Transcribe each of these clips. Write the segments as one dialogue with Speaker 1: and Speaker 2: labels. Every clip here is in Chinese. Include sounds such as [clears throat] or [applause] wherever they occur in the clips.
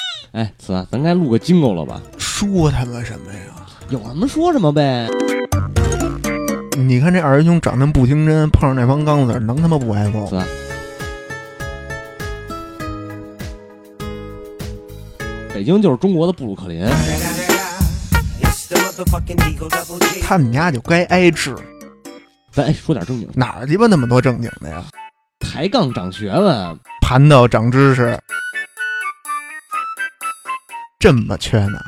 Speaker 1: 是吧？哎啊咱该录个金狗了吧？
Speaker 2: 说他妈什么呀？
Speaker 1: 有什么说什么呗。
Speaker 2: 你看这二师兄长那么不清真，碰上那帮刚子儿，能他妈不挨揍？
Speaker 1: 北京就是中国的布鲁克林，
Speaker 3: It's the motherfucking Eagle Double G.
Speaker 2: 他们家就该挨治，
Speaker 1: 咱哎说点正经，
Speaker 2: 哪儿鸡巴那么多正经的呀？
Speaker 1: 抬杠长学问，
Speaker 2: 盘道长知识，这么缺呢？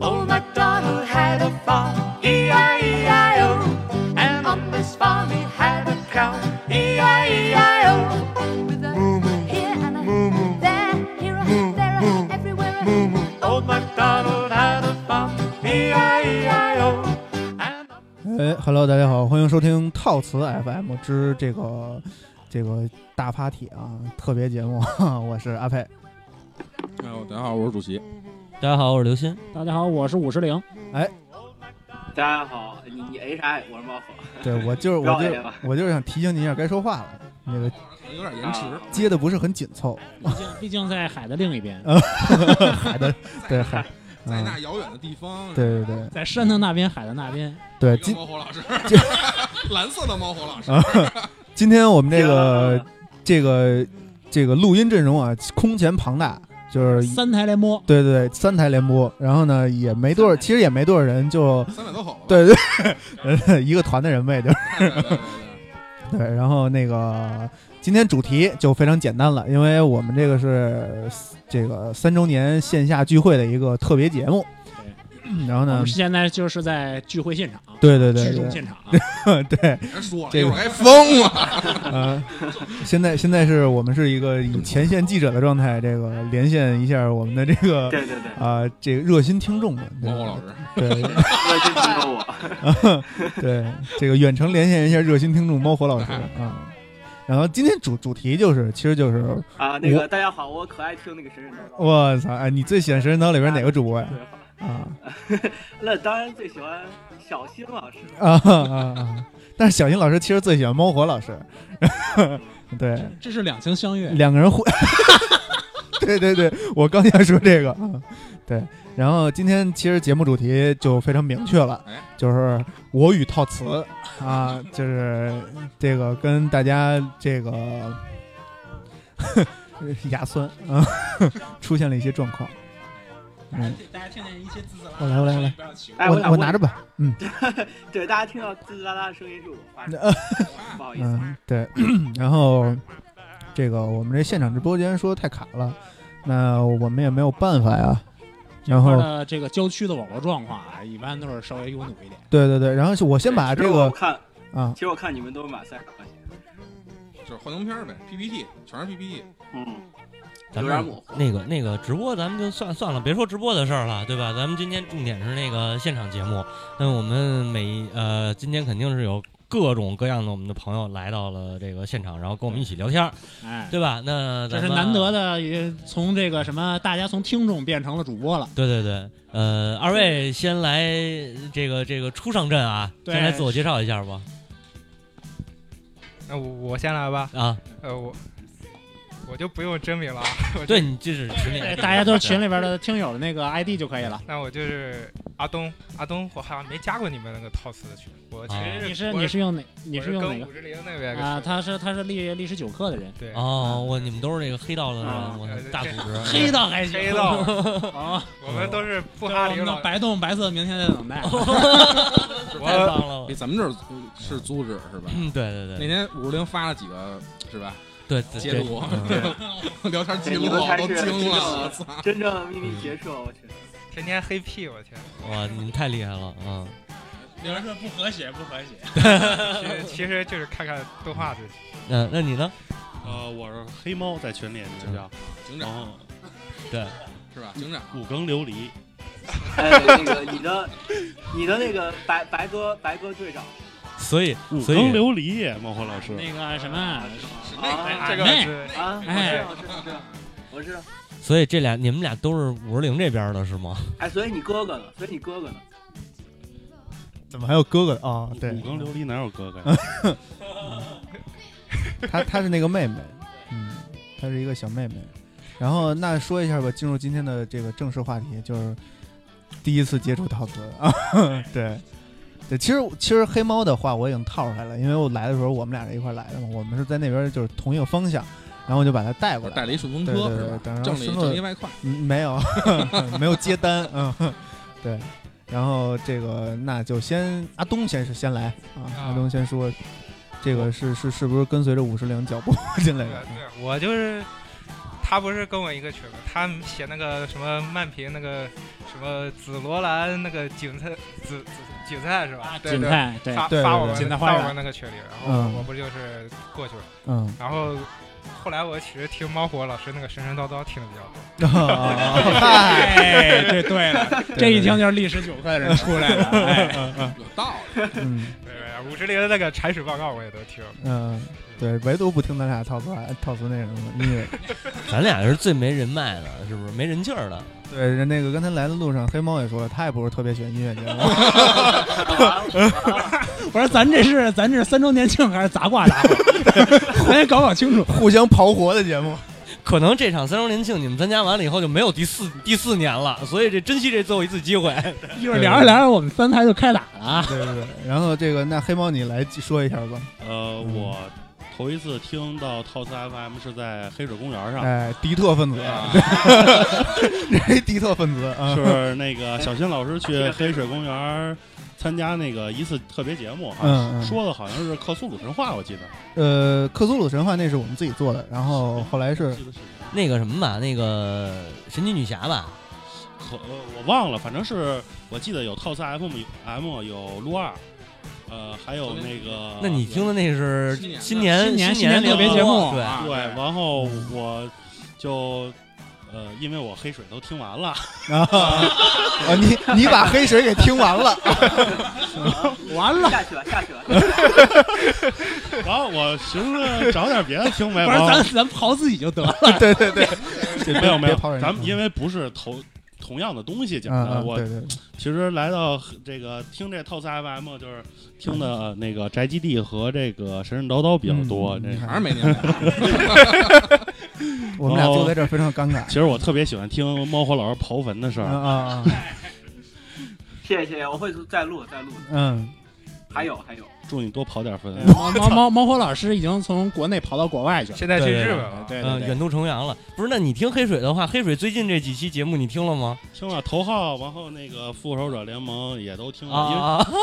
Speaker 4: Old MacDonald Oh, had a farm, E E-I-E-I-O. And on this farm he had a cow, E E-I-E-I-O. With a moo moo, here and a moo moo, there, here a there a everywhere a moo moo. Old MacDonald had a farm, E E-I-E-I-O. And on
Speaker 5: 哎，Hello，大家好，欢迎收听套词 FM 之这个这个大 party 啊特别节目， [laughs] 我是阿佩。
Speaker 6: 哎呦，大家好，我是主席。
Speaker 7: 大家好，我是刘鑫。
Speaker 8: 大家好，我是五十铃。
Speaker 5: 哎
Speaker 9: 大家好，你你 A 啥 A？我是猫火，
Speaker 5: 对我就是
Speaker 9: 不要
Speaker 5: 我
Speaker 9: A
Speaker 5: 就
Speaker 9: 了。
Speaker 5: 我就是想提醒你一下，该说话了，那个
Speaker 6: [laughs] 有点延迟，
Speaker 5: 接的不是很紧
Speaker 6: [laughs]
Speaker 5: 凑， [laughs]
Speaker 8: 毕竟毕竟在海的另一边，
Speaker 5: 海的对海，
Speaker 6: 在
Speaker 5: 嗯
Speaker 6: 那遥远的地方，
Speaker 5: 对对对
Speaker 8: 在山的那边，海的那边。
Speaker 5: 对，
Speaker 6: 一个
Speaker 5: 今
Speaker 6: 猫火老师
Speaker 5: [laughs] 今，
Speaker 6: [laughs]
Speaker 5: 啊
Speaker 6: 蓝色的猫火老师，
Speaker 5: 今天我们这个这个这个录音阵容啊，空前庞大，就是
Speaker 8: 三台来摸，
Speaker 5: 对对对，三台联播，然后呢也没多少，其实也没多少人，就
Speaker 6: 三百多口了。
Speaker 5: 对对，一个团的人呗，就
Speaker 6: 啊对对对对
Speaker 5: 对，然后那个今天主题就非常简单了，因为我们这个是这个三周年线下聚会的一个特别节目。然后
Speaker 8: 我
Speaker 5: 呢
Speaker 8: 们？现在就是在聚会现场，
Speaker 6: 啊
Speaker 5: 对对对
Speaker 8: 聚众
Speaker 5: 对
Speaker 8: 现场啊，
Speaker 5: [laughs] 对，
Speaker 6: 别说了，
Speaker 5: 这
Speaker 6: 一
Speaker 5: 个
Speaker 6: 会儿该疯
Speaker 5: [laughs]
Speaker 6: 了。
Speaker 5: 呃，现在现在是我们是一个以前线记者的状态，这个连线一下我们的这个
Speaker 9: 对对对，
Speaker 5: 啊、这个热心听众们，对
Speaker 6: 猫
Speaker 5: 吧
Speaker 6: 火老师，
Speaker 5: 对
Speaker 9: [laughs]
Speaker 5: 啊
Speaker 9: 我先听着我。
Speaker 5: 对，这个远程连线一下热心听众猫火老师
Speaker 6: 哎
Speaker 5: 啊。然后今天主主题就是，其实就是
Speaker 9: 啊，那个大家好，我可爱听那个神人叨叨。
Speaker 5: 我操，哎，你最喜欢《神人岛》里边哪个主播呀？
Speaker 9: 对好
Speaker 5: 啊
Speaker 9: 那当然最喜欢小新老师，
Speaker 5: 啊啊啊！但是小新老师其实最喜欢猫火老师，对，
Speaker 8: 这是两情相悦。
Speaker 5: 两个人互， [laughs] 对对对，我刚要说这个啊，对。然后今天其实节目主题就非常明确了
Speaker 6: 哎，
Speaker 5: 就是我与套词啊，就是这个跟大家这个 [laughs] 牙酸啊，出现了一些状况。嗯，
Speaker 8: 大家听见一些滋滋啦
Speaker 5: 我来我来我来，
Speaker 9: 哎，
Speaker 5: 我
Speaker 9: 想
Speaker 5: 我
Speaker 9: 问
Speaker 5: 拿着吧，嗯。
Speaker 9: 对，大家听到滋滋啦啦的声音是我发出的，不好意思。啊
Speaker 5: 嗯，对。 [clears throat] 然后这个我们这现场直播间说太卡了，那我们也没有办法呀。然
Speaker 8: 这块
Speaker 5: 后
Speaker 8: 的这个郊区的网络状况啊，一般都是稍微有努一点。
Speaker 5: 对对对，然后我先把
Speaker 9: 其
Speaker 5: 这
Speaker 9: 实
Speaker 5: 个
Speaker 9: 我看，
Speaker 5: 啊
Speaker 9: 其实我看你们都是马赛克关系，
Speaker 6: 就是幻灯片儿呗，PPT 全是 PPT。
Speaker 9: 嗯，
Speaker 7: 咱
Speaker 9: 有
Speaker 7: 们
Speaker 9: 点
Speaker 7: [laughs]
Speaker 9: 模糊。
Speaker 7: 那个那个直播，咱们就算算了，别说直播的事儿了，对吧？咱们今天重点是那个现场节目。那我们每呃，今天肯定是有各种各样的我们的朋友来到了这个现场，然后跟我们一起聊天儿，
Speaker 8: 哎，
Speaker 7: 对吧？那
Speaker 8: 这
Speaker 7: 咱
Speaker 8: 是
Speaker 7: 们
Speaker 8: 难得的，也从这个什么，大家从听众变成了主播了。
Speaker 7: 对对对，呃，二位先来这个这个初上阵啊，
Speaker 8: 对
Speaker 7: 先来自我介绍一下吧。
Speaker 10: 那我我先来吧，
Speaker 7: 啊，
Speaker 10: 呃，我我就不用真名了啊， [laughs] 我
Speaker 7: 对
Speaker 10: 就，
Speaker 7: 你这是群里
Speaker 8: 哎大家都是群里边的听友的那个 ID 就可以了。
Speaker 10: 那我就是阿东，阿东，我好像没加过你们那个套词的群，我其
Speaker 7: 啊
Speaker 10: 实
Speaker 8: 你是
Speaker 10: 我
Speaker 8: 你是用哪？你
Speaker 10: 我
Speaker 8: 是用
Speaker 10: 跟
Speaker 8: 哪
Speaker 10: 五十铃那边
Speaker 8: 个？
Speaker 10: 的
Speaker 8: 啊，
Speaker 10: 群
Speaker 8: 他是他是历历史九课的人，
Speaker 10: 对，
Speaker 7: 哦，我你们都是这个黑道的
Speaker 8: 啊
Speaker 7: 我
Speaker 10: 对
Speaker 7: 的
Speaker 10: 对
Speaker 7: 大组
Speaker 10: 对
Speaker 7: 织，
Speaker 8: 黑道还行。
Speaker 10: 黑
Speaker 8: [laughs]
Speaker 10: 道，
Speaker 8: 啊，
Speaker 10: 我们都是不
Speaker 8: 我
Speaker 10: 哈里
Speaker 8: 们的
Speaker 10: 老，
Speaker 8: 白洞白色明天在等
Speaker 10: [laughs]
Speaker 8: 待。
Speaker 7: 太
Speaker 10: 我
Speaker 7: 棒了。
Speaker 6: 哎咱们这儿是组织是吧？
Speaker 7: 嗯，对对
Speaker 6: 那
Speaker 7: 对
Speaker 6: 天五十铃发了几个是吧？
Speaker 7: 对，
Speaker 6: 截
Speaker 7: 对
Speaker 6: 图，
Speaker 5: 嗯
Speaker 1: [laughs]
Speaker 6: 聊天记
Speaker 9: 哎你
Speaker 6: 录啊
Speaker 9: 们
Speaker 6: 我
Speaker 9: 才
Speaker 6: 都
Speaker 9: 是真
Speaker 6: 惊
Speaker 9: 正
Speaker 6: 了。
Speaker 9: 的真正的秘密结社，我去。
Speaker 10: 天天黑屁，我天，
Speaker 7: 哇，你们太厉害了，嗯，
Speaker 8: 有人说不和谐，不和谐。
Speaker 10: [laughs] 其实其实就是看看动画就行。
Speaker 7: 那那你呢？
Speaker 11: 呃，我是黑猫，在群里那叫，
Speaker 6: 警
Speaker 11: 然
Speaker 6: 长
Speaker 11: 后
Speaker 7: 对，
Speaker 6: [laughs] 是吧？警长，
Speaker 11: 五更琉璃，
Speaker 9: 哎，那个你的你的那个白白哥白哥队长
Speaker 7: 所以
Speaker 11: 五
Speaker 7: 所
Speaker 11: 更
Speaker 7: 以
Speaker 11: 琉璃，猫火老师，
Speaker 8: 那个什么，
Speaker 9: 啊
Speaker 10: 这个
Speaker 8: 妹
Speaker 10: 是
Speaker 9: 啊，
Speaker 8: 哎
Speaker 9: 我知道我知道我知道，我知道。
Speaker 7: 所以这俩你们俩都是五十铃这边的是吗？
Speaker 9: 哎，所以你哥哥呢？所以你哥哥呢？
Speaker 5: 怎么还有哥哥的啊？对
Speaker 11: 五，更琉
Speaker 5: [laughs]
Speaker 11: 璃哪有哥哥呀？
Speaker 5: 他他是那个妹妹，嗯，她是一个小妹妹。然后那说一下吧，进入今天的这个正式话题，就是第一次接触陶瓷啊， [laughs] 对。对，其实其实黑猫的话我已经套出来了，因为我来的时候我们俩是一块儿来的嘛，我们是在那边就是同一个方向，然后我就把它带过来，
Speaker 6: 带了一顺风
Speaker 5: 对
Speaker 6: 车
Speaker 5: 对
Speaker 6: 是
Speaker 5: 对
Speaker 6: 吧
Speaker 5: 对然后
Speaker 6: 挣了一
Speaker 5: 顺
Speaker 6: 挣
Speaker 5: 路
Speaker 6: 一外快
Speaker 5: 嗯 [laughs] 没有没有接单，嗯， [laughs] 对，然后这个那就先阿东先是先来啊，阿东先说，这个是是是不是跟随着五十铃脚步 [laughs] 进来的？啊
Speaker 10: 对我就是他不是跟我一个群的，他写那个什么漫评那个什么紫罗兰那个锦菜紫紫锦菜是吧？对
Speaker 8: 锦菜对
Speaker 10: 发
Speaker 8: 啊对
Speaker 10: 发
Speaker 8: 对
Speaker 10: 我
Speaker 8: 锦菜
Speaker 10: 们
Speaker 8: 花
Speaker 10: 发我
Speaker 8: 园
Speaker 10: 们那个群里，然后
Speaker 5: 嗯
Speaker 10: 我不就是过去了，
Speaker 5: 嗯
Speaker 10: 然后。后来我其实听猫火老师那个神神叨叨听的比较
Speaker 5: [laughs] 哦
Speaker 10: 多，
Speaker 8: 哎，这对了，这一听就是历史九分人出来的，哎，
Speaker 10: 有道理。
Speaker 5: 嗯
Speaker 10: 对对，五十铃的那个铲屎报告我也都听。
Speaker 5: 嗯，对，唯独不听咱俩套词套词那什么
Speaker 8: [laughs]
Speaker 5: 音乐。
Speaker 7: 咱俩是最没人脉的，是不是？没人劲儿的。
Speaker 5: 对，人那个刚才来的路上，黑猫也说了，他也不是特别喜欢音乐节目。
Speaker 8: [laughs] 我说咱这是咱这是三周年庆还是杂挂
Speaker 5: [laughs]
Speaker 8: 大会？啊咱也搞搞清楚，
Speaker 5: 互相刨活的节目。
Speaker 7: 可能这场三周年庆你们参加完了以后就没有第四第四年了，所以这珍惜这最后一次机会。
Speaker 8: 一会儿聊着聊着，我们三台就开打了啊！
Speaker 5: 对对对，然后这个那黑猫你来说一下吧。
Speaker 11: 呃，我头一次听到套词 FM 是在黑水公园上，
Speaker 5: 哎，敌特分子
Speaker 11: 啊，
Speaker 5: [laughs] 这敌特分子啊，
Speaker 11: 是那个小新老师去黑水公园参加那个一次特别节目啊，
Speaker 5: 嗯嗯
Speaker 11: 说的好像是克苏鲁神话，我记得
Speaker 5: 呃，克苏鲁神话那是我们自己做的，然后后来是
Speaker 7: 那个什么吧，那个神奇女侠吧，
Speaker 11: 可我忘了，反正是我记得有套词 FM M 有撸二。呃，还有那个，
Speaker 7: 那你听的那是新年
Speaker 11: 新
Speaker 7: 新年
Speaker 11: 特别
Speaker 7: 联
Speaker 11: 节
Speaker 7: 播
Speaker 11: 目，
Speaker 7: 对
Speaker 11: 对，然后我就呃，因为我黑水都听完了， [laughs]
Speaker 5: 啊，啊你你把黑水给听完了，，
Speaker 8: 完了，
Speaker 9: 下去吧， [laughs] 下去吧。
Speaker 11: [laughs] 然后我寻思找点别的听呗，
Speaker 8: 不是
Speaker 11: 然后
Speaker 8: 咱咱刨自己就
Speaker 11: [laughs]
Speaker 8: 得了
Speaker 5: 对对对这
Speaker 11: 没有没
Speaker 5: 别
Speaker 11: 有
Speaker 5: 跑人，家
Speaker 11: 咱们因为不是同同样的东西讲
Speaker 5: 嗯
Speaker 11: 的，
Speaker 5: 嗯
Speaker 11: 我
Speaker 5: 对对
Speaker 11: 其实来到这个听这套餐 FM 就是听的那个宅基地和这个神神叨叨比较多，这
Speaker 6: 嗯还是没
Speaker 5: [laughs]
Speaker 6: 年代
Speaker 5: 我们俩坐在这儿非常尴尬
Speaker 11: 其实我特别喜欢听猫火老师刨坟的事儿
Speaker 5: 啊啊啊，
Speaker 9: 谢谢谢谢，我会再录再录。
Speaker 5: 嗯，
Speaker 9: 还有
Speaker 7: [laughs]
Speaker 9: 还有，
Speaker 11: [laughs] 祝你多刨点坟。
Speaker 8: 猫猫猫猫火老师已经从国内跑到国外去了，
Speaker 10: 现在
Speaker 7: 对对对
Speaker 8: 对
Speaker 7: 嗯，
Speaker 8: 对对
Speaker 7: 远渡重洋了。不是，那你听黑水的话，黑水最近这几期节目你听了吗？
Speaker 11: [laughs] 听了头号，然后那个复仇者联盟也都听
Speaker 7: 啊
Speaker 11: 了，因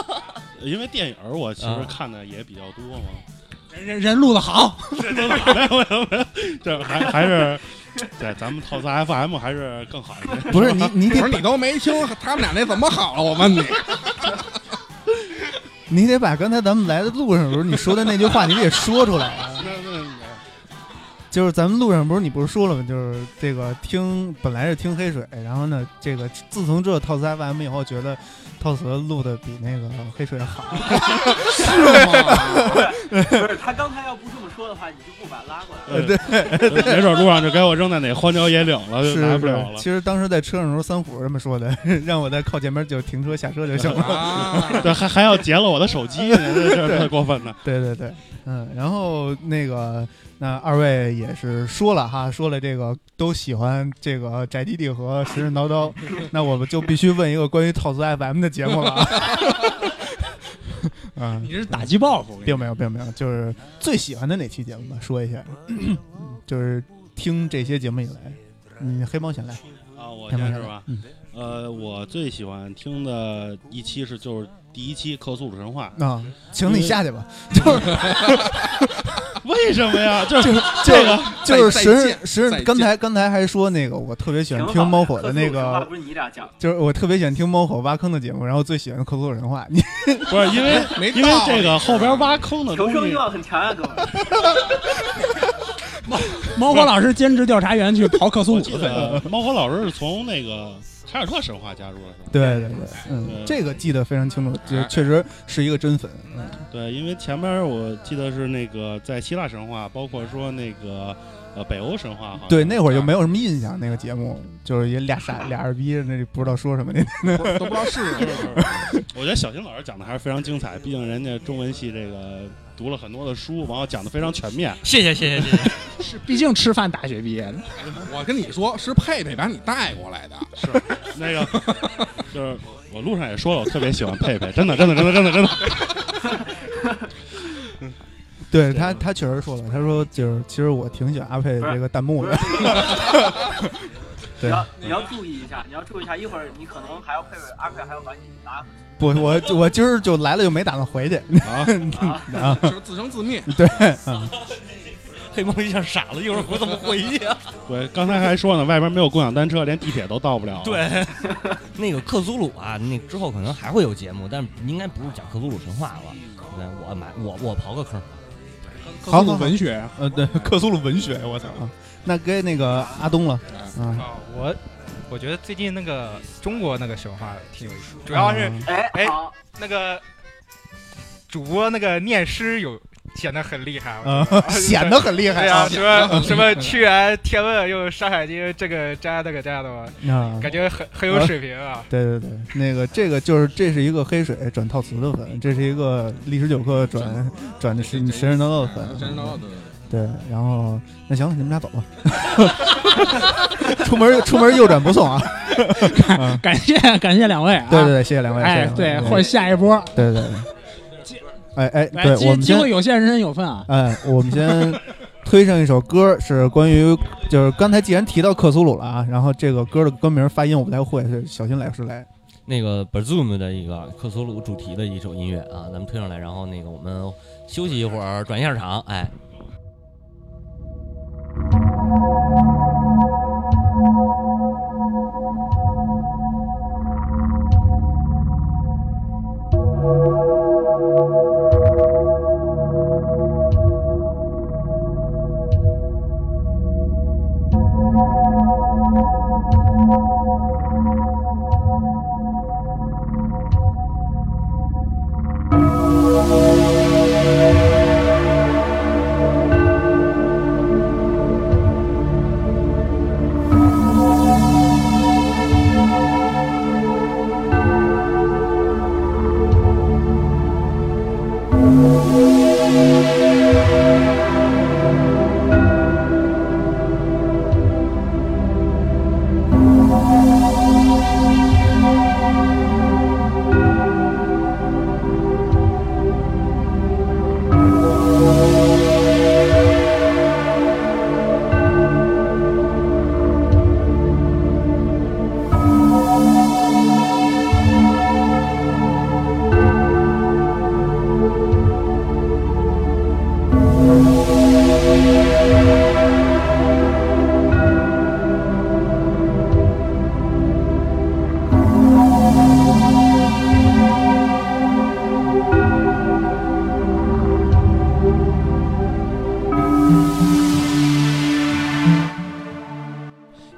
Speaker 11: [laughs] 为因为电影儿我其
Speaker 6: 啊
Speaker 11: 实看的也比较多
Speaker 6: [laughs]
Speaker 11: 嘛。
Speaker 8: 人人人录的好， [laughs]
Speaker 11: [laughs] 没有没有没有，这还还是对咱们套餐 FM 还是更好一些。
Speaker 6: 不是你都没听他们俩那怎
Speaker 5: [laughs]
Speaker 6: 么好了？我问你，
Speaker 5: 你得把刚才咱们来的路上的时候你说的那句话，你得说出来啊。
Speaker 11: 那那
Speaker 5: 就是咱们路上不是你不是说了吗？就是这个听本来是听黑水，然后呢，这个自从知道套词 FM 以后，觉得套词录的比那个黑水好， [laughs]
Speaker 9: [laughs] 不是不是，他刚才要不这么说的话，你就不把他拉过来了。
Speaker 11: 呃 [laughs] 没准路上就给我扔在哪荒郊野岭了，就是来不
Speaker 5: 是
Speaker 11: 了了
Speaker 5: 其。实当时在车上的时候，三虎这么说的， [laughs] 让我在靠前面就停车下车就行 [laughs] 了。
Speaker 11: 对，还还要截了我的
Speaker 5: [laughs]
Speaker 11: 手机呢，这这太过分了。
Speaker 5: 啊对对对，嗯，然后那个那二位也是说了哈，说了这个都喜欢这个宅基地和神神叨 [laughs] 叨，那我们就必须问一个关于套词 FM 的节目了啊。 [laughs] 嗯，
Speaker 8: 你这是打击报复，
Speaker 5: 并没有，并没有，就是最喜欢的哪期节目吧，说
Speaker 11: [clears throat]
Speaker 5: 一下，嗯就是听这些节目以来，嗯，黑猫先来
Speaker 11: 啊，我
Speaker 5: 黑猫
Speaker 11: 先
Speaker 5: 先
Speaker 11: 是
Speaker 5: 来
Speaker 11: 吧
Speaker 5: 嗯，？
Speaker 11: 呃，我最喜欢听的一期是就是第一期《克苏鲁神话》
Speaker 5: 啊，请你下去吧，
Speaker 11: [laughs]
Speaker 5: [laughs]
Speaker 11: 为什么呀？就是
Speaker 5: 这
Speaker 11: 这
Speaker 5: 个
Speaker 11: 个
Speaker 5: 就是
Speaker 11: 再
Speaker 5: 实
Speaker 11: 见
Speaker 5: 实
Speaker 11: 再，见
Speaker 5: 刚才刚才还说那个，我特别喜欢听猫火的那
Speaker 9: 克苏鲁神话
Speaker 5: 个
Speaker 9: 不，是你俩讲，
Speaker 5: 就是我特别喜欢听猫火挖坑的节目，然后最喜欢克苏鲁神话。你 [laughs]
Speaker 11: 不是因为
Speaker 5: 没
Speaker 11: 因为
Speaker 5: 道理
Speaker 11: 这个后边挖坑的
Speaker 9: 求
Speaker 11: 东
Speaker 9: 生欲
Speaker 11: 西，
Speaker 9: 望很强啊，哥们儿。
Speaker 8: 猫火老师兼职调查员去刨克苏
Speaker 11: 我
Speaker 8: 鲁
Speaker 11: 记
Speaker 8: 的
Speaker 11: 得
Speaker 8: 坟，
Speaker 11: 猫火老师是从那个凯尔特神话加入的，是吧？
Speaker 5: 对对对，嗯，这个记得非常清楚，这确实是一个真粉。嗯
Speaker 11: 对，因为前面我记得是那个在希腊神话，包括说那个呃北欧神话，好像
Speaker 5: 对，那会儿就没有什么印象，那个节目就是也俩傻俩二逼，那就不知道说什么那天
Speaker 11: 不都不知道是什么。
Speaker 5: [laughs]
Speaker 11: [laughs] 我觉得小新老师讲的还是非常精彩，毕竟人家中文系这个读了很多的书，然后讲的非常全面。
Speaker 7: 谢谢谢谢谢谢。
Speaker 8: [laughs] 是，毕竟吃饭大学毕业的，
Speaker 11: [laughs] 我跟你说，是佩佩把你带过来的，是那 [laughs] 个，就是我路上也说了，我特别喜欢佩佩，真的真的真的真的真 [laughs] 的。
Speaker 5: 对他，他确实说了，他说就是其实我挺喜欢阿佩这个弹幕的。
Speaker 9: 你
Speaker 5: 对，
Speaker 9: 要你要注意一下，你要注意一下，一会儿你可能还要配合阿佩，还要把你拉回去。
Speaker 5: 不，我我今儿就来了，就没打算回去 [laughs]
Speaker 9: 啊
Speaker 5: 啊
Speaker 9: 就是自生自灭
Speaker 5: 对，啊
Speaker 7: 黑猫一下傻了，一会儿我怎么回去
Speaker 12: [laughs]
Speaker 7: 啊？
Speaker 11: 对，刚才还说呢，外边没有共享单车，连地铁都到不了。
Speaker 7: 对，那个克苏鲁啊，那之后可能还会有节目，但应该不是讲克苏鲁神话了。对，我买我我刨个坑。
Speaker 5: 好好好
Speaker 7: 文
Speaker 5: 学，呃，对，克苏鲁文学，我操！啊那该那个阿东了，
Speaker 8: 嗯
Speaker 5: 啊，
Speaker 10: 我我觉得最近那个中国那个神话挺有意思，主要是
Speaker 5: 嗯
Speaker 10: 哎哎那个主播那个念诗有显得很厉害，我觉得
Speaker 5: 嗯 [laughs] 显得很厉害
Speaker 10: 对
Speaker 5: 啊
Speaker 10: 啊，什么
Speaker 5: 显
Speaker 10: 什
Speaker 5: 得很厉害
Speaker 10: 么屈原、天问又《山海经》这个这那个这样的
Speaker 5: 啊嗯
Speaker 10: 嘛，感觉很很有水平啊。
Speaker 5: [laughs] 对对对，那个这个就是这是一个黑水转套词的粉，这是一个历史九课转转的是你神神叨叨的粉，
Speaker 6: 神神叨叨的
Speaker 5: 对，然后那行，你们俩走
Speaker 8: [laughs]
Speaker 5: 吧，出门出门右转不送啊，啊
Speaker 8: [laughs] 感谢感谢两位啊！
Speaker 5: 对对对谢谢两位
Speaker 8: 哎，
Speaker 5: 谢谢
Speaker 8: 对，
Speaker 5: 两位
Speaker 8: 或者下一波，
Speaker 5: 对对对，哎哎，
Speaker 8: 来
Speaker 5: 对，
Speaker 8: 机
Speaker 5: 我们
Speaker 8: 机
Speaker 5: 先
Speaker 8: 会有限，人人有份啊！
Speaker 5: 哎，我们先推上一首歌，是关于就是刚才既然提到克苏鲁了啊，然后这个歌的歌名发音我不太会，是小新老师来。
Speaker 7: 那个 b e r z o o m 的一个克苏鲁主题的一首音乐啊，咱们推上来，然后那个我们休息一会儿，转一下场，哎。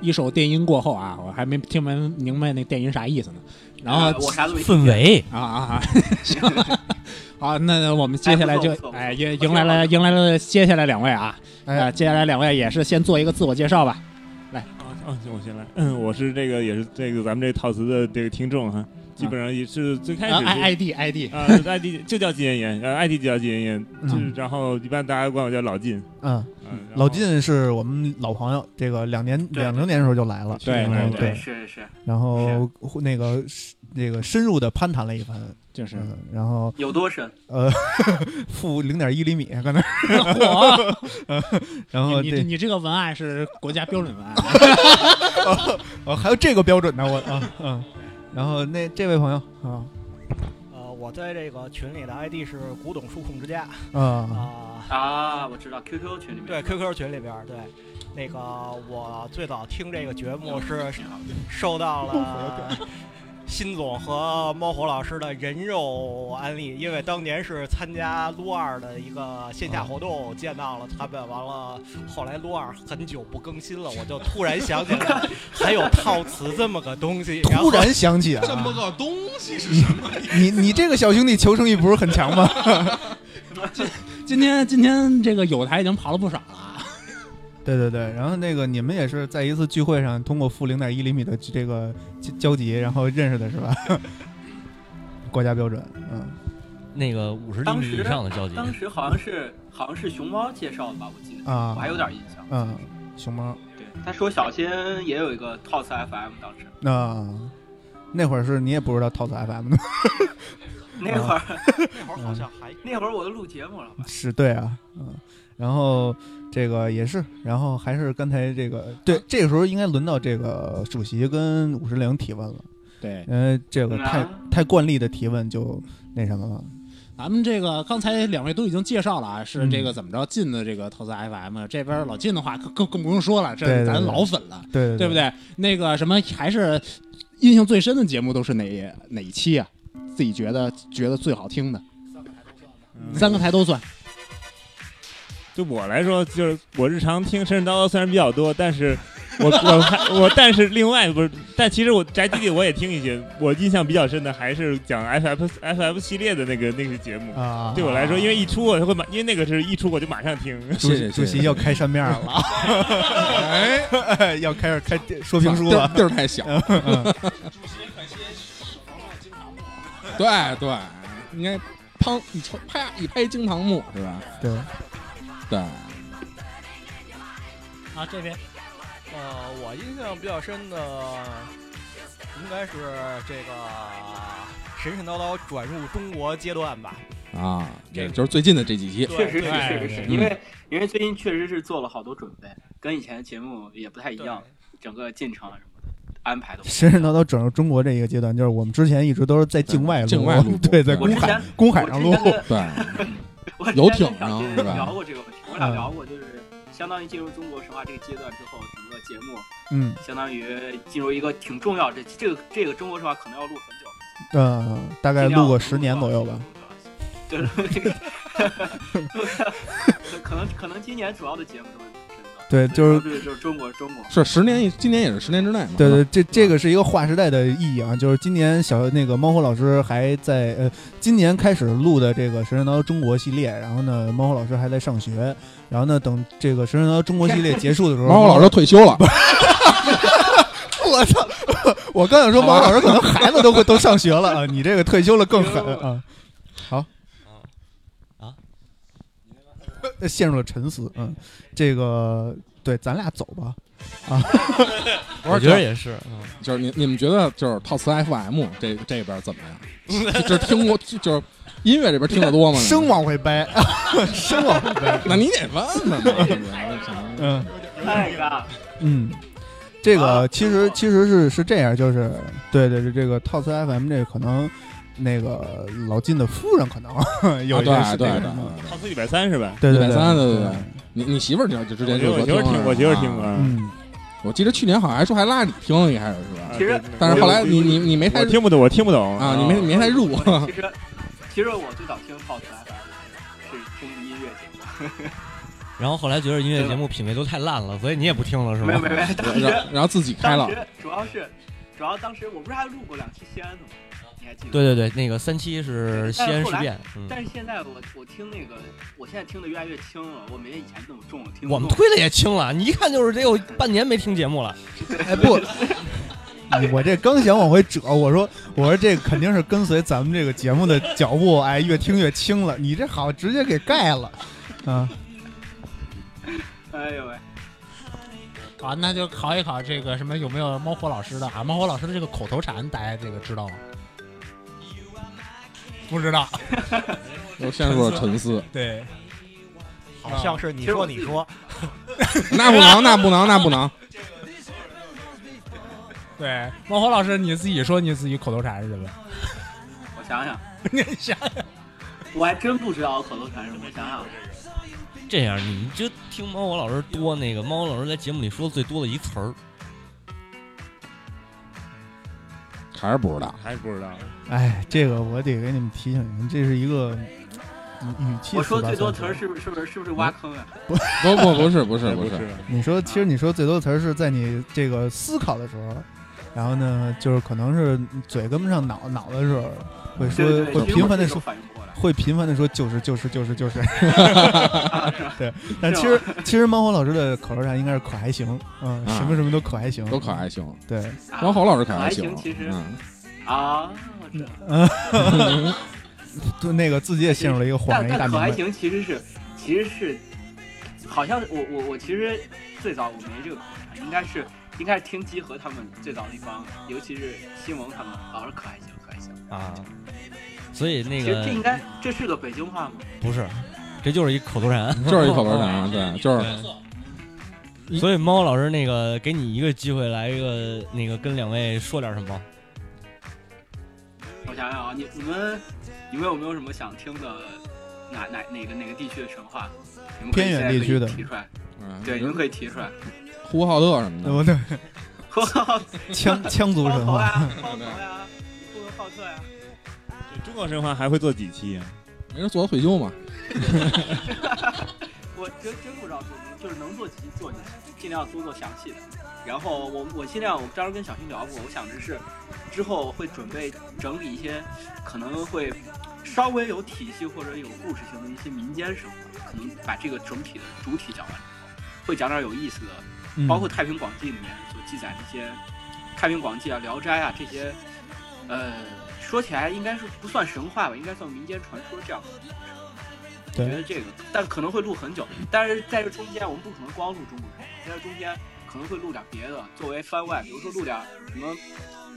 Speaker 8: 一首电音过后啊，我还没听没明白那电音啥意思呢。然后、
Speaker 9: 呃我啥都没
Speaker 7: 氛围
Speaker 8: 啊啊啊！ [laughs] 行，好，那那我们接下来就
Speaker 9: 哎不错不错
Speaker 8: 哎迎迎来了迎来了接下来两位啊，
Speaker 5: 哎
Speaker 8: 啊接下来两位也是先做一个自我介绍吧。
Speaker 5: [laughs]
Speaker 8: 来，
Speaker 12: 啊，行，我先来。嗯，我是这个也是这个咱们这套词的这个听众哈，基本上也是最开始
Speaker 8: 啊
Speaker 12: 是、
Speaker 8: ，I ID ID
Speaker 12: 啊对，ID 就叫金妍妍，呃，ID 就叫金妍妍，就是
Speaker 5: 嗯
Speaker 12: 然后一般大家管我叫老金。
Speaker 5: 嗯
Speaker 12: 嗯，然后
Speaker 5: 老金是我们老朋友，这个两年两零年的时候就来了，
Speaker 12: 对
Speaker 5: 然后
Speaker 12: 对
Speaker 5: 对，
Speaker 12: 是是。
Speaker 5: 然后那个那个深入的攀谈了一番，
Speaker 8: 就是
Speaker 5: 嗯然后
Speaker 9: 有多深？
Speaker 5: 呃， [laughs] 负零点一厘米，可能。
Speaker 8: [laughs] 嚯
Speaker 5: [laughs] 然后
Speaker 8: 你
Speaker 5: 这
Speaker 8: 你你这个文案是国家标准文案，
Speaker 5: [laughs] 哦，还有这个标准呢，我啊嗯，然后那这位朋友啊，
Speaker 13: 呃，我在这个群里的 ID 是古董数控之家
Speaker 5: 啊
Speaker 13: 啊
Speaker 9: 啊，我知道 QQ 群里面
Speaker 13: 对 QQ 群里边儿对，那个我最早听这个节
Speaker 9: 嗯
Speaker 13: 目是受到
Speaker 5: [laughs]
Speaker 13: 了辛总和猫火老师的人肉安利，因为当年是参加撸二的一个线
Speaker 5: 啊
Speaker 13: 下活动，见到了他们，完了后来撸二很久不更新了，我就突然想起
Speaker 5: [laughs]
Speaker 13: 来还有套词这么个东西，后
Speaker 5: 突然想起啊，
Speaker 6: 这么个东西是什么？
Speaker 5: 你你这个小兄弟求生欲不是很强吗？ [laughs]
Speaker 8: 今天今天这个有台已经跑了不少了啊，
Speaker 5: 对对对，然后那个你们也是在一次聚会上通过负零点一厘米的这个交交集，然后认识的是吧？ [laughs] 国家标准，嗯，
Speaker 7: 那个五十厘
Speaker 9: 当
Speaker 7: 米
Speaker 9: 时
Speaker 7: 以上的交集，
Speaker 9: 当时好像是好像是熊猫介绍的吧，我记得
Speaker 5: 啊
Speaker 9: 我还有点印象。
Speaker 5: 嗯，熊猫，
Speaker 9: 对，他说小新也有一个 TOS FM，当
Speaker 7: 啊
Speaker 9: 时
Speaker 5: 那、啊那会儿是你也不知道套子 FM 呢，
Speaker 9: 那会儿
Speaker 5: 啊
Speaker 9: [laughs] 那会儿好像还 [laughs] 那会儿我都录节目了吧？
Speaker 5: 是对啊，嗯，然后这个也是，然后还是刚才这个，对，这个时候应该轮到这个主席跟五十铃提问了，
Speaker 11: 对
Speaker 5: 因为这个太、太惯例的提问就那什么了，
Speaker 8: 咱们这个刚才两位都已经介绍了啊，是
Speaker 5: 嗯
Speaker 8: 这个怎么着进的这个投资 FM，这边老金的话更更更不用说了，这
Speaker 5: 对对
Speaker 8: 是
Speaker 5: 对
Speaker 8: 咱老粉了，
Speaker 5: 对对
Speaker 8: 对不？对？那个什么，还是印象最深的节目都是哪哪一期啊？自己觉得觉得最好听的，
Speaker 5: 嗯
Speaker 8: 三个台都算。
Speaker 12: 对我来说，就是我日常听神神叨叨虽然比较多，但是我我还我但是另外不是，但其实我宅基地我也听一些，我印象比较深的还是讲 FF FF 系列的那个那个节目
Speaker 5: 啊
Speaker 12: 对我来说，因为一出我就会马，因为那个是一出我就马上听。
Speaker 5: 主席主席要开扇面了，哎，要开始开说评书了，
Speaker 12: 地儿地儿太小
Speaker 6: [laughs]
Speaker 5: 嗯
Speaker 1: 对对，应该砰一敲，啪一拍惊堂木是吧？
Speaker 5: 对
Speaker 1: 对，
Speaker 7: 啊，这边
Speaker 13: 呃，我印象比较深的应该是这个神神叨叨转入中国阶段吧。
Speaker 1: 啊，这就是最近的这几期，
Speaker 9: 确实是确实是
Speaker 1: 嗯
Speaker 9: 因为因为最近确实是做了好多准备，跟以前的节目也不太一样，整个进程啊什么的安排都不一样
Speaker 5: 神神叨叨转入中国这一个阶段，就是我们之前一直都是在境外录，
Speaker 1: 境外录
Speaker 5: [laughs] 对，在
Speaker 1: 我
Speaker 5: 公
Speaker 1: 之
Speaker 5: 海
Speaker 1: 前
Speaker 5: 公海上录
Speaker 9: 我之，前
Speaker 1: 对，
Speaker 9: [laughs] 我之前
Speaker 1: 游艇
Speaker 9: 跟小
Speaker 1: 上
Speaker 9: 金
Speaker 1: 是吧
Speaker 9: 聊过这个问题，我俩
Speaker 5: 嗯
Speaker 9: 聊过，就是相当于进入中国神话这个阶段之后，整个节目，
Speaker 5: 嗯
Speaker 9: 相当于进入一个挺重要的这这个这个中国神话可能要录很久，
Speaker 5: 嗯，大概录过十年左右吧，
Speaker 9: 对 [laughs] 录这个，录个可能可能今年主要的节目都是
Speaker 5: 对，就
Speaker 9: 就是是就是中国中国
Speaker 1: 是十年，今年也是啊十年之内嘛。
Speaker 5: 对对，这这个是一个划时代的意义啊，就是今年小那个猫火老师还在呃，今年开始录的这个《神神叨叨中国》系列，然后呢，猫火老师还在上学，然后呢，等这个《神神叨叨中国》系列结束的时候，
Speaker 1: 猫火老师退休了。
Speaker 5: [laughs] 我操！我刚想说，猫火老师可能孩子都会都上学了啊，你这个退休了更狠啊。好，
Speaker 7: 啊，
Speaker 5: 陷入了沉思。嗯，这个对，咱俩走吧。
Speaker 1: [laughs]
Speaker 5: 啊，
Speaker 1: 我就是嗯你你们觉得就是套词 FM 这这边怎么 [laughs] 样？就就是听过就就是音乐这边听得多吗？
Speaker 5: 生往回
Speaker 1: [laughs]
Speaker 5: 掰，生往回掰。
Speaker 1: 那你得问问嘛。
Speaker 5: [laughs] 嗯
Speaker 9: 太尬。
Speaker 5: 嗯，这个其实其实是是这样，就是对对对，这个套词 FM 这个可能那个老金的夫人可能 [laughs] 有一些
Speaker 1: 啊
Speaker 5: 是
Speaker 1: 对
Speaker 5: 这个
Speaker 1: 对对
Speaker 5: 什么，
Speaker 12: 套词一百三是吧？
Speaker 5: 对
Speaker 1: 一
Speaker 5: 对
Speaker 1: 百
Speaker 5: 对
Speaker 1: 三，对
Speaker 5: 对
Speaker 1: 对。你你媳妇儿就就之前就
Speaker 12: 我
Speaker 1: 说
Speaker 12: 媳妇儿听过，媳妇儿听过。
Speaker 5: 嗯，
Speaker 1: 我记得去年好像还说还拉你听了一开始是吧？
Speaker 12: 其实
Speaker 1: 但是后来你你你没太
Speaker 12: 啊我听不懂，我听不懂
Speaker 1: 啊，你没你没太入。 [laughs]
Speaker 9: 我其实 [laughs] 其实我最早听 Pop FM 是听音乐节目，
Speaker 7: 然后后来觉得音乐节目品味都太烂了，所以你也不听了是吗？
Speaker 9: 没有没有没有，当时
Speaker 7: 了
Speaker 9: 当。时主要是主要当时我不是还录过两期西安的吗？你还记得？
Speaker 7: 对对对，那个三期是西
Speaker 9: 但
Speaker 7: 安
Speaker 9: 是后
Speaker 7: 事
Speaker 9: 来，
Speaker 7: 变，嗯，
Speaker 9: 但是现在我我听那个，我现在听的越来越轻了，我没以前那么重了。听不
Speaker 7: 我们
Speaker 9: 动
Speaker 7: 推的也轻了，你一看就是得有半年没听节
Speaker 9: [laughs]
Speaker 7: 目了。
Speaker 5: 哎不，嗯我这刚想往回折，我说我说这肯定是跟随咱们这个节目的脚步，哎，越听越轻了。你这好直接给盖了，啊，
Speaker 9: 哎呦喂，
Speaker 8: 好，那就考一考这个什么有没有猫火老师的啊？猫火老师的这个口头禅，大家这个知道吗？不知
Speaker 1: [laughs]
Speaker 8: 道。
Speaker 1: 又陷入了沉
Speaker 8: [laughs]
Speaker 1: 思。
Speaker 5: 对，
Speaker 13: 好像是你
Speaker 9: 其实
Speaker 13: 说
Speaker 9: 我
Speaker 13: 你说，
Speaker 1: 那不能，那不能，那不能。
Speaker 8: 对，猫火老师，你自己说你自己口头禅是什么？
Speaker 9: 我想
Speaker 7: [laughs]
Speaker 9: 想，你想想，我还真不知道我口头禅是什么。我想想，
Speaker 7: 这样，你们就听猫火老师多那个猫火老师在节目里说的最多的一词儿，
Speaker 1: 还是不知道，
Speaker 12: 还是不知道。
Speaker 5: 哎，这个我得给你们提醒你们，这是一个语语气。
Speaker 9: 我说最多词儿是不是是不是是不
Speaker 7: 嗯
Speaker 9: 是挖
Speaker 7: [laughs]
Speaker 9: 坑啊？
Speaker 5: 不
Speaker 1: 不不不是不是不是
Speaker 5: 哎你
Speaker 9: 啊
Speaker 5: 说，其实你说最多的词儿是在你这个思考的时候，然后呢，就是可能是嘴跟不上脑脑的时候，会说
Speaker 9: 对对对
Speaker 5: 会
Speaker 9: 其实
Speaker 5: 频
Speaker 9: 我
Speaker 5: 繁的
Speaker 9: 这时候
Speaker 5: 说
Speaker 9: 反应不过来，
Speaker 5: 会频繁的说就是就是就是就是
Speaker 9: [laughs]
Speaker 13: 是吧，
Speaker 5: 对
Speaker 13: 是。
Speaker 5: 但
Speaker 13: 吗
Speaker 5: 其实其实猫火老师的口头禅应该是可还行，嗯，
Speaker 1: 啊
Speaker 5: 什么什么都可还行，
Speaker 1: 都可还行
Speaker 5: 对，
Speaker 1: 猫火老师可
Speaker 9: 啊还
Speaker 1: 还行，
Speaker 9: 其实
Speaker 1: 嗯
Speaker 9: 啊，我知道
Speaker 5: [laughs] 嗯，就那个自己也陷入了一个恍然
Speaker 9: 但
Speaker 5: 一大
Speaker 9: 但可
Speaker 5: 明
Speaker 9: 还
Speaker 5: 白。
Speaker 9: 行，其实是其实是，好像我我我其实最早我没这个口头禅，应该是应该是听集合他们最早那帮，尤其是西蒙他们老是可还行可还行。
Speaker 7: 啊，所以那
Speaker 9: 其实
Speaker 7: 个
Speaker 9: 这应该这是个北京话吗？
Speaker 7: 不是，这就是一口头禅，
Speaker 1: 就是一口头
Speaker 7: [laughs]
Speaker 1: 禅啊对就是
Speaker 7: 对所以猫老师那个给你一个机会来一个那个跟两位说点什么，
Speaker 9: 我想想啊，你你们你们有没有什么想听的哪哪哪个哪个地区的神话？你们可以
Speaker 1: 偏远
Speaker 9: 现在
Speaker 1: 地
Speaker 9: 可以
Speaker 1: 区的
Speaker 9: 提出来
Speaker 1: 嗯，
Speaker 9: 对，你们可以提出来。 [laughs]
Speaker 1: 呼和浩特什么的，
Speaker 5: 哦对， [laughs] 羌羌族神话
Speaker 9: 包头呀，呼和浩特呀，
Speaker 12: 中国神话还会做几期啊？
Speaker 1: 没人做到退休嘛。
Speaker 9: 我真真不知道做什么，就是能做几期做几期，尽量多做详细的。然后我我尽量，我当时跟小新聊过，我想的是，之后会准备整理一些可能会稍微有体系或者有故事性的一些民间生活，可能把这个整体的主体讲完之后，会讲点有意思的，
Speaker 7: 嗯
Speaker 9: 包括《太平广记》里面所记载的一些《太平广记》啊、《聊斋啊》这些，呃，说起来应该是不算神话吧，应该算民间传说这样的故事。我觉得这个，但可能会录很久。但是在这中间，我们不可能光录中国人，在这中间可能会录点别的，作为番外，比如说录点什么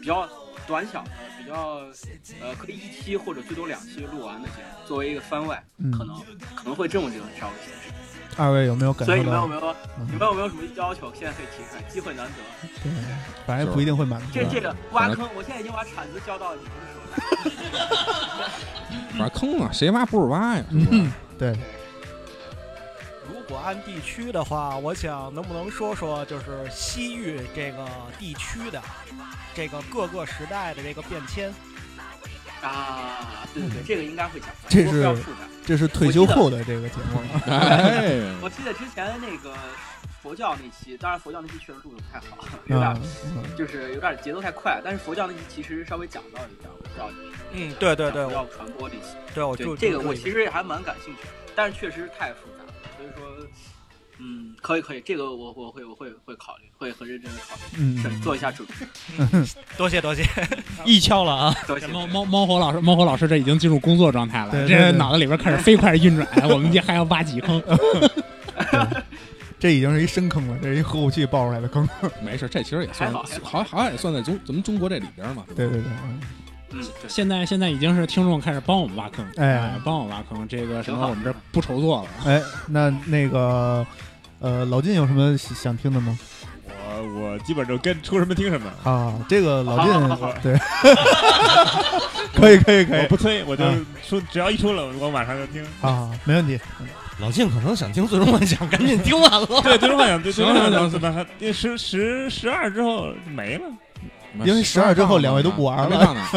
Speaker 9: 比较短小的、比较呃可以一期或者最多两期录完的节目，作为一个番外，
Speaker 5: 嗯
Speaker 9: 可能可能会这么这种稍微形式。
Speaker 5: 二位有没有感
Speaker 9: 所以
Speaker 5: 受
Speaker 9: 你们有
Speaker 5: 到嗯
Speaker 9: 没？有你们有没有什么要求？现在可以提出来，机会难得。
Speaker 5: 对，反正也不一定会满足啊
Speaker 9: 这
Speaker 5: 的。
Speaker 9: 这个挖坑，我现在已经把铲子交到你们
Speaker 5: [laughs]
Speaker 9: 的手了。
Speaker 1: 反正坑啊，谁挖不是挖呀？
Speaker 5: 嗯，对，
Speaker 13: [laughs] 如果按地区的话，我想能不能说说就是西域这个地区的这个各个时代的这个变迁？
Speaker 9: 啊，对对对，这个应该会讲。
Speaker 5: 这
Speaker 9: 我不要
Speaker 5: 是
Speaker 9: 复杂
Speaker 5: 这是退休后的这个节目。
Speaker 1: 哎
Speaker 9: 我记得之前那个佛教那期，当然佛教那期确实录的不太好，有点、
Speaker 5: 啊，嗯
Speaker 9: 就是有点节奏太快。但是佛教那期其实稍微讲到一点，我不知道你。
Speaker 13: 嗯对对对
Speaker 9: 佛教传播那期，
Speaker 13: 对我注
Speaker 9: 对这个
Speaker 13: 注意
Speaker 9: 我其实还蛮感兴趣，但是确实太复杂了，所以说。嗯，可以可以，这个我我会我会会考虑，会很认真的考虑，
Speaker 5: 嗯
Speaker 9: 是做一下准备。
Speaker 13: [laughs] 多谢
Speaker 9: [laughs]
Speaker 13: 多谢，
Speaker 9: 一
Speaker 13: 敲了啊
Speaker 9: 多谢
Speaker 8: 猫猫猫火老师，猫火老师这已经进入工作状态了，
Speaker 5: 对对
Speaker 8: 这
Speaker 5: 对
Speaker 8: 脑子里边开始飞快运转，我们这还要挖几
Speaker 5: [laughs]
Speaker 8: 坑。
Speaker 5: 这已经是一深坑了，这是一核武器爆出来的坑。
Speaker 1: 没事，这其实也算
Speaker 8: 还好
Speaker 1: 好，好像也算在中咱们中国这里边嘛。
Speaker 5: 对对对，
Speaker 8: 现在现在已经是听众开始帮我们挖坑，
Speaker 5: 哎
Speaker 8: 哎，帮我挖坑，这个什
Speaker 5: 挺
Speaker 8: 么
Speaker 5: 好
Speaker 8: 我们这不愁做了。
Speaker 5: 哎，那那个，呃，老金有什么想想听的吗？
Speaker 12: 我 [laughs] 我基本就跟出什么听什么。
Speaker 5: 啊，这个老
Speaker 12: 好好好
Speaker 5: 金对， [laughs] 可以可以可以，
Speaker 12: 我不催，我就
Speaker 5: 啊
Speaker 12: 说只要一出了，我马上就听。
Speaker 5: [laughs] 啊，没问题。
Speaker 7: 老靳可能想听《最终幻想》，赶紧听完了。
Speaker 12: 对，最终幻
Speaker 5: [laughs]
Speaker 12: 想，对，最
Speaker 7: 行
Speaker 12: 终幻
Speaker 7: 行行
Speaker 12: 想怎么还第十十十二之后没了？
Speaker 1: 啊
Speaker 5: 因为十二之后两位都不玩
Speaker 1: 还没
Speaker 5: 了 [laughs]
Speaker 1: 放呢，啊，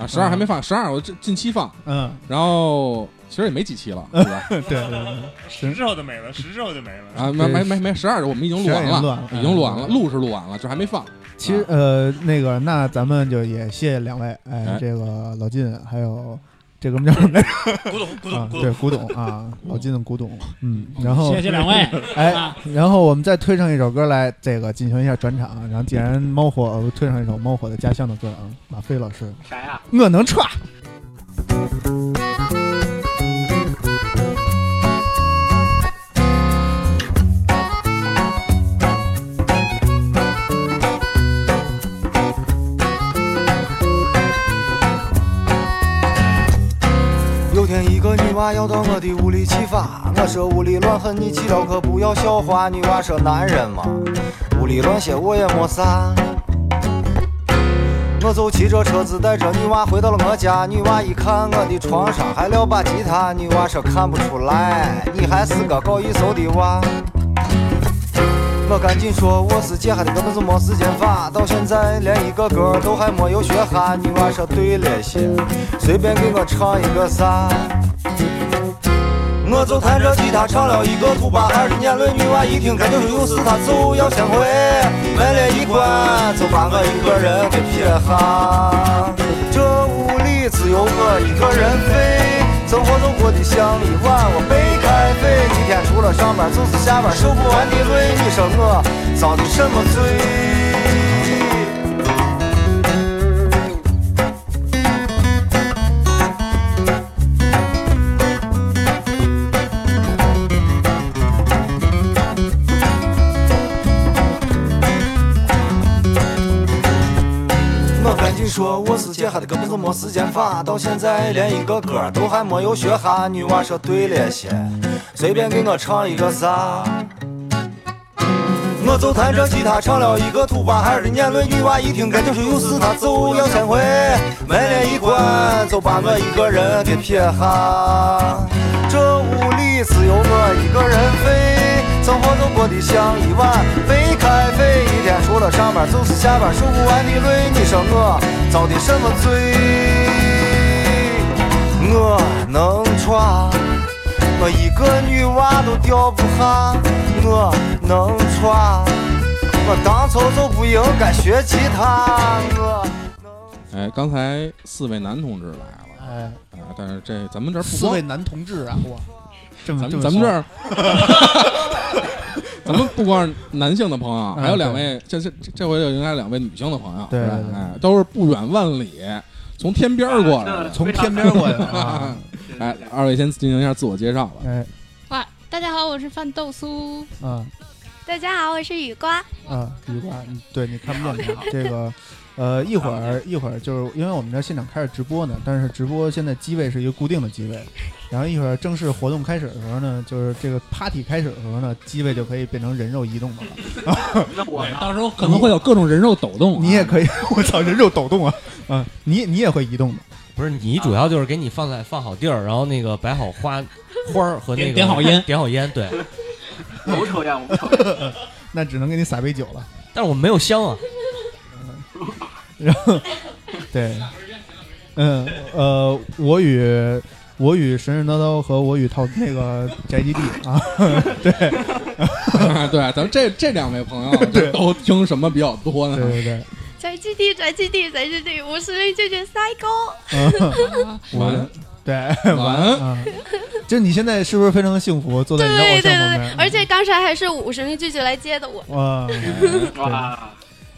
Speaker 8: 嗯
Speaker 1: 十二还没放，十二我这近期放，
Speaker 5: 嗯，
Speaker 1: 然后其实也没几期了，对吧？
Speaker 5: [laughs] 对对对，
Speaker 12: 十之后就没了，十之后就没了。
Speaker 1: 啊，没没没没，十二我们已经录完
Speaker 5: 12已经录完
Speaker 1: 了
Speaker 5: 了，嗯
Speaker 1: 已经录完了，录是录完了，这还没放。
Speaker 5: 其实呃，那个，那咱们就也谢谢两位，哎
Speaker 1: 哎，
Speaker 5: 这个老靳还有这哥们叫什么来着？
Speaker 13: 古董古董
Speaker 5: 啊
Speaker 13: 古董
Speaker 5: 对，古董
Speaker 13: [laughs]
Speaker 5: 啊，老靳的古董，嗯，然后
Speaker 8: 谢谢两位
Speaker 5: [laughs] 哎
Speaker 8: 啊，
Speaker 5: 然后我们再推上一首歌来，这个进行一下转场，啊然后既然猫火呃推上一首猫火的家乡的歌啊，马飞老师，
Speaker 9: 啥呀？
Speaker 5: 我能串。
Speaker 14: 有天，一个女娃要到我的屋里去发，我说屋里乱很，你去了可不要笑话。女娃说男人嘛，屋里乱些我也没啥。我就骑着车子带着女娃回到了我家，女娃一看我的床上还撂把吉他，女娃说看不出来，你还是个搞艺术的娃。我赶紧说我是借哈的，根本就没时间发，到现在连一个歌都还没有学哈。女娃说对了些，随便给我唱一个啥。我就弹着吉他唱了一个土巴二的眼泪，女娃一听，感觉又是她就要先回，门了一关，就把我一个人给撇下。这屋里只有我一个人飞，生活走过的像一碗，我被开费。一天除了上班就是下班，受不完的罪。你说我遭的什么罪？我赶紧说，我是解哈的，根本就没时间发。到现在连一个歌都还没有学哈。女娃说对了些，随便给我唱一个啥。我就弹着吉他唱了一个土巴孩儿的年轮，女娃一听这就是有事，她就要先回，门帘一关就把我一个人给撇下。这屋里只有我一个人飞，生活就过得像一碗被开水，一天除了上班就是下班，数不完的泪。你说我遭的什么罪？我能闯，我一个女娃都掉不下。我能闯，我当初就不应该学吉他。我
Speaker 1: 哎，刚才四位男同志来了，
Speaker 5: 哎，
Speaker 1: 啊，但是这咱们这儿不
Speaker 5: 四
Speaker 1: 光
Speaker 5: 位男同志啊，哇，这么
Speaker 1: 咱们咱们这儿，
Speaker 5: [laughs]
Speaker 1: 咱们不光是男性的朋友，啊还有两位，这这这这回就迎来两位女性的朋友，
Speaker 5: 哎对
Speaker 1: 是吧
Speaker 5: 对对
Speaker 1: 哎，都是不远万里从天边儿过来的，
Speaker 5: 从天边儿过来的啊
Speaker 1: [laughs] 哎，二位先进行一下自我介绍吧。
Speaker 5: 哎，
Speaker 15: 哇，大家好，我是范豆酥。
Speaker 5: 啊
Speaker 16: 大家好，我是雨瓜。
Speaker 5: 啊，雨瓜，你对你看不见你这个，呃，一会儿一会儿就是因为我们这现场开始直播呢，但是直播现在机位是一个固定的机位，然后一会儿正式活动开始的时候呢，就是这个 party 开始的时候呢，机位就可以变成人肉移动的了。 [laughs]
Speaker 9: 那我
Speaker 5: 到时候
Speaker 9: 可能会
Speaker 5: 有各种人肉抖动、啊你也可以，我操，人肉抖动啊！啊，你你也会移动的，
Speaker 7: 不是你主要就是给你放在放好地儿，然后那个摆好花花儿和那个
Speaker 5: 点点好烟
Speaker 7: 点好烟，对。
Speaker 9: 我不抽烟，我不抽
Speaker 5: 烟。那只能给你撒杯酒了。嗯
Speaker 7: 但是我们没有香啊。
Speaker 5: 然后，对，嗯呃，我与我与神神叨叨和我与套那个宅基地啊，对
Speaker 1: [laughs] 对，咱们这这两位朋友就都听什么比较多呢？
Speaker 5: 对对对。
Speaker 16: 宅基地，宅基地，宅基地，我是绿巨人 psycho
Speaker 5: [laughs] 嗯。
Speaker 1: 晚
Speaker 5: 对晚安啊，就你现在是不是非常的幸福，坐在你的偶
Speaker 16: 对对
Speaker 5: 像旁
Speaker 16: 对对
Speaker 5: 边，？嗯
Speaker 16: 而且刚才还是五神力拒绝来接的我。
Speaker 5: 哇
Speaker 9: 哇！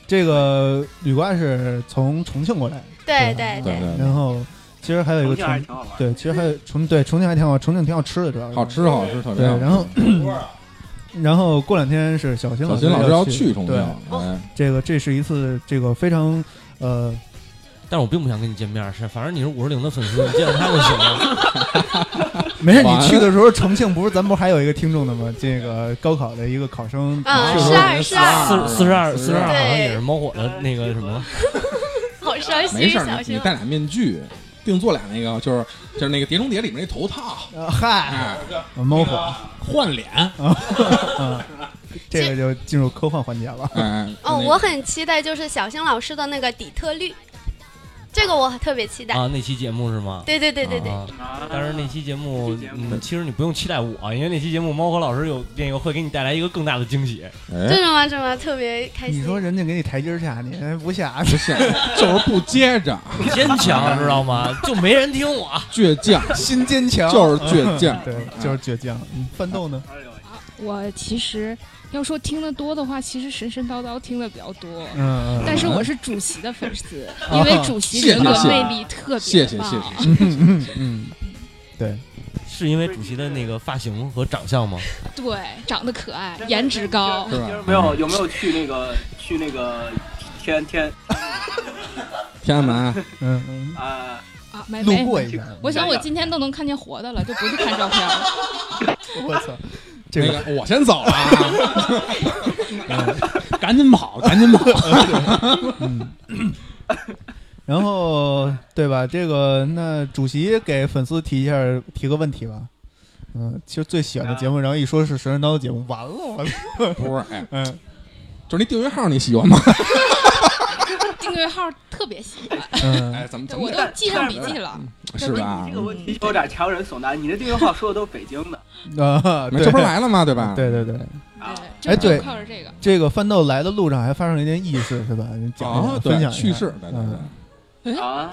Speaker 5: 这个吕瓜是从重庆过来，
Speaker 16: 对
Speaker 5: 吧
Speaker 16: 对对对对
Speaker 5: 然后其实还有一个
Speaker 9: 重庆还挺好玩
Speaker 5: 对，其实还有重对重庆还挺好，重庆挺好吃的，主要是
Speaker 1: 好吃好吃特别
Speaker 5: 对
Speaker 1: 好，吃
Speaker 5: 然后 [clears throat] 然后过两天是小新老师
Speaker 1: 小新老师要去
Speaker 5: 去
Speaker 1: 重庆
Speaker 5: 对
Speaker 9: 哦
Speaker 1: 哎，
Speaker 5: 这个这是一次这个非常呃
Speaker 7: 但是我并不想跟你见面，是反正你是五十铃的粉丝，你见到他就行了。
Speaker 5: [laughs] 没事，
Speaker 7: 晚
Speaker 5: 你
Speaker 7: 安
Speaker 5: 去的时候，重庆不是咱不是还有一个听众的吗？这个高考的一个考生，
Speaker 9: 嗯
Speaker 16: 啊
Speaker 5: 去的时候
Speaker 16: 是啊是啊
Speaker 7: 四四十二
Speaker 5: 42
Speaker 7: 四十二好像
Speaker 16: 对
Speaker 7: 也是猫火的那个什么，
Speaker 16: 好伤心，
Speaker 1: [laughs] 没事
Speaker 16: 小
Speaker 1: 儿，你
Speaker 16: 心
Speaker 1: 你戴俩面具，定做俩那个，就是就是那个《碟中谍》里面那头
Speaker 5: [laughs]
Speaker 1: 套，
Speaker 5: 啊
Speaker 1: 哎
Speaker 5: 嗨，猫火
Speaker 1: 换脸，
Speaker 5: [laughs] 啊，这个就进入科幻环节了。
Speaker 1: 哎，
Speaker 16: 哦，我很期待就是小星老师的那个底特律，这个我特别期待。
Speaker 7: 啊，那期节目是吗？
Speaker 16: 对对对对对
Speaker 7: 啊但是那期节目，嗯，其实你不用期待我，因为那期节目猫火老师有那个会给你带来一个更大的惊
Speaker 5: 哎
Speaker 7: 喜。
Speaker 16: 真的吗？真的吗？特别开
Speaker 5: 你
Speaker 16: 心。
Speaker 5: 说人家给你台阶儿下，你还不下，[laughs]
Speaker 1: 不下，就是不接着，
Speaker 7: 坚强知道吗？就没人听我，
Speaker 1: 倔强，
Speaker 5: 心坚强，
Speaker 1: 就是倔强
Speaker 5: 对，就是倔强。嗯奋斗
Speaker 1: [laughs]
Speaker 5: 呢？
Speaker 17: 我其实要说听得多的话，其实神神叨叨听的比较多。
Speaker 5: 嗯嗯
Speaker 17: 但是我是主席的粉丝，因
Speaker 5: 啊
Speaker 17: 为主席人格魅力特别棒。
Speaker 7: 谢谢谢谢
Speaker 5: 嗯嗯嗯，对，
Speaker 7: 是因为主席的那个发型和长相吗？
Speaker 17: [laughs] 对，长得可爱，颜值高，
Speaker 9: 有 [laughs] 没有有没有去那个去那个天天
Speaker 1: 天安门，
Speaker 5: 嗯嗯
Speaker 9: 啊？
Speaker 17: 啊，没
Speaker 9: 路
Speaker 17: 没
Speaker 9: 过一下
Speaker 17: 我想我今天都能看见活的了，就不去看照片了。
Speaker 5: 我操！
Speaker 1: 那个我先走了啊，
Speaker 5: [laughs] 赶紧跑，赶紧跑。 [laughs] 嗯，然后对吧？这个那主席给粉丝提一下，提个问题吧。嗯，其实最喜欢的节目，然后一说是《神神叨叨》节目，完了，我操！
Speaker 1: 啊不是，哎，
Speaker 5: [laughs] 嗯，
Speaker 1: 就是那订阅号你喜欢吗？
Speaker 17: 订阅号特别喜欢，
Speaker 1: 嗯哎咱们嗯咱们
Speaker 17: 我都记上笔记了。
Speaker 1: 是吧
Speaker 9: 你这个问题有点强人所难，你的订阅号说的都是北京的，
Speaker 5: 啊，
Speaker 1: 这不是来了吗对吧
Speaker 5: 对对对。
Speaker 9: 就
Speaker 5: 哎，对
Speaker 9: 啊就靠着这个，
Speaker 5: 这个翻豆来的路上还发生了一件轶事，是吧？你讲一下
Speaker 1: 哦对
Speaker 5: 分享一下
Speaker 1: 趣事对对对
Speaker 5: 嗯
Speaker 17: 哎
Speaker 9: 啊，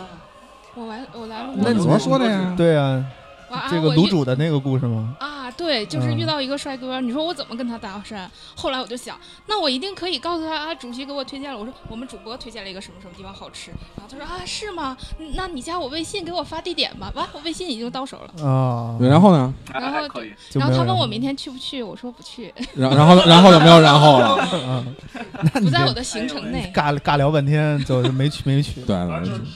Speaker 17: 我来我来了吗，
Speaker 5: 那你
Speaker 1: 昨儿说的呀
Speaker 5: 对啊，
Speaker 17: 我啊
Speaker 5: 这个
Speaker 17: 我
Speaker 5: 卤
Speaker 17: 遇
Speaker 5: 煮的那个故事吗？
Speaker 17: 啊，对，就是
Speaker 5: 嗯
Speaker 17: 遇到一个帅哥，你说我怎么跟他搭讪？后来我就想，那我一定可以告诉他啊，主席给我推荐了，我说我们主播推荐了一个什么什么地方好吃，然后他说啊，是吗？嗯那你加我微信，给我发地点吧。完，我微信已经到手了。
Speaker 5: 啊，
Speaker 1: 然后呢？
Speaker 17: 然后
Speaker 9: 可以，
Speaker 5: 就
Speaker 17: 然后
Speaker 5: 没有
Speaker 17: 他
Speaker 5: 然
Speaker 17: 问
Speaker 5: 后
Speaker 17: 我明天去不去，我说不去，
Speaker 1: 然然后然后就没有然后了
Speaker 5: 嗯
Speaker 17: [laughs] 不在我的行程内。
Speaker 5: 尬尬聊半天，就是没去没去。
Speaker 1: 对，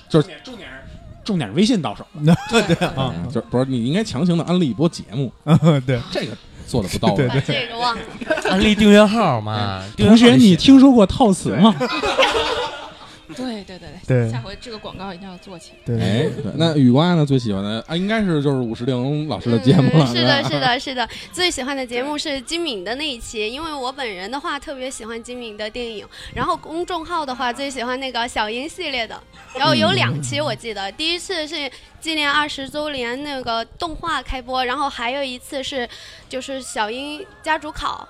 Speaker 1: 就是重点重点微信到手， [laughs] 嗯
Speaker 5: 对对啊，
Speaker 1: 就是不是你应该强行的安利一波节
Speaker 6: [laughs]
Speaker 1: 目，
Speaker 5: 对
Speaker 1: 这个做的不到啊哎位，
Speaker 5: 对
Speaker 1: 对
Speaker 16: 这个忘了。
Speaker 7: 安利订阅号嘛，订阅
Speaker 6: 同
Speaker 7: 号
Speaker 6: 学，
Speaker 7: 里
Speaker 6: 你听说过套词吗？
Speaker 17: 对对对
Speaker 1: 对
Speaker 17: 下回这个广告一定要做起来。
Speaker 1: 哎，对，那雨瓜呢？最喜欢的啊，应该是就是五十铃老师的节目
Speaker 16: [laughs]
Speaker 1: 了。
Speaker 16: 是的，
Speaker 1: 吧
Speaker 16: 嗯是。的，是的。最喜欢的节目是金敏的那一期，因为我本人的话特别喜欢金敏的电影。然后公众号的话，最喜欢那个小樱系列的。然后有两期我记得，第一次是纪念二十周年那个动画开播，然后还有一次是就是小樱家主考，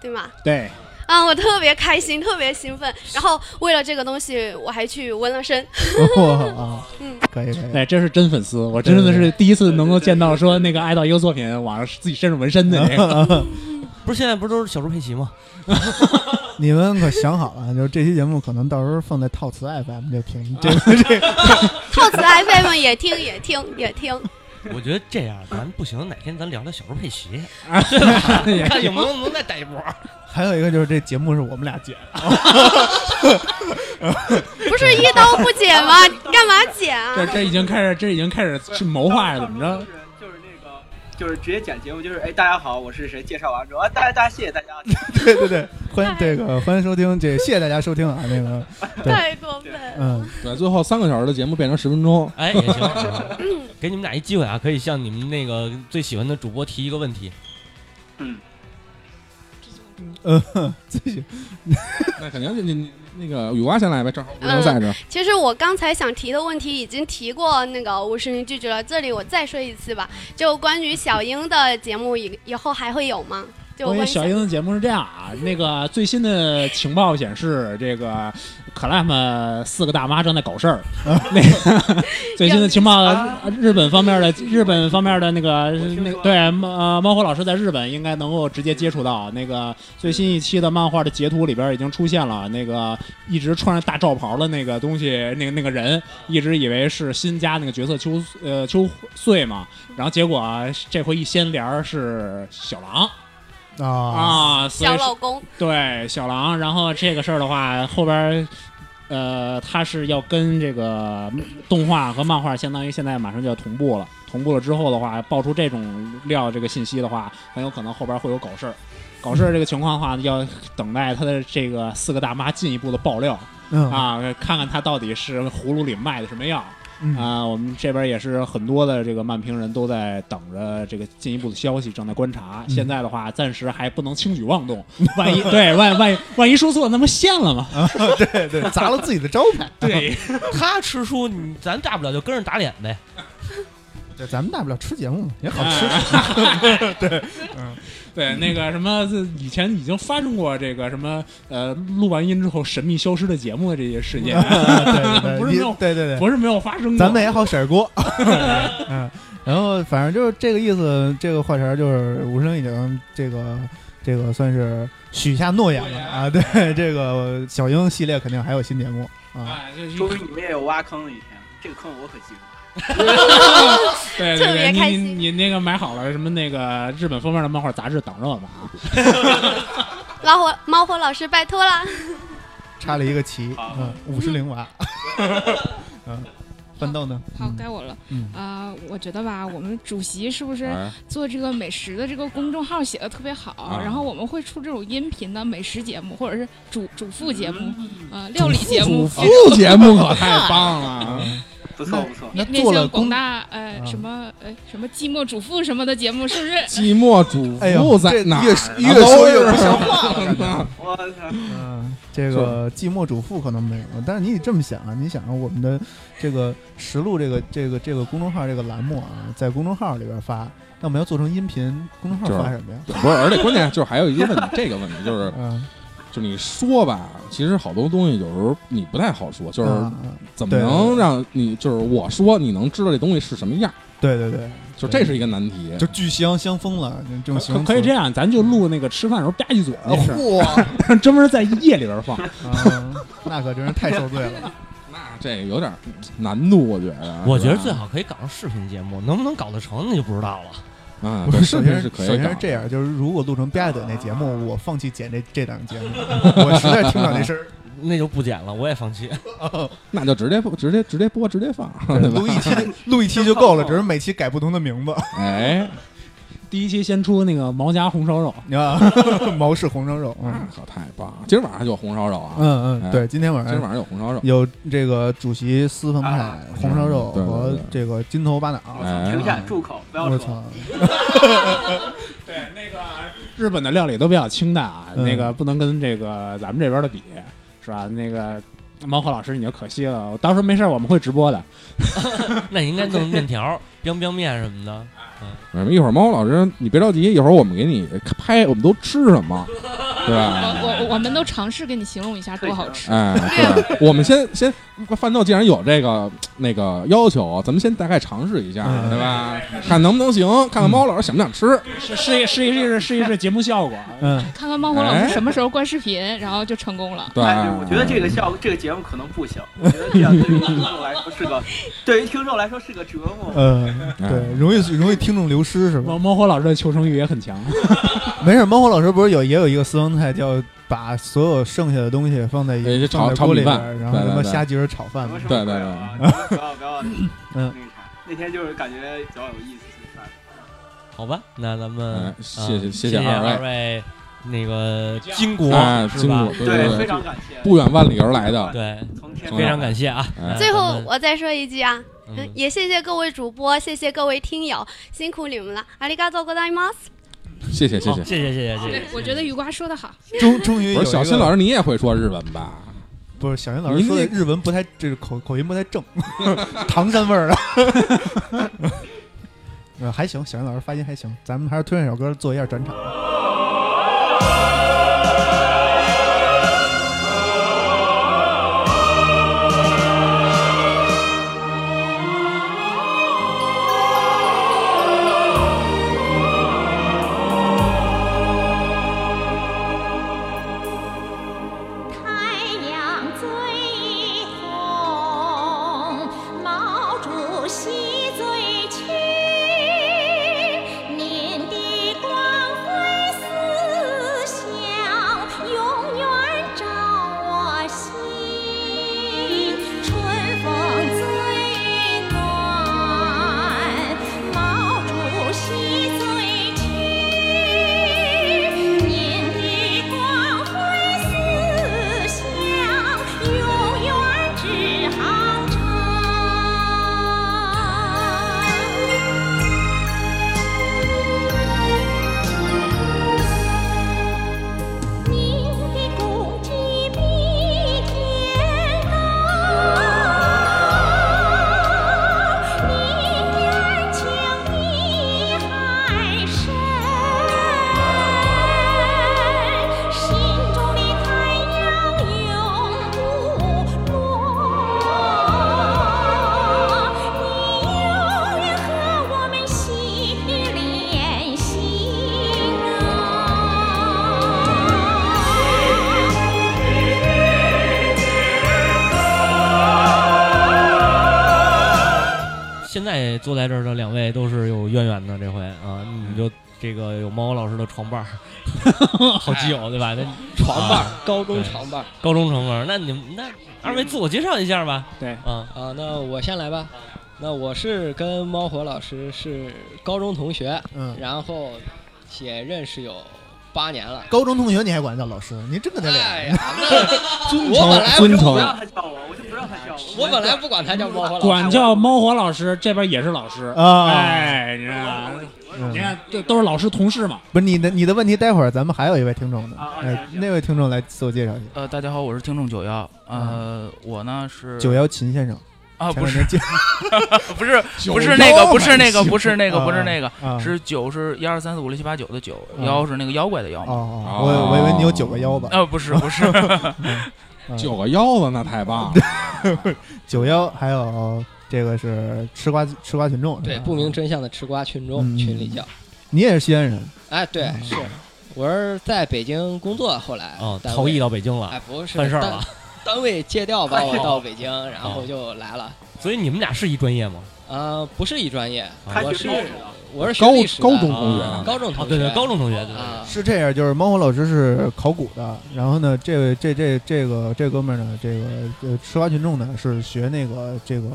Speaker 16: 对吗？
Speaker 6: 对，
Speaker 16: 啊，我特别开心，特别兴奋。然后为了这个东西，我还去纹了身。 [laughs]
Speaker 5: 啊，
Speaker 16: 嗯，
Speaker 5: 可以可以。
Speaker 8: 哎
Speaker 6: 对，这是真粉丝，我真的是第一次能够见到说那个爱到一个作品，往上自己身上纹身的
Speaker 8: [laughs]
Speaker 5: [laughs]
Speaker 6: 这个。
Speaker 7: [laughs] 不是现在不都是小猪佩奇吗？
Speaker 5: 你们可想好了，就是这期节目可能到时候放在套词 FM 这
Speaker 1: 啊
Speaker 5: 屏这个这个。
Speaker 16: 套词 FM 也听，也听，也听。 [laughs]
Speaker 7: 我觉得这样，咱不行，哪天咱聊聊小猪
Speaker 5: [laughs]
Speaker 7: 佩奇，对
Speaker 5: 也
Speaker 7: 吧？看
Speaker 5: 行
Speaker 7: 有没有能再带一波。
Speaker 5: 还有一个就是这节目是我们俩剪的，
Speaker 16: 不是一刀不剪 [laughs] 吗？干嘛剪啊？
Speaker 6: 这这已经开始，这已经开始是谋划呀，怎么着？
Speaker 9: 就是直接剪节目，就是哎，大家好，我是谁？介绍完之后，啊，大家大家谢谢大家。
Speaker 5: 对对对，欢迎这个欢迎收听，这谢谢大家收听啊，那个对
Speaker 16: 太过分了。
Speaker 5: 嗯，
Speaker 1: 对，最后三个小时的节目变成十分钟，
Speaker 7: 哎，也行，给你们俩一机会啊，可以向你们那个最喜欢的主播提一个问题。
Speaker 9: 嗯，
Speaker 5: 呃，最喜
Speaker 1: [laughs] 那肯定是你你那个雨瓜先来呗，正好五零在这儿。
Speaker 16: 嗯其实我刚才想提的问题已经提过，那个五十铃拒绝了。这里我再说一次吧，就关于小樱的节目以以后还会有吗？就
Speaker 6: 关于
Speaker 16: 关于
Speaker 6: 小英的节目是这样啊，那个最新的情报显示，这个可拉姆四个大妈正在搞事儿。那个最新的情报，日本方面的日本方面的那个那个对呃猫火老师在日本应该能够直接接触到那个最新一期的漫画的截图里边已经出现了那个一直穿着大罩袍的那个东西，那个那个人一直以为是新加那个角色秋呃秋穗嘛，然后结果啊这回一掀帘儿是小狼。
Speaker 5: 啊
Speaker 6: 啊，所以
Speaker 16: 小
Speaker 6: 是
Speaker 16: 老公，
Speaker 6: 对小狼。然后这个事儿的话，后边儿呃，他是要跟这个动画和漫画，相当于现在马上就要同步了。同步了之后的话，爆出这种料这个信息的话，很有可能后边会有搞事儿。搞事儿这个情况的话，要等待他的这个四个大妈进一步的爆料、
Speaker 5: 嗯
Speaker 6: 啊，看看他到底是葫芦里卖的什么药。
Speaker 5: 嗯
Speaker 6: 啊，我们这边也是很多的这个漫评人都在等着这个进一步的消息，正在观察。
Speaker 5: 嗯
Speaker 6: 现在的话，暂时还不能轻举妄
Speaker 5: [laughs]
Speaker 6: 动，万一对万万一万一说错，那不现了吗？
Speaker 5: [laughs] 啊对
Speaker 7: [laughs]
Speaker 5: 对，砸了自己的招牌。
Speaker 7: 对他吃书，你咱大不了就跟着打脸呗。
Speaker 5: 对，
Speaker 1: [laughs]
Speaker 5: 咱们大不了吃节目嘛，也好吃。 [laughs] 对，嗯，
Speaker 6: 对，那个什么，这以前已经发生过这个什么，呃，录完音之后神秘消失的节目的这些事件
Speaker 5: 嗯对，
Speaker 6: [laughs] 不是没有，
Speaker 5: 对对对，
Speaker 6: 不是没有发生过。
Speaker 5: 咱们也好甩锅。 [laughs] 嗯，然后反正就是这个意思，这个话茬儿就是吴声已经这个这个算是许下诺言了啊。对，这个小英系列肯定还有新节目啊。
Speaker 9: 终于你们也有挖坑的一天，这个坑我可记住。
Speaker 6: [laughs]
Speaker 9: [laughs] 特
Speaker 6: 对
Speaker 9: 别开
Speaker 6: 对对，你
Speaker 9: 心
Speaker 6: 你你那个买好了什么那个日本方面的漫画杂志等着我们啊。
Speaker 16: 老火猫火老师拜托 [laughs]
Speaker 6: 哎
Speaker 16: 啦。
Speaker 5: 插了一个旗，嗯，五十铃娃， [laughs] 嗯，奋斗呢？
Speaker 17: 好，哦该我了。
Speaker 5: 嗯
Speaker 17: 啊、我觉得吧，我们主席是不是
Speaker 5: 哎
Speaker 17: 做这个美食的这个公众号写的特别好？
Speaker 5: 啊
Speaker 17: 然后我们会出这种音频的美食节目，或者是主主妇节目，
Speaker 9: 嗯
Speaker 17: 啊、料理节目，
Speaker 1: 副节目可
Speaker 17: [laughs]
Speaker 1: 太棒了，
Speaker 9: 不错不错
Speaker 17: 面面向广大呃、
Speaker 5: 啊
Speaker 17: 什么呃什么寂寞主妇什么的节目，是不是？
Speaker 1: 寂寞主
Speaker 5: 哎呦
Speaker 1: 妇在
Speaker 5: 这
Speaker 1: 哪儿啊？
Speaker 5: 越越说越不像
Speaker 1: 话
Speaker 5: 了
Speaker 9: 我操！
Speaker 5: [laughs] 嗯，这个寂寞主妇可能没有，但是你得这么想啊，你想啊，我们的这个实录这个这个这个公众号这个栏目啊，在公众号里边发，那我们要做成音频，公众号
Speaker 1: 就是
Speaker 5: 发什么呀？嗯
Speaker 1: 不是，而且关键就是还有一个问题，这个问题就是，就是你说吧，其实好多东西有时候你不太好说，就是
Speaker 5: 嗯嗯
Speaker 1: 怎么能让你就是我说你能知道这东西是什么样？
Speaker 5: 对对对，
Speaker 1: 就这是一个难题，
Speaker 5: [laughs] 就巨香香疯了这种形容
Speaker 8: 可
Speaker 5: 词
Speaker 8: 可以这样，咱就录那个吃饭的时候吧唧嘴儿那事儿
Speaker 5: 嚯，
Speaker 6: [laughs]
Speaker 8: 但是专门在夜里边放，
Speaker 5: 嗯那可真
Speaker 1: [laughs]
Speaker 5: 是太受罪了。
Speaker 1: 啊这个有点难度，我觉得。
Speaker 7: 我觉得
Speaker 1: 是吧
Speaker 7: 最好可以搞成视频节目，能不能搞得成那就不知道了。
Speaker 1: 啊
Speaker 5: 不
Speaker 1: 对
Speaker 5: 是
Speaker 1: 视
Speaker 5: 首
Speaker 1: 频
Speaker 5: 先
Speaker 1: 是可以
Speaker 5: 首先
Speaker 1: 搞
Speaker 5: 是这样，就是如果录成吧唧嘴那节目，我放弃剪这这 [laughs] 档节目，我实在听不了这事儿。
Speaker 7: 那就不剪了，我也放弃。
Speaker 1: 那就直接播，直接直接播，直接放，
Speaker 5: 对
Speaker 1: 对吧
Speaker 5: 录一期录一期就够了，只是每期改不同的名字。
Speaker 1: 哎，
Speaker 8: 第一期先出那个毛家红烧肉哎
Speaker 5: 啊， [laughs] 毛氏红烧肉，嗯，
Speaker 1: 好，太棒了！今儿晚上就有红烧肉啊，
Speaker 5: 嗯嗯，
Speaker 1: 哎
Speaker 5: 对，今天晚上
Speaker 1: 今儿晚上有红烧肉，哎
Speaker 5: 有这个主席私房菜红烧肉
Speaker 1: 对对
Speaker 5: 和这个金头巴脑。
Speaker 1: 哎
Speaker 9: 停下，
Speaker 5: 嗯
Speaker 9: 住口，不要
Speaker 5: 我
Speaker 9: 说。
Speaker 5: 操！
Speaker 9: 对，那个
Speaker 8: 日本的料理都比较清淡啊，
Speaker 5: 嗯
Speaker 8: 那个不能跟这个咱们这边的比，是吧？那个猫和老师你就可惜了，到时候没事儿我们会直播的。
Speaker 7: [laughs] 那你应该弄面 [laughs] 条、冰冰面什么的。嗯，
Speaker 1: 一会儿猫老师你别着急，一会儿我们给你拍，我们都吃什么，对吧？
Speaker 17: 我我我们都尝试给你形容一下多好吃。
Speaker 1: 哎，对，我们先先饭豆既然有这个那个要求，咱们先大概尝试一下，
Speaker 8: 嗯
Speaker 1: 对吧？看能不能行，看看猫老师想不想吃。
Speaker 8: 试试一试一试试一试节目效果，
Speaker 5: 嗯，
Speaker 17: 看看猫火老师什么时候关视频，然后就成功了。
Speaker 1: 对
Speaker 9: 哎，我觉得这个效这个节目可能不行，我觉得这样对于听众来说是个，对于听众来说是个折磨。
Speaker 5: 嗯，
Speaker 1: 哎
Speaker 5: 对，容易容易听众流失是吧？
Speaker 8: 猫猫火老师的求生欲也很强。
Speaker 5: [laughs] 没事，猫火老师不是有也有一个私房菜，叫把所有剩下的东西放在
Speaker 1: 对就
Speaker 5: 一
Speaker 1: 哎炒
Speaker 5: 放在
Speaker 1: 炒
Speaker 5: 锅
Speaker 1: 米
Speaker 5: 里边
Speaker 1: 饭
Speaker 5: 儿，然后
Speaker 1: 对
Speaker 5: 什
Speaker 1: 对
Speaker 5: 么
Speaker 1: 对
Speaker 5: 虾仁儿炒饭。
Speaker 1: 对对对，
Speaker 9: 不要不要，那
Speaker 5: 嗯
Speaker 9: 个啥，那天就是感觉比较有意思，就算了。
Speaker 7: 好吧，那咱们
Speaker 1: 哎谢谢
Speaker 7: 嗯
Speaker 1: 谢
Speaker 7: 谢
Speaker 1: 谢二位
Speaker 7: 二位那个巾帼
Speaker 1: 哎，
Speaker 7: 是吧
Speaker 1: 金主对对，
Speaker 7: 对
Speaker 1: 不远万里而来的，
Speaker 7: 对，
Speaker 1: 从
Speaker 7: 非常感谢啊
Speaker 1: 哎
Speaker 16: 最
Speaker 7: 咱
Speaker 16: 后
Speaker 7: 们
Speaker 16: 我再说一句啊，
Speaker 7: 嗯
Speaker 16: 嗯也谢谢各位主播，谢谢各位听友，辛苦你们了，阿里嘎多ございます。
Speaker 1: 谢谢谢
Speaker 7: 好谢谢谢谢谢
Speaker 17: 对，我觉得雨瓜说的好。
Speaker 5: 终终于
Speaker 1: 不
Speaker 5: 有
Speaker 1: 是小新老师，你也会说日文吧？
Speaker 5: 不是小新老师说的日文不太，这个口口音不太正， [laughs] 唐山味儿的。 [laughs] 呃，还行，小新老师发音还行，咱们还是推荐首歌做一下转场。
Speaker 4: 太阳最红，毛主席最亲，您的光辉思想永远照我心。春风最暖，毛主席最亲，您的光辉思想。思想永远指航程。您的功绩比天高，您的恩情比海深。心中的太阳永不落，你永远和我们心连心啊！
Speaker 7: 现在坐在这儿的两位都是有渊源的，这回啊，你
Speaker 1: 嗯
Speaker 7: 们就这个有猫老师的床伴儿，
Speaker 1: [laughs]
Speaker 7: 好基友对吧？那
Speaker 18: 床伴儿
Speaker 7: 啊
Speaker 18: 高中
Speaker 7: 对
Speaker 18: 床伴儿
Speaker 7: 高中床伴儿。那你们那二位自我介绍一下吧。
Speaker 8: 对，
Speaker 7: 啊
Speaker 18: 啊，那我先来吧。那我是跟猫火老师是高中同学，
Speaker 5: 嗯
Speaker 18: 然后也认识有八年了。
Speaker 5: 高中同学你还管他叫老师，你真跟他
Speaker 18: 哎
Speaker 5: 脸
Speaker 18: 呀，
Speaker 19: [laughs]
Speaker 18: 那我本来
Speaker 8: 尊
Speaker 18: 不
Speaker 8: 称
Speaker 18: 让
Speaker 9: 他叫我，我就不让他叫我。
Speaker 18: 我本来不管他叫猫火老师，
Speaker 8: 管叫猫火老师，这边也是老师
Speaker 5: 啊嗯
Speaker 8: 哎，你看，你看，这都是老师同事嘛。
Speaker 5: 不是你的你的问题，待会儿咱们还有一位听众
Speaker 19: 啊
Speaker 5: 呢，哎，那位听众来自我介绍一下，
Speaker 19: 呃，大家好，我是听众九幺，呃，我呢是
Speaker 5: 嗯九幺秦先生
Speaker 19: 啊，
Speaker 5: 前
Speaker 19: 不
Speaker 5: 两
Speaker 19: 是
Speaker 5: 天见，
Speaker 19: [laughs]
Speaker 5: [laughs]
Speaker 19: 不是，
Speaker 5: 九
Speaker 19: 不是
Speaker 5: 幺
Speaker 19: 那个，不
Speaker 5: 还
Speaker 19: 是那个，
Speaker 5: 行
Speaker 19: 不是那个，不是
Speaker 5: 啊
Speaker 19: 那个
Speaker 5: 啊，
Speaker 19: 是九是一二三四五六七八九的九，
Speaker 5: 啊
Speaker 19: 幺是那个妖怪的妖嘛。
Speaker 5: 哦我我以为你有九个腰吧？
Speaker 19: 啊，不是不是
Speaker 5: [laughs] 嗯 [laughs]
Speaker 1: 九个腰子那太棒了，
Speaker 5: 九幺还有这个是吃瓜吃瓜群众，是吧
Speaker 18: 对，不明真相的吃瓜群
Speaker 7: 嗯
Speaker 18: 众群里叫。
Speaker 5: 你也是西安人，
Speaker 18: 哎，对，是，我是在北京工作，后来
Speaker 7: 哦，
Speaker 18: 单位
Speaker 7: 逃逸到北京了，
Speaker 18: 哎，不是
Speaker 7: 办事儿
Speaker 18: 单
Speaker 7: 了。
Speaker 18: 单位借调把我
Speaker 7: 哎呦
Speaker 18: 到北京，然后就来了。
Speaker 7: 所以你们俩是一专业吗？
Speaker 18: 啊，不是一专业，
Speaker 7: 他
Speaker 18: 我
Speaker 7: 学
Speaker 18: 是
Speaker 7: 历史的
Speaker 18: 我是学
Speaker 7: 高
Speaker 18: 历史的
Speaker 7: 高中同学
Speaker 18: 啊高中同
Speaker 7: 哦
Speaker 18: 学，
Speaker 7: 对对高中同学对
Speaker 18: 啊，
Speaker 5: 是这样，就是猫火老师是考古的，然后呢，这位这这这个这哥们儿呢，这个呃吃瓜群众呢是学那个这个。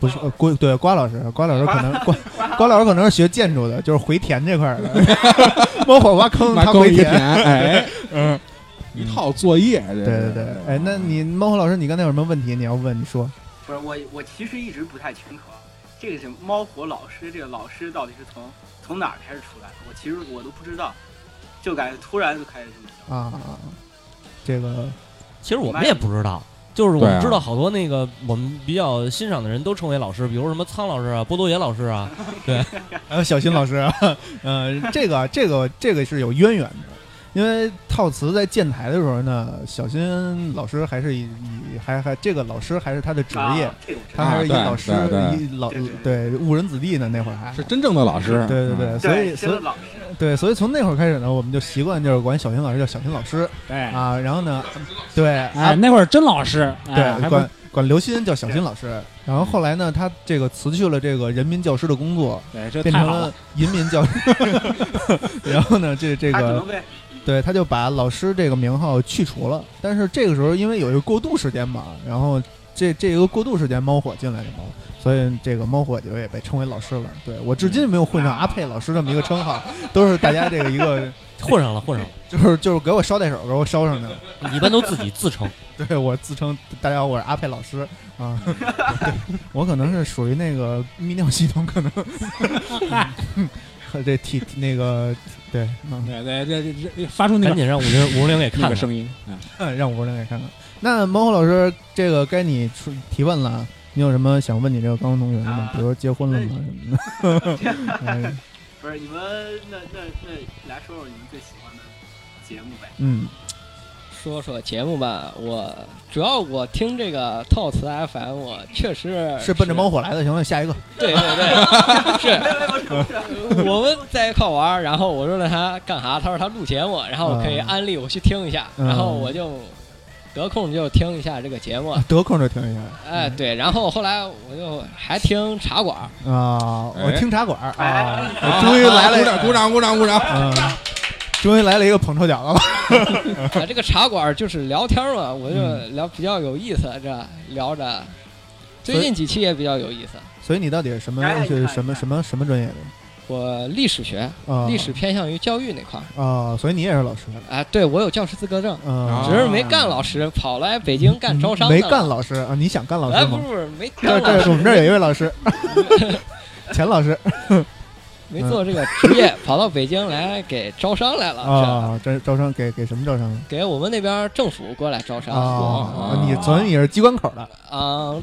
Speaker 5: 不是，呃，瓜对瓜老师，瓜老师可能瓜瓜老师可能是学建筑的，就是回填这块儿的， [laughs] 猫火挖坑，
Speaker 1: 挖
Speaker 5: 他
Speaker 1: 坑
Speaker 5: 回
Speaker 1: 一填，
Speaker 5: 填， [laughs]
Speaker 1: 哎，
Speaker 5: 嗯，
Speaker 1: 一套作业，对
Speaker 5: 对对对，哎，那你猫火老师，你刚才有什么问题？你要问，你说。
Speaker 9: 不是我，我其实一直不太清楚啊，这个是猫火老师，这个老师到底是从从哪儿开始出来的？我其实我都不知道，就感觉突然就开始这么叫。
Speaker 5: 啊，这个
Speaker 7: 其实我们也不知道，就是我
Speaker 5: 对
Speaker 7: 们
Speaker 5: 啊
Speaker 7: 知道好多那个我们比较欣赏的人都称为老师，比如什么苍老师啊、波多野老师
Speaker 1: [laughs]
Speaker 7: 啊，对，
Speaker 5: 还有小新老师， [laughs] 嗯、这个这个这个是有渊源的，因为套词在建台的时候呢，小新老师还是以以还还这个老师还是他的职业，
Speaker 1: 啊这个我知
Speaker 5: 他
Speaker 1: 道
Speaker 5: 还是以
Speaker 1: 啊对
Speaker 5: 老师
Speaker 1: 对对
Speaker 5: 以老对误人子弟呢，那会儿还
Speaker 1: 是真正的老师
Speaker 5: 对对对，
Speaker 1: 嗯
Speaker 5: 所以
Speaker 1: 对
Speaker 5: 所
Speaker 1: 真的老
Speaker 5: 以对，所以从那会儿开始呢，我们就习惯就是管小新老师叫小新老师，
Speaker 8: 对
Speaker 1: 哎
Speaker 5: 啊，然后呢，对，啊
Speaker 8: 哎，那会儿真老师，哎
Speaker 5: 对，
Speaker 8: 还不
Speaker 5: 管管刘鑫叫小新老师，然后后来呢，他这个辞去了这个人民教师的工作，
Speaker 1: 对哎这
Speaker 5: 变
Speaker 1: 太
Speaker 5: 成
Speaker 1: 好
Speaker 5: 了
Speaker 1: 了
Speaker 5: 人民
Speaker 1: [laughs]
Speaker 5: 教师。然后呢，这这
Speaker 1: 他可
Speaker 5: 个
Speaker 1: 能被，
Speaker 5: 对，他就把老师这个名号去除了。但是这个时候，因为有一个过渡时间嘛，然后这这个过渡时间，猫火进来了嘛，所以这个猫火就也被称为老师了。对我至今没有混上阿佩老师这么一个称号，都是大家这个一个
Speaker 7: [laughs] 混上了，混上了。
Speaker 5: [laughs] 就是就是给我捎带手，给我捎上去了。
Speaker 7: 嗯你一般都自己自称，
Speaker 5: [laughs] 对我自称，大家好，我是阿佩老师啊。对我可能是属于那个泌尿系统，可能 [laughs] 嗯和这体那个对，嗯，
Speaker 8: 对对对对对，发出那个
Speaker 7: 赶紧让五零五零给看
Speaker 8: 那
Speaker 7: 看
Speaker 8: 个声音，嗯
Speaker 5: 嗯让五零给看看。那猫火老师，这个该你出提问了啊，你有什么想问你这个高中同学的吗？比如说结婚了吗什么的？ [laughs] 嗯
Speaker 9: 不是你们那那那来说说你们最喜欢的节目呗？
Speaker 5: 嗯，
Speaker 18: 说说节目吧，我主要我听这个套词 FM，我确实
Speaker 5: 是奔着猫火来的。行了，下一个。
Speaker 18: 哎 [laughs] 对对对，是。我们在一块玩儿，然后我说让他干啥，他说他录节目，然后我可以
Speaker 5: 嗯
Speaker 18: 安利我去听一下，
Speaker 5: 嗯
Speaker 18: 然后我就得空就听一下这个节
Speaker 5: [laughs]
Speaker 18: 目。
Speaker 5: [laughs] 得空就听一下
Speaker 18: 哎，对，然后后来我就还听茶馆儿，
Speaker 5: 啊！我
Speaker 18: 哎
Speaker 5: 听茶馆儿 [laughs] 啊，
Speaker 18: 哎
Speaker 5: 我终于来了，
Speaker 18: 鼓掌鼓掌鼓掌鼓掌
Speaker 5: 嗯，终于来了一个捧臭脚的了。 [laughs]
Speaker 18: 啊，这个茶馆儿就是聊天儿嘛，我
Speaker 5: 嗯
Speaker 18: 就聊比较有意思，这聊着，最近几期也比较有意思。
Speaker 5: 所以你到底是什么
Speaker 18: 哎
Speaker 5: 是什么什么什么专业的
Speaker 18: 我历史学
Speaker 5: 啊，
Speaker 18: 历史偏向于教育那块儿。
Speaker 5: 啊？所以你也是老师
Speaker 18: 啊，对我有教师资格证，
Speaker 5: 啊
Speaker 18: 只是没干老师，跑来北京干招商的
Speaker 5: 没
Speaker 18: 了
Speaker 5: 干老师啊？你想干老
Speaker 18: 哎
Speaker 5: 师
Speaker 18: 不
Speaker 5: 吗
Speaker 18: 是？不是没
Speaker 5: 这
Speaker 18: 干老师
Speaker 5: 这我们这儿有一位老师， [laughs] 钱老师，
Speaker 18: [laughs]
Speaker 5: 嗯
Speaker 18: 没做这个职业，跑到北京来给招商来了，
Speaker 5: 啊，这招商给给什么招商
Speaker 18: 这给我们那边政府过来招商
Speaker 5: 啊？你昨天也是机关口的，
Speaker 18: 啊，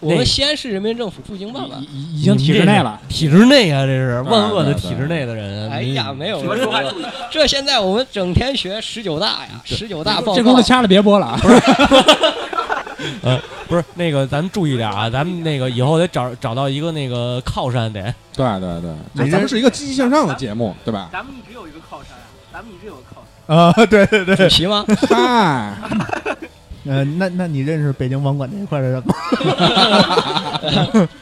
Speaker 18: 我们西安市人民政府驻京办吧，
Speaker 8: 已已经体制内了，
Speaker 7: 体制内啊，这是
Speaker 8: 对
Speaker 7: 万恶
Speaker 8: 对
Speaker 7: 的
Speaker 8: 对
Speaker 7: 体制内的人。
Speaker 18: 哎呀，没有
Speaker 7: 什么
Speaker 18: 没
Speaker 7: 时
Speaker 18: 有
Speaker 7: 候还，
Speaker 18: 这现在我们整天学十九大呀，十九大报告，
Speaker 8: 这功夫掐了别播了啊！
Speaker 7: [laughs] 呃，不是那个，咱们注意点啊，咱们那个以后得找找到一个那个靠山得。
Speaker 1: 对对对，
Speaker 7: 你
Speaker 1: 就
Speaker 7: 这
Speaker 1: 咱们是一个积极向上的节目，对吧？
Speaker 9: 咱们一直有一个靠山啊，咱们一直有个靠山。
Speaker 5: 啊，对对对，
Speaker 18: 主席吗？？
Speaker 1: 嗨，
Speaker 5: [laughs] 呃，那那你认识北京网管这一块的人吗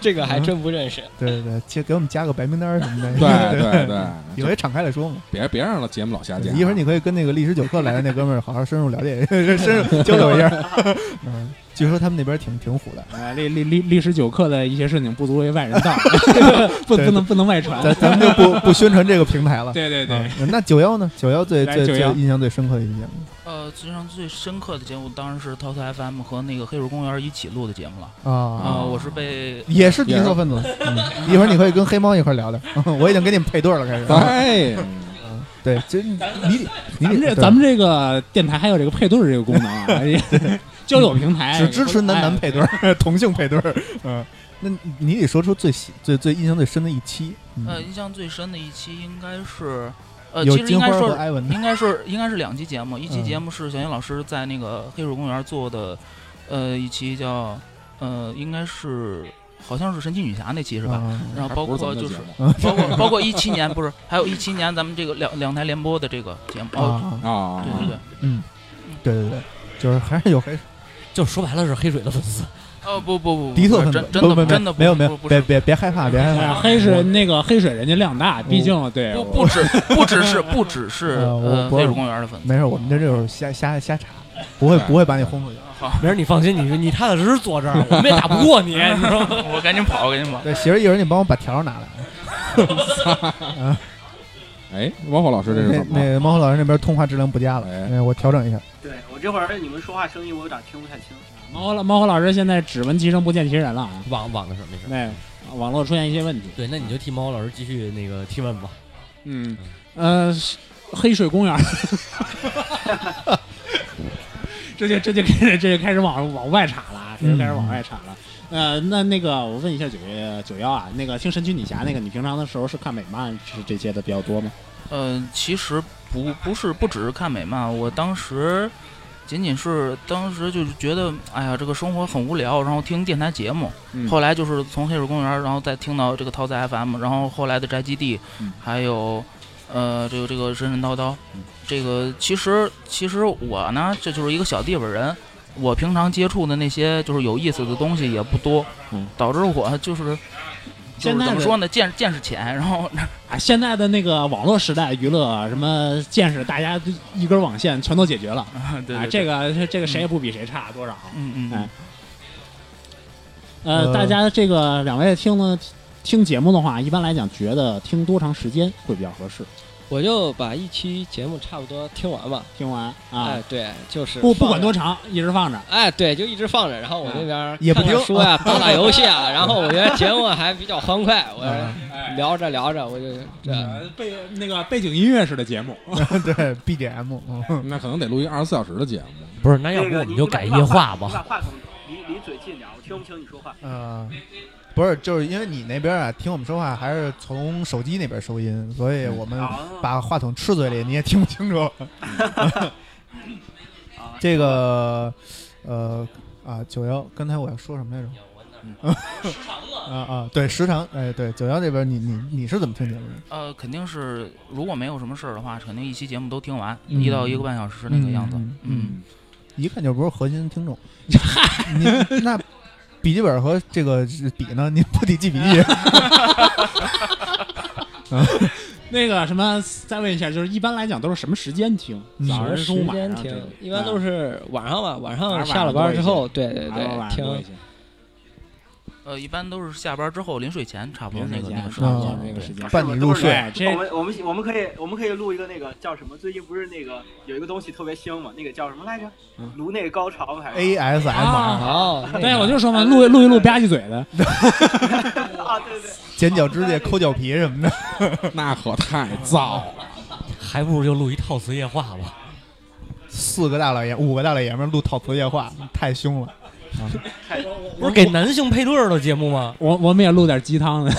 Speaker 18: 这个还真不认识。
Speaker 5: [laughs] 对对对，其实给我们加个白名单儿什么的。
Speaker 1: 对对
Speaker 5: 对 [laughs]
Speaker 1: 对
Speaker 5: 以后敞开了说嘛。
Speaker 1: 别别让节目老下架，
Speaker 5: 一会儿你可以跟那个历史九课来的那哥们儿好好深入了解， [laughs] 深入交流一 [laughs] 下。嗯，据说他们那边挺挺虎的。
Speaker 8: 哎，历历历历史九课的一些事情不足为外
Speaker 5: [laughs]
Speaker 8: 人道，不
Speaker 5: 对
Speaker 8: 不能不能外传。
Speaker 5: 咱咱们就不不宣传这个平
Speaker 6: [laughs]
Speaker 5: 台了。
Speaker 8: 对对对
Speaker 5: 嗯那九幺呢？九幺最
Speaker 8: 来
Speaker 5: 最最
Speaker 8: 91
Speaker 5: 印象最深刻的一节目
Speaker 19: 呃，印象最深刻的节目当然是套餐 FM 和那个黑水公园一起录的节目了。
Speaker 5: 啊
Speaker 19: 呃我是被
Speaker 5: 也是低俗 [laughs] 分子。
Speaker 19: [laughs]
Speaker 5: 嗯一会儿你可以跟黑猫一块儿聊 [laughs] 聊，我已经给你们配对了，开始。
Speaker 1: 哎
Speaker 5: 嗯，对，这你你你
Speaker 8: 咱们这咱们这个电台还有这个配对儿这个功能啊，
Speaker 5: [laughs]
Speaker 6: [laughs]
Speaker 8: 哎交友平台哎
Speaker 5: 只支持男
Speaker 6: 哎
Speaker 5: 男配对儿，同性配对儿。嗯，那你得说出最喜最最印象最深的一期。嗯
Speaker 19: 呃，印象最深的一期应该是，呃，
Speaker 5: 有
Speaker 19: 其实应该
Speaker 5: 金花
Speaker 19: 说
Speaker 5: 和艾文的
Speaker 19: 应该是应该是两期节目，一期
Speaker 5: 嗯
Speaker 19: 节目是小英老师在那个黑水公园做的，呃，一期叫呃，应该是好像是神奇女侠那期是吧
Speaker 5: 啊？
Speaker 19: 然后包括就是
Speaker 5: 还不是咱们
Speaker 19: 包
Speaker 5: 的节目
Speaker 19: 括包括一七年不是还有一七年咱们这个两两台联播的这个节目
Speaker 5: 啊
Speaker 19: 哦对对对，
Speaker 5: 嗯，对对对，就是还是有黑，
Speaker 7: 就说白了是黑水的粉丝。
Speaker 19: 哦不不不，
Speaker 5: 迪特
Speaker 19: 不
Speaker 5: 粉
Speaker 19: 是
Speaker 5: 丝
Speaker 19: 真真的
Speaker 5: 不不
Speaker 19: 不
Speaker 5: 不
Speaker 19: 真的不
Speaker 5: 没有没
Speaker 19: 不
Speaker 5: 有，
Speaker 19: 不
Speaker 5: 别
Speaker 19: 是
Speaker 5: 别别害怕，别害
Speaker 8: 哎
Speaker 5: 怕，
Speaker 6: 黑水那个黑水人家量大，毕竟对
Speaker 19: 不
Speaker 6: 我
Speaker 19: 不止不只是不只是
Speaker 5: [laughs] 呃我
Speaker 19: 呃
Speaker 5: 不
Speaker 19: 黑
Speaker 5: 是
Speaker 19: 水公园的粉丝，
Speaker 5: 没事，我们这就是瞎瞎瞎查，不会不会把你轰出去。
Speaker 7: 没事，你放心，你你踏踏实实坐这儿，我们也打不过你，你知道吗？
Speaker 19: 我赶紧跑，我赶紧跑。
Speaker 5: 对，媳妇儿，一会儿你帮我把条儿拿来。啊，
Speaker 1: 哎，猫火老师这是
Speaker 5: 那
Speaker 1: 怎么了？
Speaker 5: 那猫和老师那边通话质量不佳了，哎，我调整一下。
Speaker 9: 对我这会儿你们说话声音我有点听不太清。
Speaker 6: 猫和老猫和老师现在只闻其声不见其人了啊。
Speaker 7: 网网的事儿没事。
Speaker 6: 对，网络出现一些问题。
Speaker 7: 对，那你就替猫老师继续那个提问吧。
Speaker 6: 嗯，呃，是黑水公园儿， [laughs] 这就这就开始这就开始往往外查了啊，这就开始往外查了。呃，那那个我问一下九月九幺啊，那个听神奇女侠那个，你平常的时候是看美漫是这些的比较多吗？
Speaker 19: 呃，其实不不是不只是看美漫，啊我当时仅仅是当时就是觉得，哎呀，这个生活很无聊，然后听电台节目。
Speaker 9: 嗯
Speaker 19: 后来就是从黑水公园，然后再听到这个桃子 FM，然后后来的宅基地，
Speaker 6: 嗯
Speaker 19: 还有呃这个这个神神叨叨，这个其实其实我呢，这就是一个小地方人。我平常接触的那些就是有意思的东西也不多，
Speaker 6: 嗯
Speaker 19: 导致我就是就
Speaker 6: 现
Speaker 19: 是
Speaker 6: 在
Speaker 19: 怎么
Speaker 6: 的
Speaker 19: 说呢，见见识浅，然后
Speaker 6: 啊，现在的那个网络时代，娱乐啊什么见识，大家都一根网线全都解决 [laughs] 了
Speaker 19: 啊，对
Speaker 6: 啊，
Speaker 19: 对
Speaker 6: 这个这个谁也不比谁差多少，
Speaker 19: 嗯嗯，
Speaker 6: 哎，呃，
Speaker 19: 呃
Speaker 6: 大家这个两位听了听节目的话，一般来讲觉得听多长时间会比较合适？
Speaker 18: 我就把一期节目差不多听完吧。
Speaker 6: 听完啊
Speaker 18: 哎，对，就是
Speaker 6: 不不管
Speaker 18: 放着
Speaker 6: 多长，一直放着。啊
Speaker 18: 哎，对，就一直放着，然后我那边
Speaker 6: 也不
Speaker 18: 看看
Speaker 6: 听
Speaker 18: 书
Speaker 6: [laughs]
Speaker 18: 呀，打打游戏啊，然后我觉得节目还比较欢快，
Speaker 6: 啊
Speaker 18: 我聊着聊着我就这
Speaker 6: 背那个背景音乐式的
Speaker 1: [laughs]
Speaker 6: 节目，
Speaker 5: 嗯 [laughs] 对 BGM，
Speaker 1: 那可能得录一二十四小时的节目。
Speaker 7: 不是，那要
Speaker 9: 这
Speaker 7: 不
Speaker 9: 个
Speaker 7: 哎我们就
Speaker 9: 你把
Speaker 7: 改
Speaker 9: 你
Speaker 7: 夜
Speaker 9: 把
Speaker 7: 话
Speaker 9: 你
Speaker 7: 吧？
Speaker 9: 把
Speaker 7: 嗯
Speaker 9: 话筒离离嘴近点，我听不清你说话。
Speaker 5: 啊，不是，就是因为你那边啊，听我们说话还是从手机那边收音，所以我们把话筒吃嘴里，你也听不清楚。这个，呃，啊，九幺，刚才我要说什么来着？ [laughs] 啊啊，对，时长，哎，对，九幺这边你你你是怎么听节目的？
Speaker 19: 呃，肯定是，如果没有什么事儿的话，肯定一期节目都听完，
Speaker 5: 嗯
Speaker 19: 一到一个半小时那个样子。
Speaker 5: 嗯
Speaker 19: 嗯，
Speaker 5: 一看就不是核心听 [laughs] 众。你那笔记本和这个笔呢？你不得记笔记？
Speaker 7: [laughs]
Speaker 5: 啊
Speaker 6: 那个什么，再问一下，就是一般来讲都是什么时间听？
Speaker 5: 嗯
Speaker 6: 早上、
Speaker 18: 时
Speaker 6: 中午、晚
Speaker 18: 间
Speaker 6: 上这
Speaker 18: 听
Speaker 6: 个，
Speaker 18: 一般
Speaker 6: 啊
Speaker 18: 都是晚上吧，晚
Speaker 6: 晚
Speaker 18: 上
Speaker 6: 上
Speaker 18: 下了班之后，
Speaker 6: 多一
Speaker 18: 对
Speaker 6: 些
Speaker 18: 对
Speaker 6: 晚上晚
Speaker 18: 对，
Speaker 6: 上多一
Speaker 18: 听
Speaker 6: 些。
Speaker 19: 呃，一般都是下班之后临睡前，差不多
Speaker 6: 临
Speaker 19: 那
Speaker 6: 睡
Speaker 19: 个
Speaker 6: 前
Speaker 19: 那个时
Speaker 5: 差
Speaker 19: 候嗯
Speaker 5: 不多那个时间
Speaker 19: 对
Speaker 5: 伴你入睡
Speaker 6: 哎这
Speaker 9: 我们哦我们我们可以我们可以录一个那个叫什么？最近不是那个有一个东西特别兴嘛？那个叫什么来着？
Speaker 5: 嗯
Speaker 9: 颅内高潮还是
Speaker 5: ASMR
Speaker 6: 啊
Speaker 5: 那个
Speaker 6: 对，我就说嘛，录录一录吧唧嘴
Speaker 5: [laughs]
Speaker 6: 的，
Speaker 9: 啊？对对，
Speaker 5: 剪脚指甲、抠脚皮什么的，
Speaker 1: [laughs] 那可太燥了，
Speaker 7: 还不如就录一套词夜话吧。
Speaker 5: 四个大老爷，五个大老爷们儿录套词夜话，太凶了。
Speaker 7: 啊
Speaker 5: [laughs]
Speaker 7: 不是给男性配对儿的节目吗？
Speaker 6: 我我们也录点鸡汤的。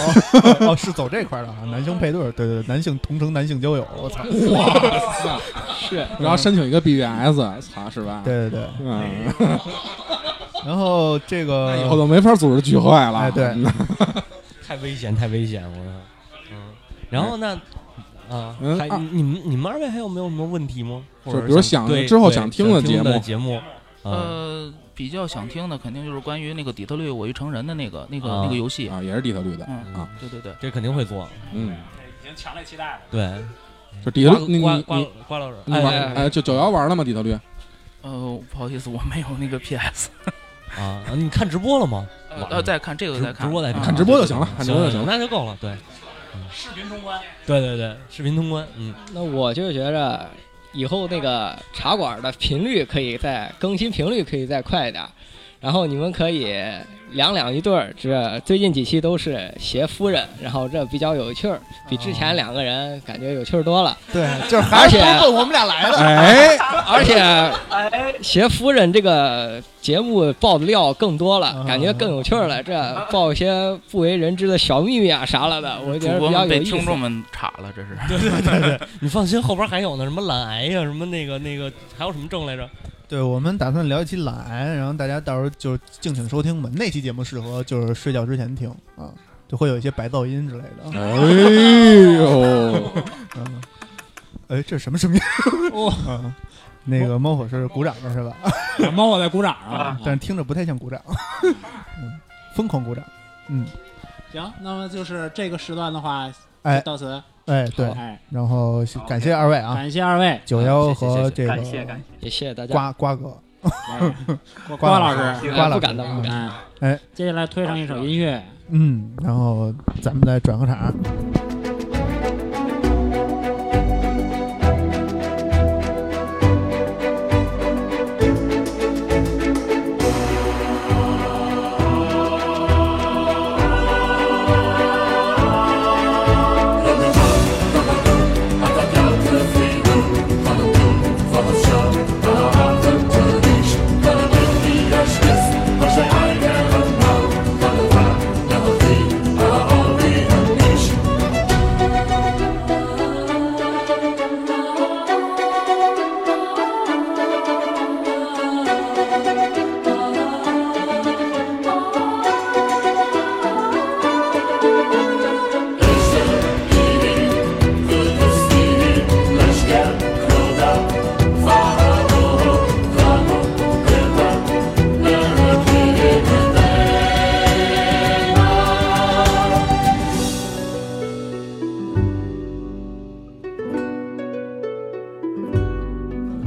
Speaker 5: 哦，是走这块儿的啊，男性配对儿，对对对，男性同城男性交友，我操，
Speaker 1: 哇
Speaker 18: 是
Speaker 1: 然后申请一个 BBS，操是吧？
Speaker 5: 对对对，
Speaker 1: 嗯，
Speaker 5: 然后这个
Speaker 1: 以后都没法组织聚会了。
Speaker 5: 哎，
Speaker 7: [laughs]
Speaker 5: 对， [laughs]
Speaker 7: 太危险，太危险，我操！嗯，然后那啊，
Speaker 1: 嗯
Speaker 7: 还
Speaker 1: 二
Speaker 7: 你你们你们二位还有没有什么问题吗？
Speaker 1: 就
Speaker 7: 或者
Speaker 1: 比如想
Speaker 7: 对
Speaker 1: 之后
Speaker 7: 对
Speaker 1: 想
Speaker 7: 想
Speaker 1: 听的节
Speaker 7: 节
Speaker 1: 目
Speaker 7: 节目，
Speaker 4: 嗯
Speaker 7: 啊，
Speaker 19: 呃，比较想听的肯定就是关于那个《底特律我一成人》的那个那个
Speaker 7: 啊
Speaker 19: 那个游戏嗯
Speaker 1: 啊，也是底特律的啊。
Speaker 19: 对对对，
Speaker 7: 这肯定会做。
Speaker 1: 嗯，
Speaker 6: 哎已经强烈期待了。
Speaker 7: 对，
Speaker 1: 就底特律，你
Speaker 19: 瓜
Speaker 1: 你
Speaker 19: 瓜
Speaker 1: 你
Speaker 19: 瓜老师
Speaker 1: 你
Speaker 19: 哎
Speaker 1: 玩
Speaker 19: 哎
Speaker 1: 哎，就九幺玩了吗？底特律
Speaker 19: 呃，不好意思，我没有那个 PS。
Speaker 7: 啊，你看直播了吗？
Speaker 19: 呃
Speaker 7: 晚上
Speaker 19: 呃，在看这个，
Speaker 7: 直
Speaker 19: 在看嗯
Speaker 7: 直播在
Speaker 1: 看直播就行了看直播就行了
Speaker 7: 那就够了。哦对，
Speaker 6: 视频通关。
Speaker 7: 对对对，视频通关，嗯，
Speaker 18: 那我就觉着以后那个茶馆的频率可以再更新，频率可以再快一点儿。然后你们可以两两一对儿，这最近几期都是携夫人，然后这比较有趣儿，比之
Speaker 6: 哦
Speaker 18: 前两个人感觉有趣儿多了。
Speaker 5: 对，就是
Speaker 18: 而
Speaker 5: 还是
Speaker 18: 且
Speaker 5: 奔我们俩来的。
Speaker 18: 哎而且
Speaker 9: 哎，
Speaker 18: 携夫人这个节目爆的料更多
Speaker 19: 啊
Speaker 18: 了，感觉更有趣儿了。这爆一些不为人知的小秘密啊啥了的，我觉
Speaker 19: 主
Speaker 18: 得
Speaker 19: 播
Speaker 18: 比较
Speaker 19: 们
Speaker 18: 有
Speaker 19: 被
Speaker 18: 意
Speaker 1: [laughs]
Speaker 18: 思。
Speaker 19: 听众们查了，这是。
Speaker 7: [laughs] 对对对对，你放心，后边还有呢，什么懒癌呀，什么那个那个，还有什么症来着？
Speaker 5: 对我们打算聊一期懒癌，然后大家到时候就敬请收听吧。那期节目适合就是睡觉之前听啊，就会有一些白噪音之类的。
Speaker 1: 哎呦，
Speaker 5: 嗯，哎，这是什么声音？啊那个猫火是鼓掌的是吧？
Speaker 6: 猫火在鼓掌
Speaker 5: 啊，但是听着不太像鼓掌，嗯，疯狂鼓掌，嗯，
Speaker 6: 行，那么就是这个时段的话，
Speaker 5: 哎
Speaker 6: 就到此，
Speaker 5: 哎对
Speaker 6: 哎，，
Speaker 5: 然后感谢二位啊，
Speaker 6: 感谢二位
Speaker 5: 九幺和这个
Speaker 6: 感谢感
Speaker 18: 谢也谢谢大家
Speaker 5: 瓜瓜哥
Speaker 6: 哎，瓜
Speaker 5: 瓜
Speaker 6: 老
Speaker 5: 师，
Speaker 6: 师，
Speaker 5: 瓜老师，
Speaker 6: 嗯
Speaker 5: 哎，
Speaker 6: 接下来推上一首音乐，
Speaker 5: 嗯，然后咱们再转个场。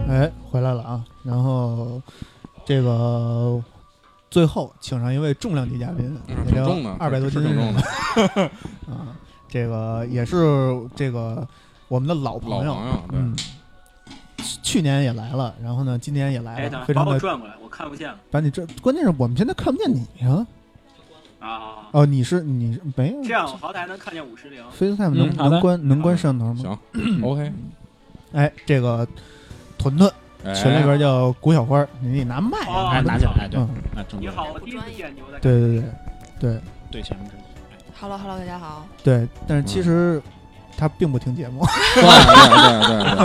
Speaker 5: 哎，回来了啊！然后这个最后请上一位重量级嘉宾，也
Speaker 1: 嗯挺重的
Speaker 5: 二百多斤
Speaker 1: 是挺重的
Speaker 5: [laughs] 啊，这个也是这个我们的老朋友，
Speaker 1: 老朋友对
Speaker 5: 嗯，去去年也来了，然后呢，今年也来
Speaker 9: 哎，等
Speaker 5: 了，
Speaker 9: 会
Speaker 5: 非
Speaker 9: 儿把
Speaker 5: 常
Speaker 9: 我
Speaker 5: 的
Speaker 9: 转过来，我看不见了
Speaker 5: 把你这，关键是我们现在看不见你啊！
Speaker 9: 啊。
Speaker 5: 哦，你是你没有
Speaker 9: 这样我好歹能看见五十铃。
Speaker 6: 嗯
Speaker 5: FaceTime 能、能关能关摄像头吗？
Speaker 1: 行，OK。
Speaker 5: 哎，这个屯屯
Speaker 1: 哎
Speaker 5: 群里边叫谷小花，你得拿麦啊，
Speaker 6: 哎，拿起来，哎对
Speaker 5: 嗯，
Speaker 6: 哎，中
Speaker 9: 你
Speaker 6: 间
Speaker 9: 好，我第一次见牛的。
Speaker 5: 对对对对
Speaker 6: 对前面这个
Speaker 17: Hello Hello，大家好。
Speaker 5: 对，但
Speaker 1: 嗯
Speaker 5: 是其实他并不听节
Speaker 1: [laughs]
Speaker 5: 目，
Speaker 6: 对
Speaker 5: 嗯
Speaker 6: 对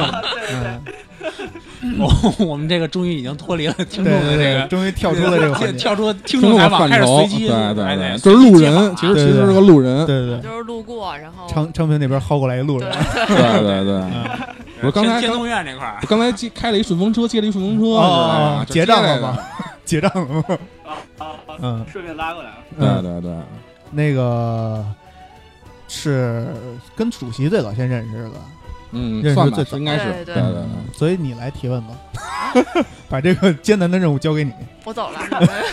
Speaker 6: 对对
Speaker 5: [laughs]
Speaker 6: 对， [laughs]
Speaker 1: 哦
Speaker 6: 我我们这个终于已经脱离了听众的
Speaker 5: 对
Speaker 6: 这
Speaker 5: 对
Speaker 6: 个，
Speaker 5: 对终于跳出了这个环节
Speaker 6: 跳出听众采访，
Speaker 1: 范
Speaker 6: 开始
Speaker 1: 畴
Speaker 6: 随，机，
Speaker 1: 对
Speaker 6: 哎
Speaker 1: 对
Speaker 6: 对
Speaker 1: 对，就是路人，其实
Speaker 5: 对
Speaker 1: 其
Speaker 5: 对
Speaker 1: 实
Speaker 5: 对
Speaker 1: 是个路人，
Speaker 5: 对对，
Speaker 17: 就是路过，然后
Speaker 5: 昌昌平那边薅过来一路人，
Speaker 1: [laughs] 对
Speaker 5: [laughs]
Speaker 1: 对对
Speaker 5: 嗯
Speaker 1: 我说刚才
Speaker 6: 天通苑那块儿
Speaker 1: 我刚才接开了一顺风车，接了一顺风车，你知道
Speaker 5: 哦
Speaker 1: 吗，
Speaker 5: 结账了？
Speaker 1: 就
Speaker 5: 吗
Speaker 1: 接来的？
Speaker 5: [laughs] 结账了吗？
Speaker 6: [laughs]
Speaker 5: 嗯，
Speaker 9: 顺便拉过来了。
Speaker 1: 对对对，
Speaker 5: 那个是跟主席最早先认识的，
Speaker 1: 嗯
Speaker 5: 认识
Speaker 1: 算
Speaker 5: 最
Speaker 1: 吧
Speaker 5: 早
Speaker 1: 应该是对对对对对对
Speaker 5: 所以你来提问吧， [laughs] 把这个艰难的任务交给你。
Speaker 17: 我走了。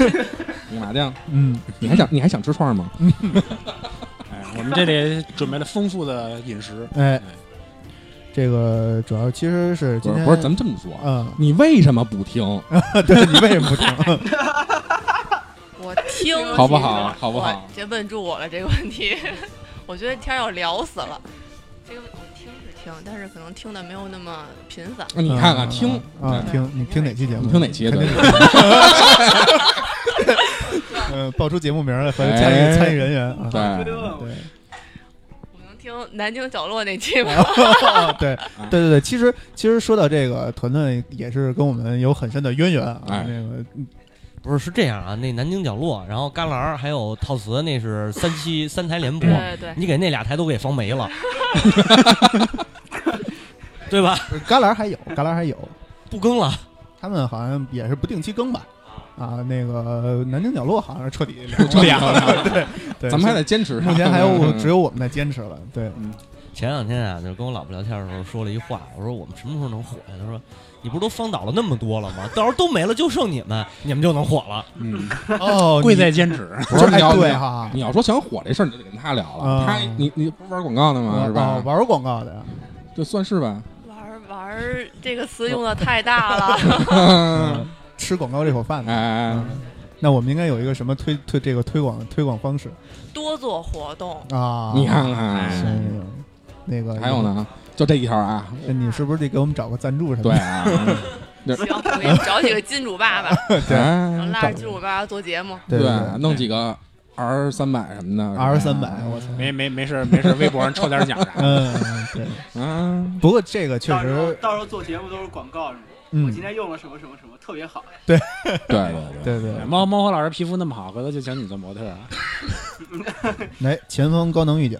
Speaker 1: [laughs] 你麻将，
Speaker 5: 嗯，
Speaker 1: 你还想你还想吃串吗？ [laughs]
Speaker 6: 哎，我们这里准备了丰富的饮食，
Speaker 5: 哎，这个主要其实是今
Speaker 1: 不是
Speaker 5: 天
Speaker 1: 不是，咱们这么说，
Speaker 5: 嗯，？
Speaker 1: 你为什么不听
Speaker 5: [laughs] 对你为什么不听？ [laughs]
Speaker 1: [laughs]
Speaker 17: 我听
Speaker 1: 好不好好不好
Speaker 17: 哇这问住我了这个问题， [laughs] 我觉得天儿要聊死了。这个我听是听，但是可能听的没有那么频繁。
Speaker 1: 那你看看听
Speaker 5: 嗯啊，
Speaker 1: 对
Speaker 5: 听你听哪期节目？
Speaker 1: 你听哪期
Speaker 5: 肯定 [laughs]
Speaker 1: 对
Speaker 5: 得呃，报出节目名来和参与参与人员啊，
Speaker 1: 哎对
Speaker 17: 我能听南京角落那期吗？
Speaker 5: 哎对
Speaker 1: 哎
Speaker 5: 对对对，其实其实说到这个，团团也是跟我们有很深的渊源啊。
Speaker 1: 哎
Speaker 5: 那个
Speaker 7: 不是是这样啊，那南京角落，然后旮旯儿还有套瓷，那是三期三台联播，
Speaker 17: 对对
Speaker 7: 你给那俩台都给封没了， [laughs] 对吧？
Speaker 5: 旮旯还有，旮旯还有，
Speaker 7: 不更了。
Speaker 5: 他们好像也是不定期更吧？啊，那个南京角落好像是彻底
Speaker 1: 彻底
Speaker 5: 凉了，
Speaker 1: 凉了
Speaker 5: [laughs] 对对，
Speaker 1: 咱们还得坚持
Speaker 5: 目前还有
Speaker 1: 嗯
Speaker 5: 只有我们在坚持了，对，
Speaker 7: 前两天啊，就是跟我老婆聊天的时候说了一话，我说我们什么时候能火呀？她说你不是都方倒了那么多了吗？到时候都没了，就剩你们，你们就能火了。
Speaker 1: [laughs] 嗯，
Speaker 5: [laughs] 哦
Speaker 6: 贵在坚持
Speaker 5: [laughs]
Speaker 1: 不是你要
Speaker 6: 哎对哈
Speaker 1: 你要说想火这事儿，你就得跟他聊
Speaker 5: 啊
Speaker 1: 了。他你你不是玩广告的吗？
Speaker 5: 我
Speaker 1: 是吧
Speaker 5: 哦？玩广告的呀，
Speaker 1: 这算是吧？
Speaker 17: [laughs] 玩玩儿这个词用的太大了。
Speaker 1: [laughs]
Speaker 5: 嗯 [laughs] 吃广告这口饭
Speaker 1: 哎
Speaker 5: 的。嗯那我们应该有一个什么推推这个推广推广方式
Speaker 17: 多做活动
Speaker 5: 啊？
Speaker 1: 你看看
Speaker 5: 是那个
Speaker 1: 还有呢，就这一条啊。
Speaker 5: 那你是不是得给我们找个赞助什么的？，
Speaker 1: 对啊
Speaker 17: 行，我给你找几个金主爸爸
Speaker 5: [laughs] 对嗯
Speaker 17: 然后拉着金主爸爸做节目。
Speaker 5: 对对对
Speaker 1: 弄几个 R 三百什么的。嗯
Speaker 5: R 三百，我操！
Speaker 6: 没没没事没事，微博上抽点奖啥的，
Speaker 5: 嗯，对，
Speaker 1: 嗯。
Speaker 5: 不过这个确
Speaker 9: 到时候
Speaker 5: 实，嗯
Speaker 9: 到时候做节目都是广告是吗？我今天用了什么什么什么，特别好。
Speaker 5: 对
Speaker 1: [laughs]
Speaker 5: [laughs]
Speaker 1: 对
Speaker 5: 对对，
Speaker 6: 哎
Speaker 8: 猫猫火老师皮肤那么好，回头就请你做模特儿。
Speaker 6: 啊
Speaker 5: 来，哎前方高能预警，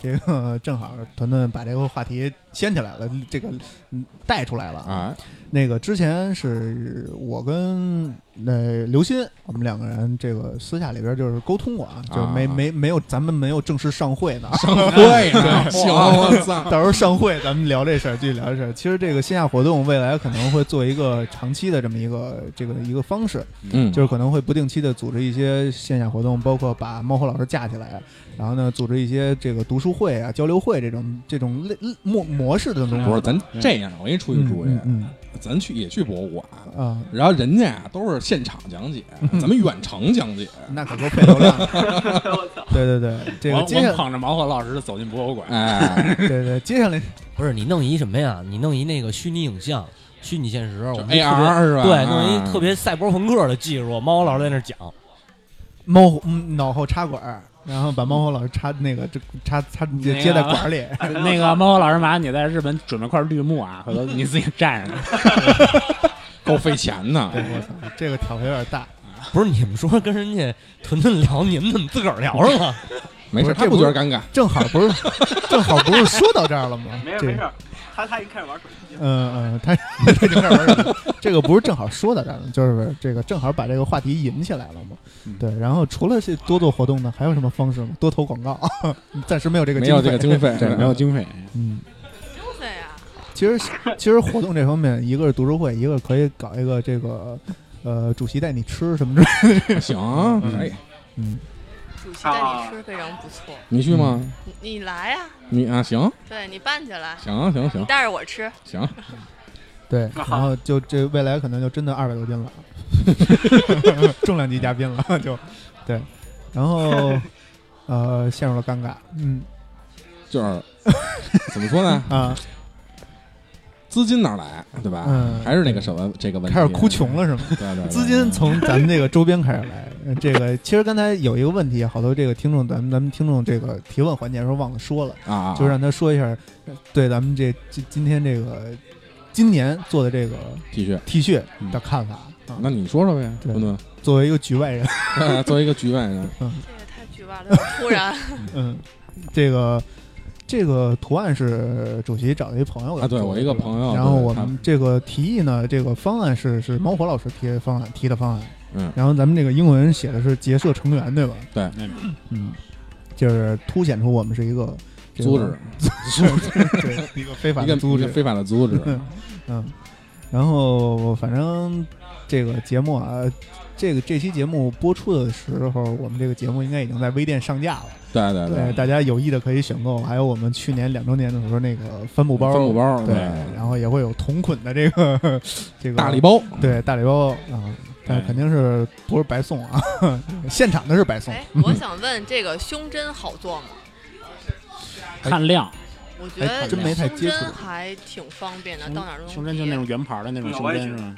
Speaker 5: 这个正好团团把这个话题掀起来了，这个嗯带出来了啊。那个之前是我跟呃刘鑫，我们两个人这个私下里边就是沟通过啊，就没
Speaker 2: 啊
Speaker 5: 没没有，咱们没有正式上会呢。 [laughs]
Speaker 2: 上会呢
Speaker 5: 对啊
Speaker 2: 行啊我操
Speaker 5: [laughs] 到时候上会咱们聊这事儿，继续聊这事儿。其实这个线下活动未来可能会做一个长期的这么一个这个一个方式，
Speaker 2: 嗯
Speaker 5: 就是可能会不定期的组织一些线下活动，包括把猫和老师架起来，然后呢组织一些这个读书会啊、交流会这种这种类模模式的东西。
Speaker 1: 不是，咱这样，我给你出一主意
Speaker 5: 嗯，嗯
Speaker 1: 咱去也去博物馆，
Speaker 5: 嗯啊，嗯
Speaker 1: 然后人家啊都是现场讲解，咱们远程讲解，
Speaker 5: [laughs] 那可够费流量
Speaker 1: [laughs]
Speaker 5: 的啊对对对，这个
Speaker 8: 我
Speaker 5: 接下
Speaker 8: 我捧着毛火老师走进博物馆。
Speaker 1: 哎
Speaker 5: 对对，接下来
Speaker 7: [laughs] 不是你弄一什么呀？你弄一那个虚拟影像、虚拟现实，我们
Speaker 1: AR 是吧
Speaker 7: 对，
Speaker 1: 啊
Speaker 7: 弄一特别赛博朋克的技术，猫老师在那儿讲，
Speaker 5: 猫嗯脑后插管儿，然后把猫和老师插那个这插插
Speaker 8: 那
Speaker 5: 接
Speaker 8: 个。
Speaker 5: 接在管儿 [laughs]
Speaker 9: [laughs]
Speaker 5: 里
Speaker 1: 哎
Speaker 8: 那个猫火老师，麻烦你在日本准备块绿幕啊，回头你自己站上。
Speaker 1: 够费钱呢。
Speaker 5: 对我操，这个挑的有点大。
Speaker 7: 不是你们说跟人家屯屯聊，你们怎么自个儿聊上了？
Speaker 1: 没
Speaker 5: 不
Speaker 1: 事
Speaker 5: 是
Speaker 1: 他
Speaker 5: 这
Speaker 1: 不
Speaker 5: 不
Speaker 1: 觉
Speaker 5: 是
Speaker 1: 得尴尬
Speaker 5: 正好不
Speaker 1: [laughs]
Speaker 5: 是，正好不是说到这儿了吗？
Speaker 9: 没事
Speaker 5: 这
Speaker 9: 没事，他他已经开始玩手机了。
Speaker 5: 嗯嗯，他他就这玩意儿，这个不是正好说到这儿了，就是这个正好把这个话题引起来了嘛。
Speaker 1: 嗯
Speaker 5: 对，然后除了是多做活动呢，还有什么方式吗？多投广告， [laughs] 暂时没有这个
Speaker 1: 没有这个经费
Speaker 5: [laughs] 对
Speaker 1: 对没有经费。
Speaker 5: 嗯，
Speaker 20: 对啊，
Speaker 5: 其
Speaker 20: [laughs]
Speaker 5: 实其实活动这方面，一个是读书会，一个可以搞一个这个呃，主席带你吃什么之类的。
Speaker 1: 行哎
Speaker 5: 嗯
Speaker 1: 可以
Speaker 5: 嗯，
Speaker 20: 主席带
Speaker 17: 啊
Speaker 20: 你吃非常不错。
Speaker 1: 你去吗？
Speaker 20: 你你来呀、
Speaker 1: 你啊，行
Speaker 20: 对你办起来。
Speaker 1: 行行行
Speaker 20: 你带着我吃。
Speaker 17: [laughs]
Speaker 1: 行，
Speaker 5: 对，
Speaker 20: 那好
Speaker 5: 然后就这未来可能就真的二百多斤
Speaker 1: [laughs]
Speaker 5: 了，重量级嘉宾了 [laughs] 就，对，然后呃陷入了尴尬，嗯，
Speaker 1: 就是怎么说呢？
Speaker 5: [laughs] 啊，
Speaker 1: 资金哪儿来，对吧？
Speaker 5: 嗯
Speaker 1: 还是那个什么这个问题，
Speaker 5: 开始哭穷了是吗？
Speaker 1: 对对对
Speaker 5: 资金从咱们这个周边开始来，呃这个其实刚才有一个问题，好多这个听众，咱们咱们听众这个提问环节的时候忘了说了
Speaker 1: 啊啊啊
Speaker 5: 就让他说一下，呃对咱们这今今天这个今年做的这个
Speaker 1: T 恤嗯
Speaker 5: T 恤的看法。
Speaker 1: 那你说说呗，
Speaker 5: 对
Speaker 1: 不对？，
Speaker 5: 作为一个局外人
Speaker 1: [laughs] 作为一个局外人，
Speaker 5: 嗯
Speaker 20: 这也太局外了，突然。
Speaker 5: [laughs] 嗯，这个这个图案是主席找的一朋友给
Speaker 1: 啊
Speaker 5: 做
Speaker 1: 对
Speaker 5: 的
Speaker 1: 我一个
Speaker 5: 对吧
Speaker 1: 朋友
Speaker 5: 然后
Speaker 1: 对
Speaker 5: 我
Speaker 1: 他
Speaker 5: 们这个提议呢，这个方案是是猫火老师提的方案提的方案，
Speaker 1: 嗯
Speaker 5: 然后咱们这个英文写的是结社成员，对吧？
Speaker 1: 对，
Speaker 5: 嗯，就是凸显出我们是一个这个
Speaker 1: 组
Speaker 5: [laughs]
Speaker 1: 织
Speaker 5: 组
Speaker 1: [laughs]
Speaker 5: 织，对，一个非法
Speaker 1: 一个
Speaker 5: 的组
Speaker 1: 一
Speaker 5: 织，
Speaker 1: 个非法
Speaker 5: [laughs]
Speaker 1: 的组织
Speaker 5: 嗯，然后反正这个节目啊，这个这期节目播出的时候，我们这个节目应该已经在微店上架了。
Speaker 1: 对对
Speaker 5: 对，大家有意的可以选购，还有我们去年两周年的时候那个帆布包，
Speaker 1: 帆布包
Speaker 5: 对
Speaker 1: 对，
Speaker 5: 然后也会有同捆的这个 [laughs] 这个
Speaker 1: 大礼包，
Speaker 5: 对大礼包啊，但
Speaker 1: 哎
Speaker 5: 肯定是不是白送啊， [laughs] 现场的是白送
Speaker 20: 哎，，我想问这个胸针好做吗？
Speaker 8: 看量，
Speaker 20: 我觉得
Speaker 8: 哎真没太接
Speaker 20: 胸
Speaker 8: 触
Speaker 20: 针还挺方便的，到哪儿都能
Speaker 8: 胸针就那种圆盘的那种
Speaker 20: 嗯
Speaker 8: 胸
Speaker 20: 我也
Speaker 8: 针是吗？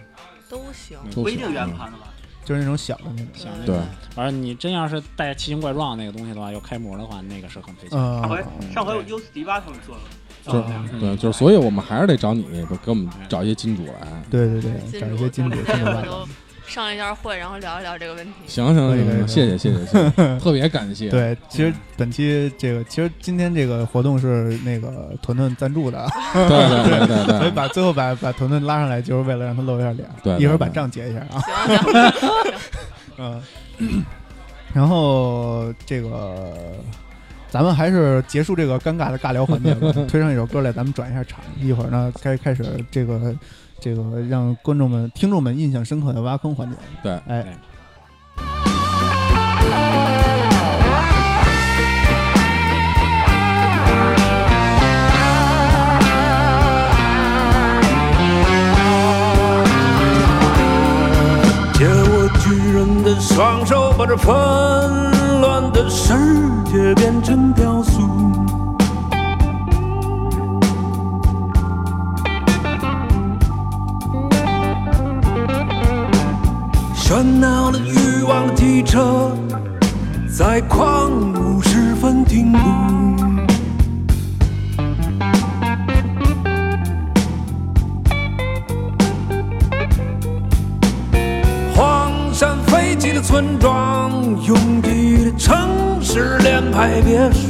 Speaker 20: 都行，
Speaker 5: 嗯
Speaker 8: 都行不一定圆盘
Speaker 20: 的吧？
Speaker 5: 就是那种小的那种，嗯
Speaker 8: 想那
Speaker 5: 对
Speaker 8: 个，而你真要是带奇形怪状那个东西的话，有开模的话，那个是很费钱。
Speaker 5: 嗯
Speaker 9: 上回哎上回优斯迪巴他们做了，
Speaker 1: 就是对，就是所以我们还是得找你，不给我们找一些金主来。
Speaker 5: 对对对
Speaker 20: 金
Speaker 5: 找
Speaker 20: 主
Speaker 5: 一些金主
Speaker 20: 咱
Speaker 5: 金
Speaker 20: 们
Speaker 5: 主
Speaker 20: 我
Speaker 5: 爸
Speaker 20: 都
Speaker 5: 爸。
Speaker 20: 上一下会，然后聊一聊这个问
Speaker 5: [laughs]
Speaker 20: 题。
Speaker 1: 行行
Speaker 5: 可以
Speaker 1: 行
Speaker 5: 可以
Speaker 1: 行，嗯谢谢谢谢谢
Speaker 5: [laughs]
Speaker 1: 谢，特别感谢。嗯
Speaker 5: 对，其实本期这个，其实今天这个活动是那个屯屯赞助的，啊
Speaker 1: 对对对
Speaker 5: [laughs]
Speaker 1: 对对
Speaker 5: 所以把最后把把屯屯拉上来，就是为了让他露一下脸，啊
Speaker 1: 对对
Speaker 5: 一会儿把
Speaker 1: 对
Speaker 5: 账结一下啊。
Speaker 4: 嗯，
Speaker 5: [laughs] 然后这个，咱们还是结束这个尴尬的尬聊环节
Speaker 1: [laughs]
Speaker 5: 吧，推上一首歌来，咱们转一下场。一会儿呢，该开始这个这个让观众们、听众们印象深刻的挖坑环节。
Speaker 1: 对，
Speaker 5: 哎，
Speaker 21: 借我巨人的双手，把这纷乱的世界变成雕塑。喧闹的欲望的汽车，在狂舞时分停步。村庄，拥挤的城市，连排别墅。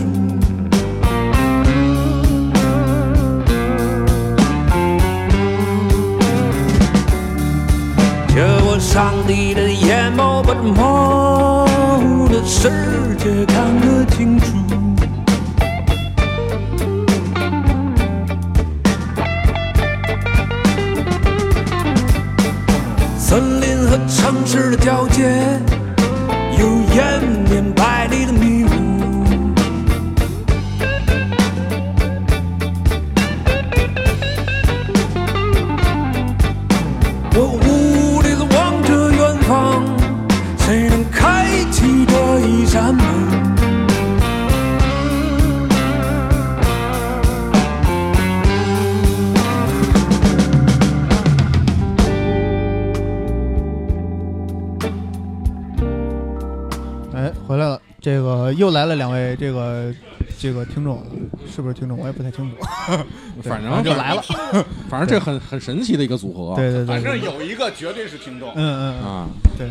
Speaker 21: 借我上帝的眼眸，把这模糊的世界看个清楚。森林和城市的交界，有延绵百里的迷雾。我无力地望着远方，谁能开启这一扇门？
Speaker 5: 哎，回来了，这个又来了两位，这个这个听众，是不是听众？我也不太清楚，对
Speaker 1: 反正
Speaker 5: 就来了，
Speaker 1: 反正这很很神奇的一个组合。
Speaker 5: 对对对
Speaker 3: 反正有一个绝对是听众。
Speaker 5: 嗯嗯嗯
Speaker 1: 啊，
Speaker 5: 对，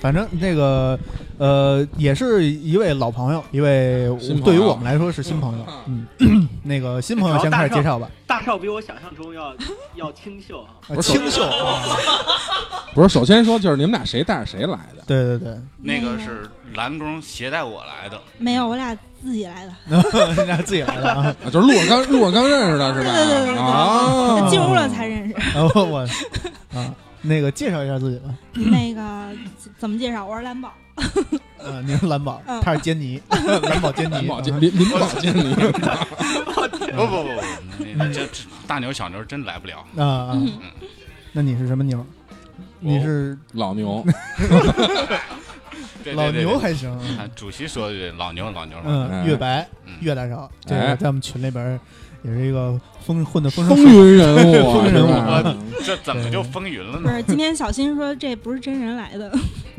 Speaker 5: 反正那个呃，也是一位老朋友，一位
Speaker 1: 新朋友
Speaker 5: 对于我们来说是新朋友。嗯，那个新朋友先开始介绍吧。
Speaker 9: 大少比我想象中要 [laughs] 要清秀啊
Speaker 5: 啊清秀
Speaker 1: 不是，首先说就是你们俩谁带着谁来的？
Speaker 5: 对对对，
Speaker 3: 那个是蓝工携带我来
Speaker 5: [laughs]
Speaker 3: 的，
Speaker 22: 没有，我俩自己来的。
Speaker 5: 人家自己来的啊，
Speaker 1: 就是路上刚路上刚认识的是吧？
Speaker 22: 对对对对
Speaker 1: 啊，
Speaker 22: 进屋了才认识。
Speaker 5: 哦，我啊，那个介绍一下自己吧。
Speaker 22: 那个怎么介绍？我是蓝宝，
Speaker 5: 啊，您是蓝宝，他是坚尼，蓝宝坚尼，啊
Speaker 1: 蓝宝坚林林宝坚尼
Speaker 3: [laughs] 不不不不，那这这大牛小牛真来不了。
Speaker 5: [laughs] 啊啊
Speaker 3: 嗯，
Speaker 5: 那你是什么牛？你是
Speaker 1: 老牛
Speaker 3: [laughs]
Speaker 5: [laughs]
Speaker 3: 对对对
Speaker 5: 老牛
Speaker 3: 对
Speaker 5: 还行
Speaker 3: 啊主席说的对，老牛老牛。
Speaker 5: 嗯，月白，岳大少，这
Speaker 3: 哎
Speaker 5: 个在我们群里边儿也是一个风混的风生
Speaker 1: 风
Speaker 5: 水
Speaker 1: 云人物啊
Speaker 5: [laughs] 风云人物
Speaker 1: 是
Speaker 5: 啊
Speaker 1: 吧，
Speaker 3: 这怎么就风云了
Speaker 22: 不是
Speaker 3: 呢？
Speaker 22: 今天小新说这不是真人来的，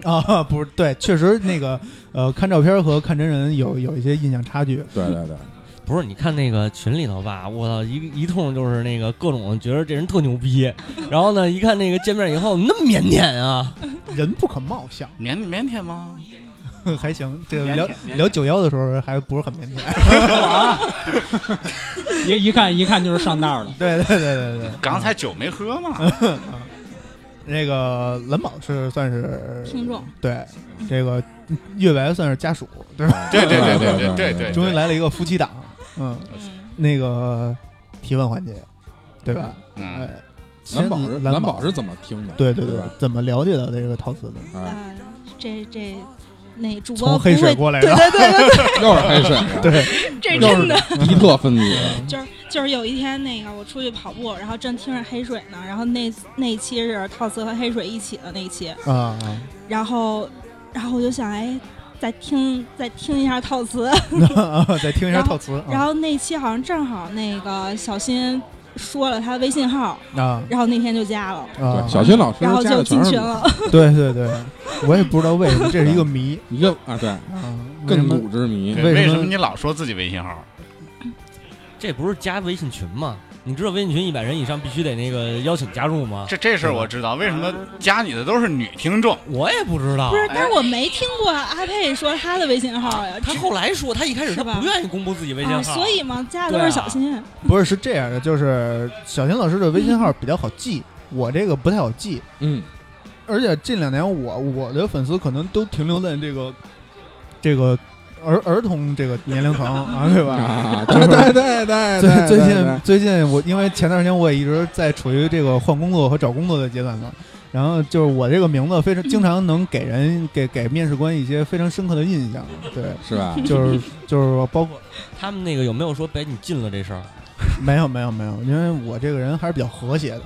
Speaker 5: 啊？不是，对，确实那个呃，看照片和看真人有有一些印象差距。
Speaker 1: 对对对，
Speaker 7: 不是，你看那个群里头吧，我操，一一通就是那个各种觉得这人特牛逼，然后呢，一看那个见面以后那么腼腆啊，
Speaker 5: 人不可貌相，
Speaker 3: 腼腼腆吗？
Speaker 5: 还
Speaker 3: [laughs]
Speaker 5: 行，这个
Speaker 3: 腼腆
Speaker 5: 聊
Speaker 3: 腼腆
Speaker 5: 聊九幺的时候还不是很腼
Speaker 3: [laughs]
Speaker 5: 啊腆，
Speaker 8: 一一看一看就是上道
Speaker 5: 的。 [laughs] 对对对对对，
Speaker 3: 刚才酒没喝嘛。
Speaker 5: [laughs] 那个蓝宝是算是
Speaker 22: 听众，
Speaker 5: 对，这个月白算是家属，对吧？
Speaker 3: 对对对对
Speaker 5: [laughs]
Speaker 3: 对对对
Speaker 5: 终于来了一个夫妻档，嗯，那个提问环节，对吧？
Speaker 1: 嗯
Speaker 5: 哎，
Speaker 1: 蓝宝
Speaker 5: 先
Speaker 1: 是
Speaker 5: 蓝
Speaker 1: 蓝宝是怎么听的
Speaker 5: 对对对
Speaker 1: 对吧，
Speaker 5: 怎么了解到这个陶瓷的？
Speaker 1: 哎，
Speaker 22: 呃这这那主播
Speaker 5: 从黑
Speaker 22: 不
Speaker 5: 水
Speaker 22: 会
Speaker 5: 过来的，
Speaker 22: 对，对对对对，
Speaker 1: [laughs] 又是黑水啊
Speaker 5: 对，
Speaker 22: 这是真的
Speaker 1: 又是敌特分子，啊
Speaker 22: [laughs] 就是就是有一天那个我出去跑步，然后正听着黑水呢，然后那那一期是套词和黑水一起的那一期，
Speaker 5: 啊，
Speaker 22: 然后然后我就想哎，再听再听一下套
Speaker 5: [laughs]
Speaker 22: 词，
Speaker 5: 啊 [laughs] 再听一下
Speaker 22: 然后
Speaker 5: 陶瓷，啊
Speaker 22: 然后那期好像正好那个小新说了他微信号，
Speaker 5: 啊
Speaker 22: 然后那天就加了，
Speaker 5: 啊，
Speaker 1: 对小军老师
Speaker 22: 然后
Speaker 1: 加
Speaker 22: 就
Speaker 1: 的
Speaker 22: 进
Speaker 1: 全是
Speaker 22: 群了。 [laughs]
Speaker 5: 对对对，我也不知道为什么，这是一个谜，
Speaker 1: 一个啊对，亘古之谜。
Speaker 3: 对为什么你老说自己微信号？
Speaker 7: 这不是加微信群吗？你知道微信群一百人以上必须得那个邀请加入吗？
Speaker 3: 这这事儿我知道，为什么加你的都是女听众？哎
Speaker 7: 我也不知道
Speaker 22: 不是，但是我没听过阿佩说他的微信号呀。他
Speaker 7: 后来说，他一开始
Speaker 22: 他
Speaker 7: 不愿意公布自己微信号，
Speaker 22: 啊，所以嘛，加的都是小新。
Speaker 5: 不是，是这样的，就是小新老师的微信
Speaker 22: 嗯
Speaker 5: 号比较好记，我这个不太好记。
Speaker 1: 嗯，
Speaker 5: 而且近两年我我的粉丝可能都停留在这个这个儿儿童这个年龄层啊， [laughs] 对吧？
Speaker 1: 啊
Speaker 5: 就是
Speaker 1: 对对对对
Speaker 5: 最最
Speaker 1: 对对
Speaker 5: 近最近我因为前段时间我也一直在处于这个换工作和找工作的阶段嘛。然后就是我这个名字非常经常能给人给给面试官一些非常深刻的印象，对，
Speaker 1: 是吧
Speaker 5: 就是就是包括
Speaker 7: 他们那个有没有说哎把你禁了这事儿？
Speaker 5: 没有没有没有，因为我这个人还是比较和谐的，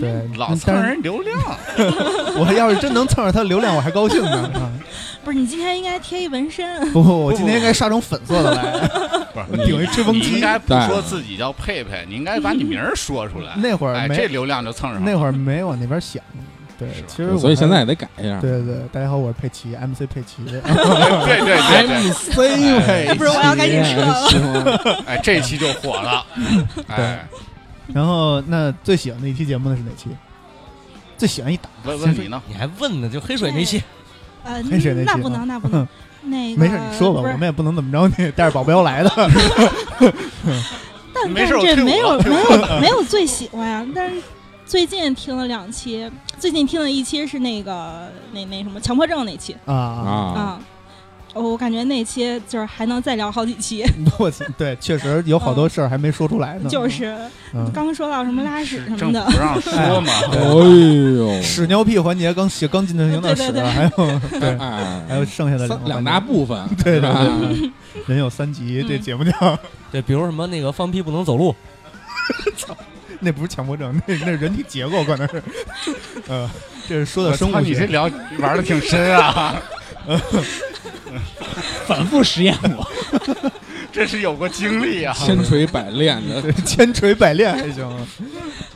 Speaker 5: 对，
Speaker 3: 哎老蹭
Speaker 5: 但是
Speaker 3: 人流量。
Speaker 5: 我要是真能蹭上他流量，我还高兴
Speaker 3: [laughs]
Speaker 5: 呢。啊
Speaker 22: 不是，你今天应该贴一纹身。
Speaker 5: 不不，我今天应该刷成粉色的
Speaker 3: [laughs]
Speaker 5: 来。[laughs]
Speaker 3: 不
Speaker 5: 顶一吹风机
Speaker 3: 你应该不说自己叫佩
Speaker 5: [laughs]
Speaker 3: 佩，你应该把你名儿说出来。
Speaker 5: 那会儿
Speaker 3: 哎，
Speaker 5: 没
Speaker 3: 这流量就
Speaker 5: [laughs]
Speaker 3: 蹭上了。
Speaker 5: 那会儿没往那边想，对，其实我
Speaker 1: 所以现在也
Speaker 5: 还
Speaker 1: 得改一下
Speaker 5: 对对对，大家好，我是佩奇，MC 佩奇。对
Speaker 3: [laughs] 对对对对
Speaker 1: MC 佩哎奇不是我要赶紧撤了
Speaker 3: 哎，这期就火了。
Speaker 5: [laughs]
Speaker 3: 哎，
Speaker 5: 对，然后那最喜欢的一期节目呢是哪期？最喜欢一档？
Speaker 3: 问问你呢？
Speaker 7: 你还问呢？就黑水那期，
Speaker 22: 呃，
Speaker 5: 黑水那期
Speaker 22: 那不能，
Speaker 5: 啊
Speaker 22: 那不
Speaker 5: [laughs]
Speaker 22: 能。那个
Speaker 5: 没事，你说吧，
Speaker 22: 不是
Speaker 5: 我们也不能怎么着你， [laughs] 带着保镖来
Speaker 22: [laughs]
Speaker 5: 的。
Speaker 22: 但
Speaker 5: 没
Speaker 22: 但
Speaker 5: 事
Speaker 22: 是
Speaker 5: 我
Speaker 22: 这
Speaker 5: 听
Speaker 22: 没
Speaker 5: 我
Speaker 22: 有
Speaker 5: 听 [laughs]
Speaker 22: 没
Speaker 5: 我
Speaker 22: 有没有最喜欢呀、但是最近听了两期，最近听了一期是那个那那什么强迫症那期
Speaker 5: 啊
Speaker 22: 啊
Speaker 5: 啊
Speaker 22: 我感觉那期就是还能再聊好几期，
Speaker 5: [laughs] 我操对，确实有好多事儿还没说出来呢。
Speaker 22: 嗯就是
Speaker 5: 嗯
Speaker 22: 刚说到什么拉屎什么的， [laughs]
Speaker 1: 哎
Speaker 5: [laughs]
Speaker 1: 呦，
Speaker 5: 屎尿屁环节刚写刚进行
Speaker 22: 对
Speaker 5: 到屎，啊
Speaker 22: 对对
Speaker 5: 还有 [laughs]
Speaker 3: 嗯
Speaker 5: 对，
Speaker 1: 哎
Speaker 5: 还有剩下的
Speaker 1: 三
Speaker 5: 个环节
Speaker 1: 两大部
Speaker 5: [laughs]
Speaker 1: 分啊
Speaker 5: 对对对
Speaker 1: 是
Speaker 5: 对
Speaker 1: 吧，
Speaker 5: [laughs] 人有三集，这
Speaker 7: 嗯
Speaker 5: 节目 [laughs] 叫
Speaker 7: 对，比如什么那个放屁不能走路，
Speaker 5: [laughs] 那不是强迫症，那那是人体结构可能是，呃，这是说的生物
Speaker 3: 我操
Speaker 5: 学。
Speaker 3: 你这聊玩的挺深
Speaker 1: [laughs]
Speaker 3: 啊
Speaker 8: 反复实验过，
Speaker 3: [laughs] 真是有过经历啊！
Speaker 1: 千锤百炼的
Speaker 5: 对，千锤百炼还行。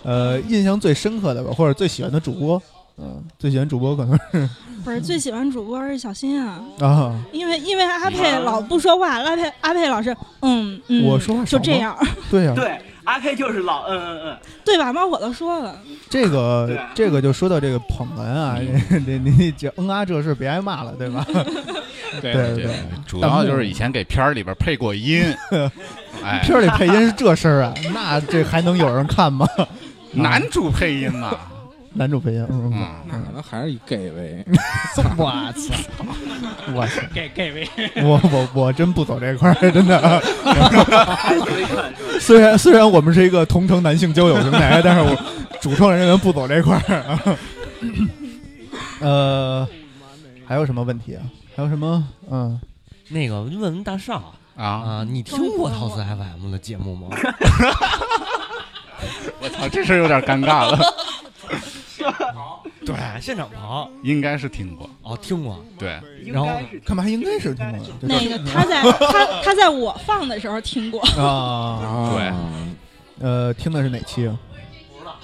Speaker 5: 呃，印象最深刻的吧，或者最喜欢的主播，嗯、最喜欢主播可能是
Speaker 22: 不是最喜欢主播是小新啊。
Speaker 5: 啊，
Speaker 22: 因为因为阿佩老不说话，阿佩阿佩老是嗯嗯，
Speaker 5: 我说话
Speaker 22: 就
Speaker 5: 少吗
Speaker 22: 这样， [laughs]
Speaker 5: 对啊呀、
Speaker 9: 对， [laughs] 阿佩就是老嗯嗯嗯，
Speaker 22: 对吧？妈，我都说了，
Speaker 5: 这个这个就说到这个捧哏啊，这这你这嗯啊这事别挨骂了，对吧？
Speaker 3: 对
Speaker 5: 对
Speaker 3: 对
Speaker 5: 对，
Speaker 3: 主要就是以前给片儿里边配过
Speaker 5: [laughs]
Speaker 3: 音，哎，
Speaker 5: 片儿里配音是这声儿啊，那这还能有人看吗？
Speaker 3: 男主配音嘛，
Speaker 5: 男主配音，嗯嗯
Speaker 1: [laughs] 那可能还是以 gay 为。
Speaker 5: 我操！
Speaker 1: [laughs]
Speaker 5: 我操！
Speaker 8: 给给位，
Speaker 4: 嗯
Speaker 5: 我 [laughs] 我我真不走这块儿，真的。虽然虽然我们是一个同城男性交友平台，但是我主创人员不走这块儿啊。呃，还有什么问题啊？还有什么？嗯，
Speaker 7: 那个问问大少
Speaker 3: 啊
Speaker 7: 你听过套词 FM 的节目吗？
Speaker 3: [laughs] [laughs] 我操，这事儿有点尴
Speaker 5: [laughs]
Speaker 3: 尬了。
Speaker 7: 对，现场跑
Speaker 3: 应该是听过
Speaker 7: 哦，听过
Speaker 3: 对，
Speaker 5: 然后干嘛？应该是听过这
Speaker 22: 那个他在他他在我放的时候听过，
Speaker 5: 啊，
Speaker 3: 对，
Speaker 5: 呃，听的是哪期啊？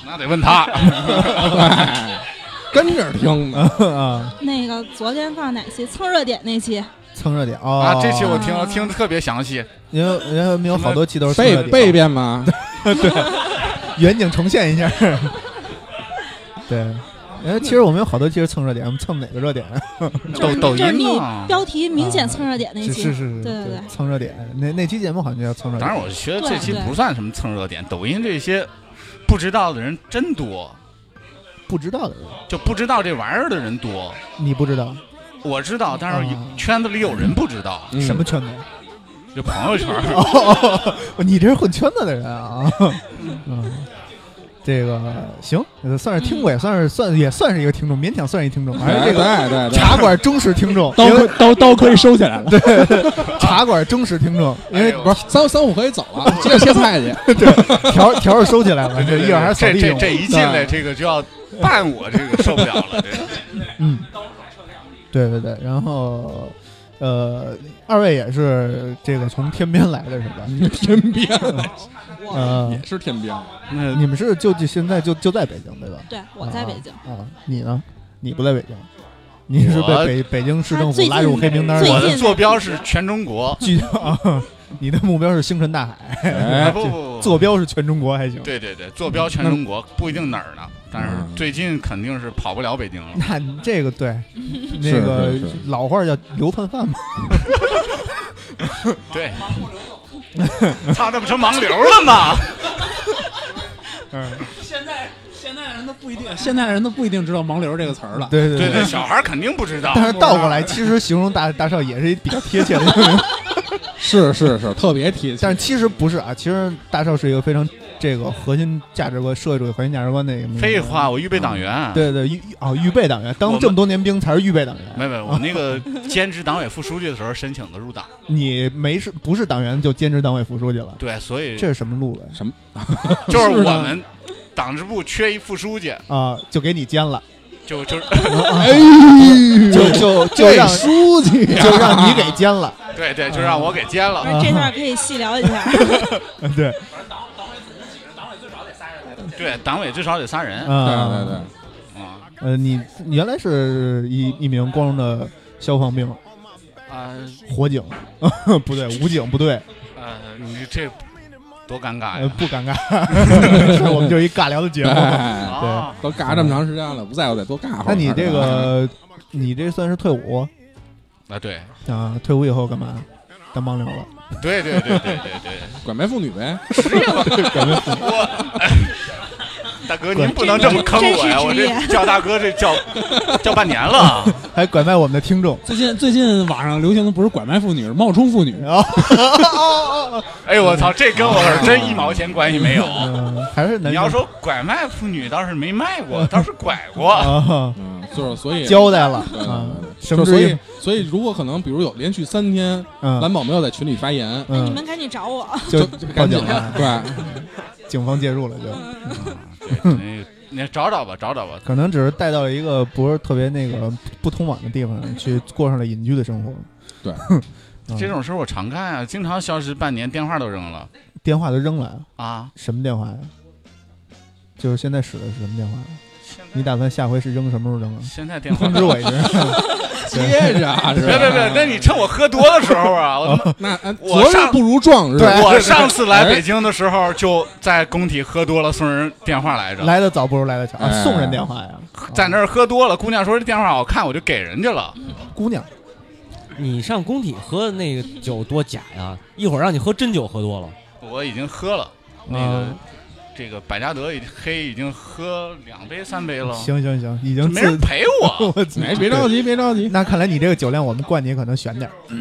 Speaker 3: 那得问
Speaker 5: [laughs]
Speaker 3: 他 [laughs]
Speaker 1: 跟着听的
Speaker 5: 啊，
Speaker 22: 那个昨天放哪期蹭热点那期，
Speaker 5: 蹭热点哦
Speaker 3: 啊！这期我听了，听的特别详细，
Speaker 5: 因为因为我们有好多期都是蹭热
Speaker 1: 背
Speaker 5: 点
Speaker 1: 背一遍吗？
Speaker 5: [laughs] 对，远景重现一下。 [laughs] 对，哎，其实我们有好多期是蹭热点，我们蹭哪个热 [laughs] 点？啊
Speaker 22: 就是就是你标题明显蹭热点那
Speaker 5: 是
Speaker 22: 期，
Speaker 5: 是是，
Speaker 22: 对
Speaker 5: 对
Speaker 22: 对对，
Speaker 5: 蹭热点。那那期节目好像就叫蹭热点。
Speaker 3: 当然，我觉得这期
Speaker 22: 对对
Speaker 3: 不算什么蹭热点，抖音这些不知道的人真多，
Speaker 5: 不知道的人，
Speaker 3: 就不知道这玩意儿的人多。
Speaker 5: 你不知道
Speaker 3: 我知道，但是有圈子里有人不知道，
Speaker 5: 嗯
Speaker 1: 嗯
Speaker 5: 什么圈子？
Speaker 3: 就朋友圈儿。
Speaker 5: [laughs] 哦， [laughs] 你这是混圈子的人啊！ [laughs] 嗯，这个行，呃算是听过，也算是算也算是一个听众，勉强算是一听众。还是这
Speaker 1: 哎对
Speaker 5: 个
Speaker 1: 对对
Speaker 5: 茶馆忠实听众，
Speaker 1: [laughs] 刀
Speaker 5: 因为
Speaker 8: 刀刀可以收起来了。
Speaker 5: [laughs] 对，茶馆忠实听众，因为
Speaker 3: 哎
Speaker 1: 不是三三五可以走了，
Speaker 5: [laughs]
Speaker 1: 接着切菜
Speaker 3: [laughs]
Speaker 1: 去。
Speaker 5: 对，条条儿收起来了，这一会儿还是扫
Speaker 3: 这
Speaker 5: 地
Speaker 3: 这
Speaker 5: 用
Speaker 3: 这一进来，这个就要办我，这个受不了了。这个
Speaker 5: 嗯，对对对，然后呃，二位也是这个从天边来的是
Speaker 3: [laughs]
Speaker 5: 吧？
Speaker 1: 天边
Speaker 5: [laughs] 呃，
Speaker 1: 也是天边。
Speaker 5: 那你们是就就现在就就在北京对吧？
Speaker 22: 对我在北京
Speaker 5: 啊啊你呢？你不在北京， [laughs] 你是被
Speaker 3: 我
Speaker 5: 北北京市政府拉入黑名单
Speaker 3: 我
Speaker 5: 了。
Speaker 3: 的坐标是全中国。
Speaker 5: [laughs] 聚啊，你的目标是星辰大海， [laughs]
Speaker 3: 哎不不不不
Speaker 5: 坐标是全中国还行。嗯
Speaker 3: 对对对，坐标全中国不一定哪儿呢，但是最近肯定是跑不了北京
Speaker 5: [laughs]
Speaker 3: 了。
Speaker 5: 那你这个
Speaker 1: [laughs]
Speaker 5: 对，那
Speaker 1: 是
Speaker 5: 个
Speaker 1: 是是
Speaker 5: 老话叫流窜饭嘛。
Speaker 3: 对，操，那不成盲流了吗？
Speaker 5: 嗯，
Speaker 8: 现在现在人都不一定，现在人都不一定知道“盲流”这个词儿了。
Speaker 5: 对对
Speaker 3: 对
Speaker 5: 对 [laughs]
Speaker 3: 对，小孩儿肯定不知道。
Speaker 5: 但是 [laughs] 倒过来，其实形容大大少也是一比较贴切的形 [laughs] 容。
Speaker 1: 是是是，特别贴切。
Speaker 5: 但是其实不是啊，其实大少是一个非常这个核心价值观、社会主义核心价值观的一个民族。
Speaker 3: 废话，我预备党员。啊
Speaker 5: 对对预预哦，预备党员，
Speaker 3: 我
Speaker 5: 当
Speaker 3: 们
Speaker 5: 这么多年兵才是预备党员。
Speaker 3: 没没，我那个兼职党委副书记的时候申请的
Speaker 5: [laughs]
Speaker 3: 入党，
Speaker 5: 你没是不是党员就兼职党委副书记了？
Speaker 3: 对，所以
Speaker 5: 这是什么路子呀？
Speaker 1: 什么？
Speaker 3: 就是我们党支部缺一副书记，
Speaker 5: 啊，就给你兼了。
Speaker 3: 就
Speaker 5: [laughs]
Speaker 3: 就是，
Speaker 1: 哎
Speaker 5: 就就就
Speaker 1: 这
Speaker 5: 让
Speaker 1: 书记啊
Speaker 5: 就让你给兼了。
Speaker 3: [laughs] 对对，就让我给兼了
Speaker 22: 不。是这段可以细聊一
Speaker 5: [laughs]
Speaker 22: 下。
Speaker 5: 对，
Speaker 3: 对，党委至少得仨人。
Speaker 5: 啊对 [laughs] 对
Speaker 3: 对，啊，
Speaker 5: 呃，你你原来是一一名光荣的消防兵，
Speaker 3: 啊
Speaker 5: [laughs] 火警，不对，武警不对，
Speaker 3: 呃，你这多尴尬
Speaker 5: 呃
Speaker 3: 呀！
Speaker 5: 不尴尬，是我们就一尬 [laughs] 聊的节目。
Speaker 1: 哎
Speaker 3: [laughs]
Speaker 5: 对，
Speaker 1: 都尬这么长时间了，不在乎得多尬会儿。
Speaker 5: 那你这个，你这算是退伍
Speaker 3: 啊，对，
Speaker 5: 啊？退伍以后干嘛？当帮聊了？
Speaker 3: 对对对对对对，
Speaker 1: [laughs] 拐卖妇
Speaker 3: [laughs]
Speaker 1: 女呗， [laughs]
Speaker 5: 拐卖妇女。
Speaker 3: 大哥您不能这么坑我呀！我这叫大哥这叫叫半年了，
Speaker 5: [laughs] 还拐卖我们的听众。
Speaker 8: 最近最近网上流行的不是拐卖妇女，是冒充妇女
Speaker 5: 啊！
Speaker 3: 哎呦我操，这跟我是真一毛钱关系没有。
Speaker 5: 还是男
Speaker 3: 你要说拐卖妇女倒是没卖过，倒是拐
Speaker 1: [laughs]
Speaker 3: 过。
Speaker 1: 嗯，就是所以
Speaker 5: 交代了
Speaker 1: 对对
Speaker 5: 啊
Speaker 1: 对
Speaker 5: 什么
Speaker 1: 就是所
Speaker 5: 之
Speaker 1: 以
Speaker 5: 一
Speaker 1: 所以如果可能，比如有连续三天，
Speaker 5: 嗯
Speaker 1: 蓝宝没有在群里发言，
Speaker 5: 嗯
Speaker 22: 哎你们赶紧找我。
Speaker 1: [laughs]
Speaker 5: 就
Speaker 1: 就
Speaker 5: 报
Speaker 1: 赶紧
Speaker 5: 警了，
Speaker 1: [laughs] 对，
Speaker 5: 警方介入了就。
Speaker 3: 嗯
Speaker 1: 嗯
Speaker 3: 对，那哎你找找吧，找找吧。
Speaker 5: [laughs] 可能只是带到了一个不是特别那个不通往的地方，去过上了隐居的生活。
Speaker 1: 对，。
Speaker 3: 这种事儿我常干啊，经常消失半年，电话都扔了
Speaker 5: [laughs] 电话都扔了
Speaker 3: 啊！
Speaker 5: 什么电话呀？就是现在使的是什么电话？你打算下回是扔什么时候扔啊？
Speaker 3: 现在电话
Speaker 5: 通知
Speaker 3: [laughs]
Speaker 5: 我一声对
Speaker 1: [laughs] 接着啊是吧哦
Speaker 3: 别别别，那你趁我喝多的时候啊，我他妈
Speaker 1: 那呃
Speaker 3: 我
Speaker 1: 昨日
Speaker 3: 上
Speaker 1: 不如撞哎日。 [laughs]
Speaker 3: 我上次来北京的时候，就在工体喝多了，送人电话来
Speaker 5: [laughs]
Speaker 3: 着。
Speaker 5: 来的早不如来的巧啊！
Speaker 1: 哎
Speaker 5: 送人电话呀，
Speaker 3: 嗯在那儿喝多了，姑娘说这电话好看，我就给人家了。
Speaker 5: 姑娘，
Speaker 7: 你上工体喝的那个酒多假呀！一会儿让你喝真酒，喝多了。
Speaker 3: 我已经喝了，那个
Speaker 5: 嗯
Speaker 7: 啊
Speaker 3: 这个百家德已经黑已经喝两杯三杯了。
Speaker 5: 行行行，已经
Speaker 3: 哦没人
Speaker 5: 自
Speaker 3: 陪
Speaker 5: [laughs]
Speaker 3: 我
Speaker 5: 操
Speaker 3: 哎别着急
Speaker 1: 别着急。
Speaker 5: 那看来你这个酒量，我们灌你可能悬点儿。
Speaker 1: [laughs]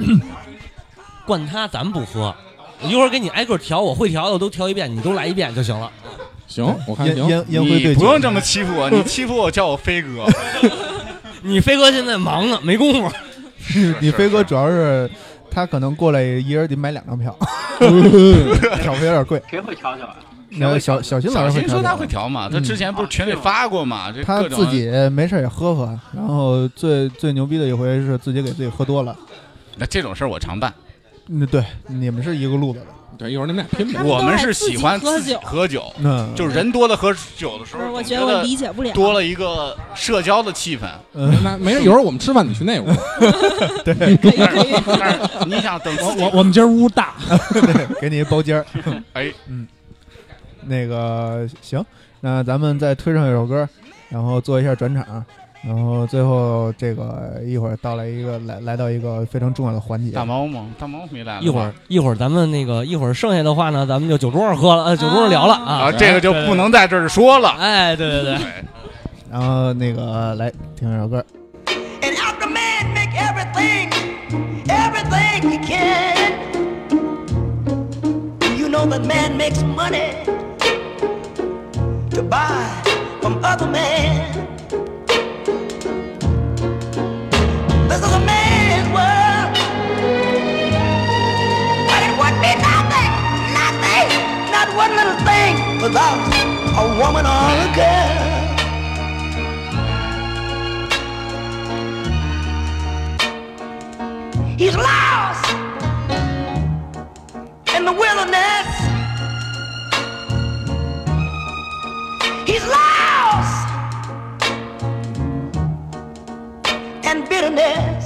Speaker 7: 灌他咱不喝，我一会儿给你挨个调，我会调的我都调一遍，你都来一遍就行了。嗯
Speaker 1: 行
Speaker 5: 我看烟行烟烟灰对
Speaker 3: 你
Speaker 5: 酒
Speaker 3: 不用这么欺负我，你欺负我叫我飞哥。
Speaker 7: [laughs] 你飞哥现在忙呢，没工夫。
Speaker 5: 是你飞哥主要是他可能过来一人得买两
Speaker 3: [laughs]
Speaker 5: 张票，票费有点贵。
Speaker 9: 谁会调酒啊？
Speaker 5: 那个小小新老
Speaker 3: 小
Speaker 5: 师
Speaker 3: 新说他
Speaker 5: 调
Speaker 3: 会
Speaker 5: 酒，啊嗯
Speaker 3: 调嘛，他之前不是群里发过嘛，这
Speaker 5: 他
Speaker 3: 各种
Speaker 5: 自己没事儿也喝喝。然后最最牛逼的一回是自己给自己喝多了。
Speaker 3: 那这种事儿我常办。
Speaker 5: 嗯，对，你们是一个
Speaker 3: [laughs]
Speaker 5: 路子的。
Speaker 1: 对，一会儿你们俩拼
Speaker 3: 吧我们是喜欢自己喝酒，
Speaker 5: 嗯
Speaker 3: 就是人多了喝酒的时候，
Speaker 22: 我
Speaker 3: 总
Speaker 22: 觉
Speaker 3: 觉
Speaker 22: 得我理解不了
Speaker 3: 多了一个社交的气氛。
Speaker 1: 那没事，一会儿我们吃饭你去那屋。
Speaker 5: 对，
Speaker 3: 但是你想等
Speaker 8: 我我我们今儿屋大，
Speaker 5: [laughs] 对，给你一包间儿。
Speaker 3: [laughs] 哎，
Speaker 5: 嗯，那个行，那咱们再推上一首歌，然后做一下转场，然后最后这个一会儿到来一个来来到一个非常重要的环节。
Speaker 3: 大猫吗？大猫没来
Speaker 7: [laughs]
Speaker 3: 吗
Speaker 7: 嗯一会儿一会儿咱们那个一会儿剩下的话呢，咱们就酒桌上喝了，呃，酒桌上聊了啊
Speaker 3: 啊，这个就不能 [laughs] 在这儿说了。
Speaker 7: 哎，对对对。
Speaker 5: 然后那个来听一首歌，
Speaker 4: And how can man make everything, everything he can? You know that man makes money to buy from other man. This is a man's world. But it would be nothing, nothing, not one little thing without a woman or a girl. He's lost in the wilderness. He's lost and bitterness.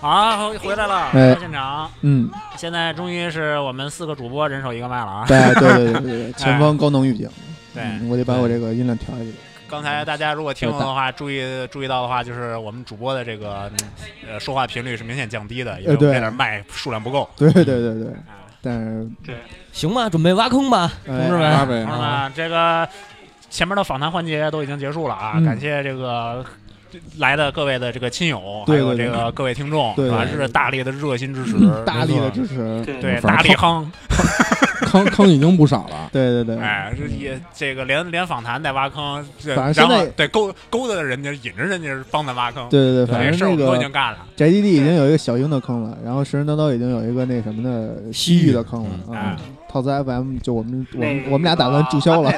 Speaker 6: 好，回来了，
Speaker 5: 哎
Speaker 6: 到现场。
Speaker 5: 嗯，
Speaker 6: 现在终于是我们四个主播人手一个麦了啊！
Speaker 5: 对对对对对对，前方
Speaker 6: 哎
Speaker 5: 高能预警。
Speaker 6: 对
Speaker 5: 嗯我得把我这个音量调下去。
Speaker 6: [laughs] 刚才大家如果听了的话，注意注意到的话，就是我们主播的这个嗯呃说话频率是明显降低的，因为
Speaker 5: 呃
Speaker 6: 我
Speaker 5: 对
Speaker 6: 们这点麦数量不够。
Speaker 5: [laughs] 对对对对，但是
Speaker 7: [laughs] 行吧，准备挖坑吧，
Speaker 5: 哎
Speaker 7: 同志们。啊
Speaker 5: 挖呗
Speaker 6: 同志
Speaker 7: [laughs]
Speaker 6: 们，这个前面的访谈环节都已经结束了啊，
Speaker 5: 嗯
Speaker 6: 感谢这个。来的各位的这个亲友，还
Speaker 5: 对
Speaker 6: 有
Speaker 5: 对
Speaker 6: 这
Speaker 5: 对
Speaker 6: 个各位听众，
Speaker 5: 对
Speaker 6: 是吧？
Speaker 5: 对嗯
Speaker 6: 是大力的热心支持，
Speaker 5: 大力的支
Speaker 6: 没错
Speaker 5: 持，
Speaker 6: 对，大力夯，
Speaker 1: 坑坑已经不少了。
Speaker 5: 对对对，
Speaker 6: 哎，这也这个连连访谈带挖坑，这
Speaker 5: 反正
Speaker 6: 然
Speaker 5: 现在
Speaker 6: 后对勾勾搭人家，引着人家帮咱挖坑，
Speaker 5: 对对对，反
Speaker 6: 这事儿
Speaker 5: 正那
Speaker 6: 我们都
Speaker 5: 个
Speaker 6: 已经干了，
Speaker 5: 宅基
Speaker 6: 嗯
Speaker 5: 地已经有一个小鹰的坑了，然后食人叨叨已经有一个那什么的西域的坑了啊。套词 FM 就我们我们
Speaker 7: 那
Speaker 5: 我们俩打算注销了。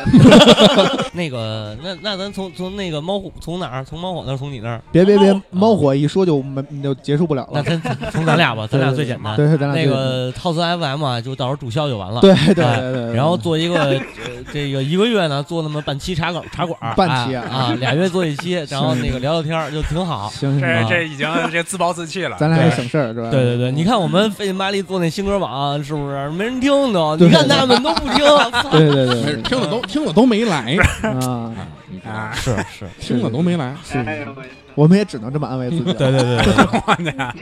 Speaker 7: 那个，那那咱从从那个猫虎从哪儿？从猫火那儿？从你那儿？
Speaker 5: [laughs] 别别别，猫火一说就没就结束不了了。
Speaker 7: 那咱从咱
Speaker 5: [laughs]
Speaker 7: 俩吧，咱俩最简单。
Speaker 5: 对对，对咱俩
Speaker 7: 那
Speaker 5: 最
Speaker 7: 个套词 FM 啊，就到时候注销就完了。
Speaker 5: 对对对
Speaker 7: 哎
Speaker 5: 对对对
Speaker 7: 然后做一个呃这个一个月呢，做那么半期茶馆茶馆儿，
Speaker 5: 半期
Speaker 7: 哎
Speaker 5: 啊
Speaker 7: 啊，俩月做一
Speaker 5: [laughs]
Speaker 7: 期，然后那个聊聊天儿就挺好。
Speaker 5: 行
Speaker 6: 这
Speaker 7: 啊
Speaker 6: 这已经这自暴自弃了。
Speaker 5: 咱俩也
Speaker 6: 对
Speaker 5: 省事儿是吧？
Speaker 7: 对对对，你看我们费劲巴力做那新歌榜，是不是没人听都？
Speaker 5: 对
Speaker 7: 你看他们都不听。
Speaker 5: 对对对
Speaker 1: 没
Speaker 5: 对
Speaker 1: 事，听了都听了都没来
Speaker 5: 啊
Speaker 1: 啊，
Speaker 7: 是是
Speaker 1: 听了都没来，
Speaker 5: 是是，我们也只能这么安慰自己啊了。
Speaker 7: [laughs] 对对对对对
Speaker 6: [laughs] 我的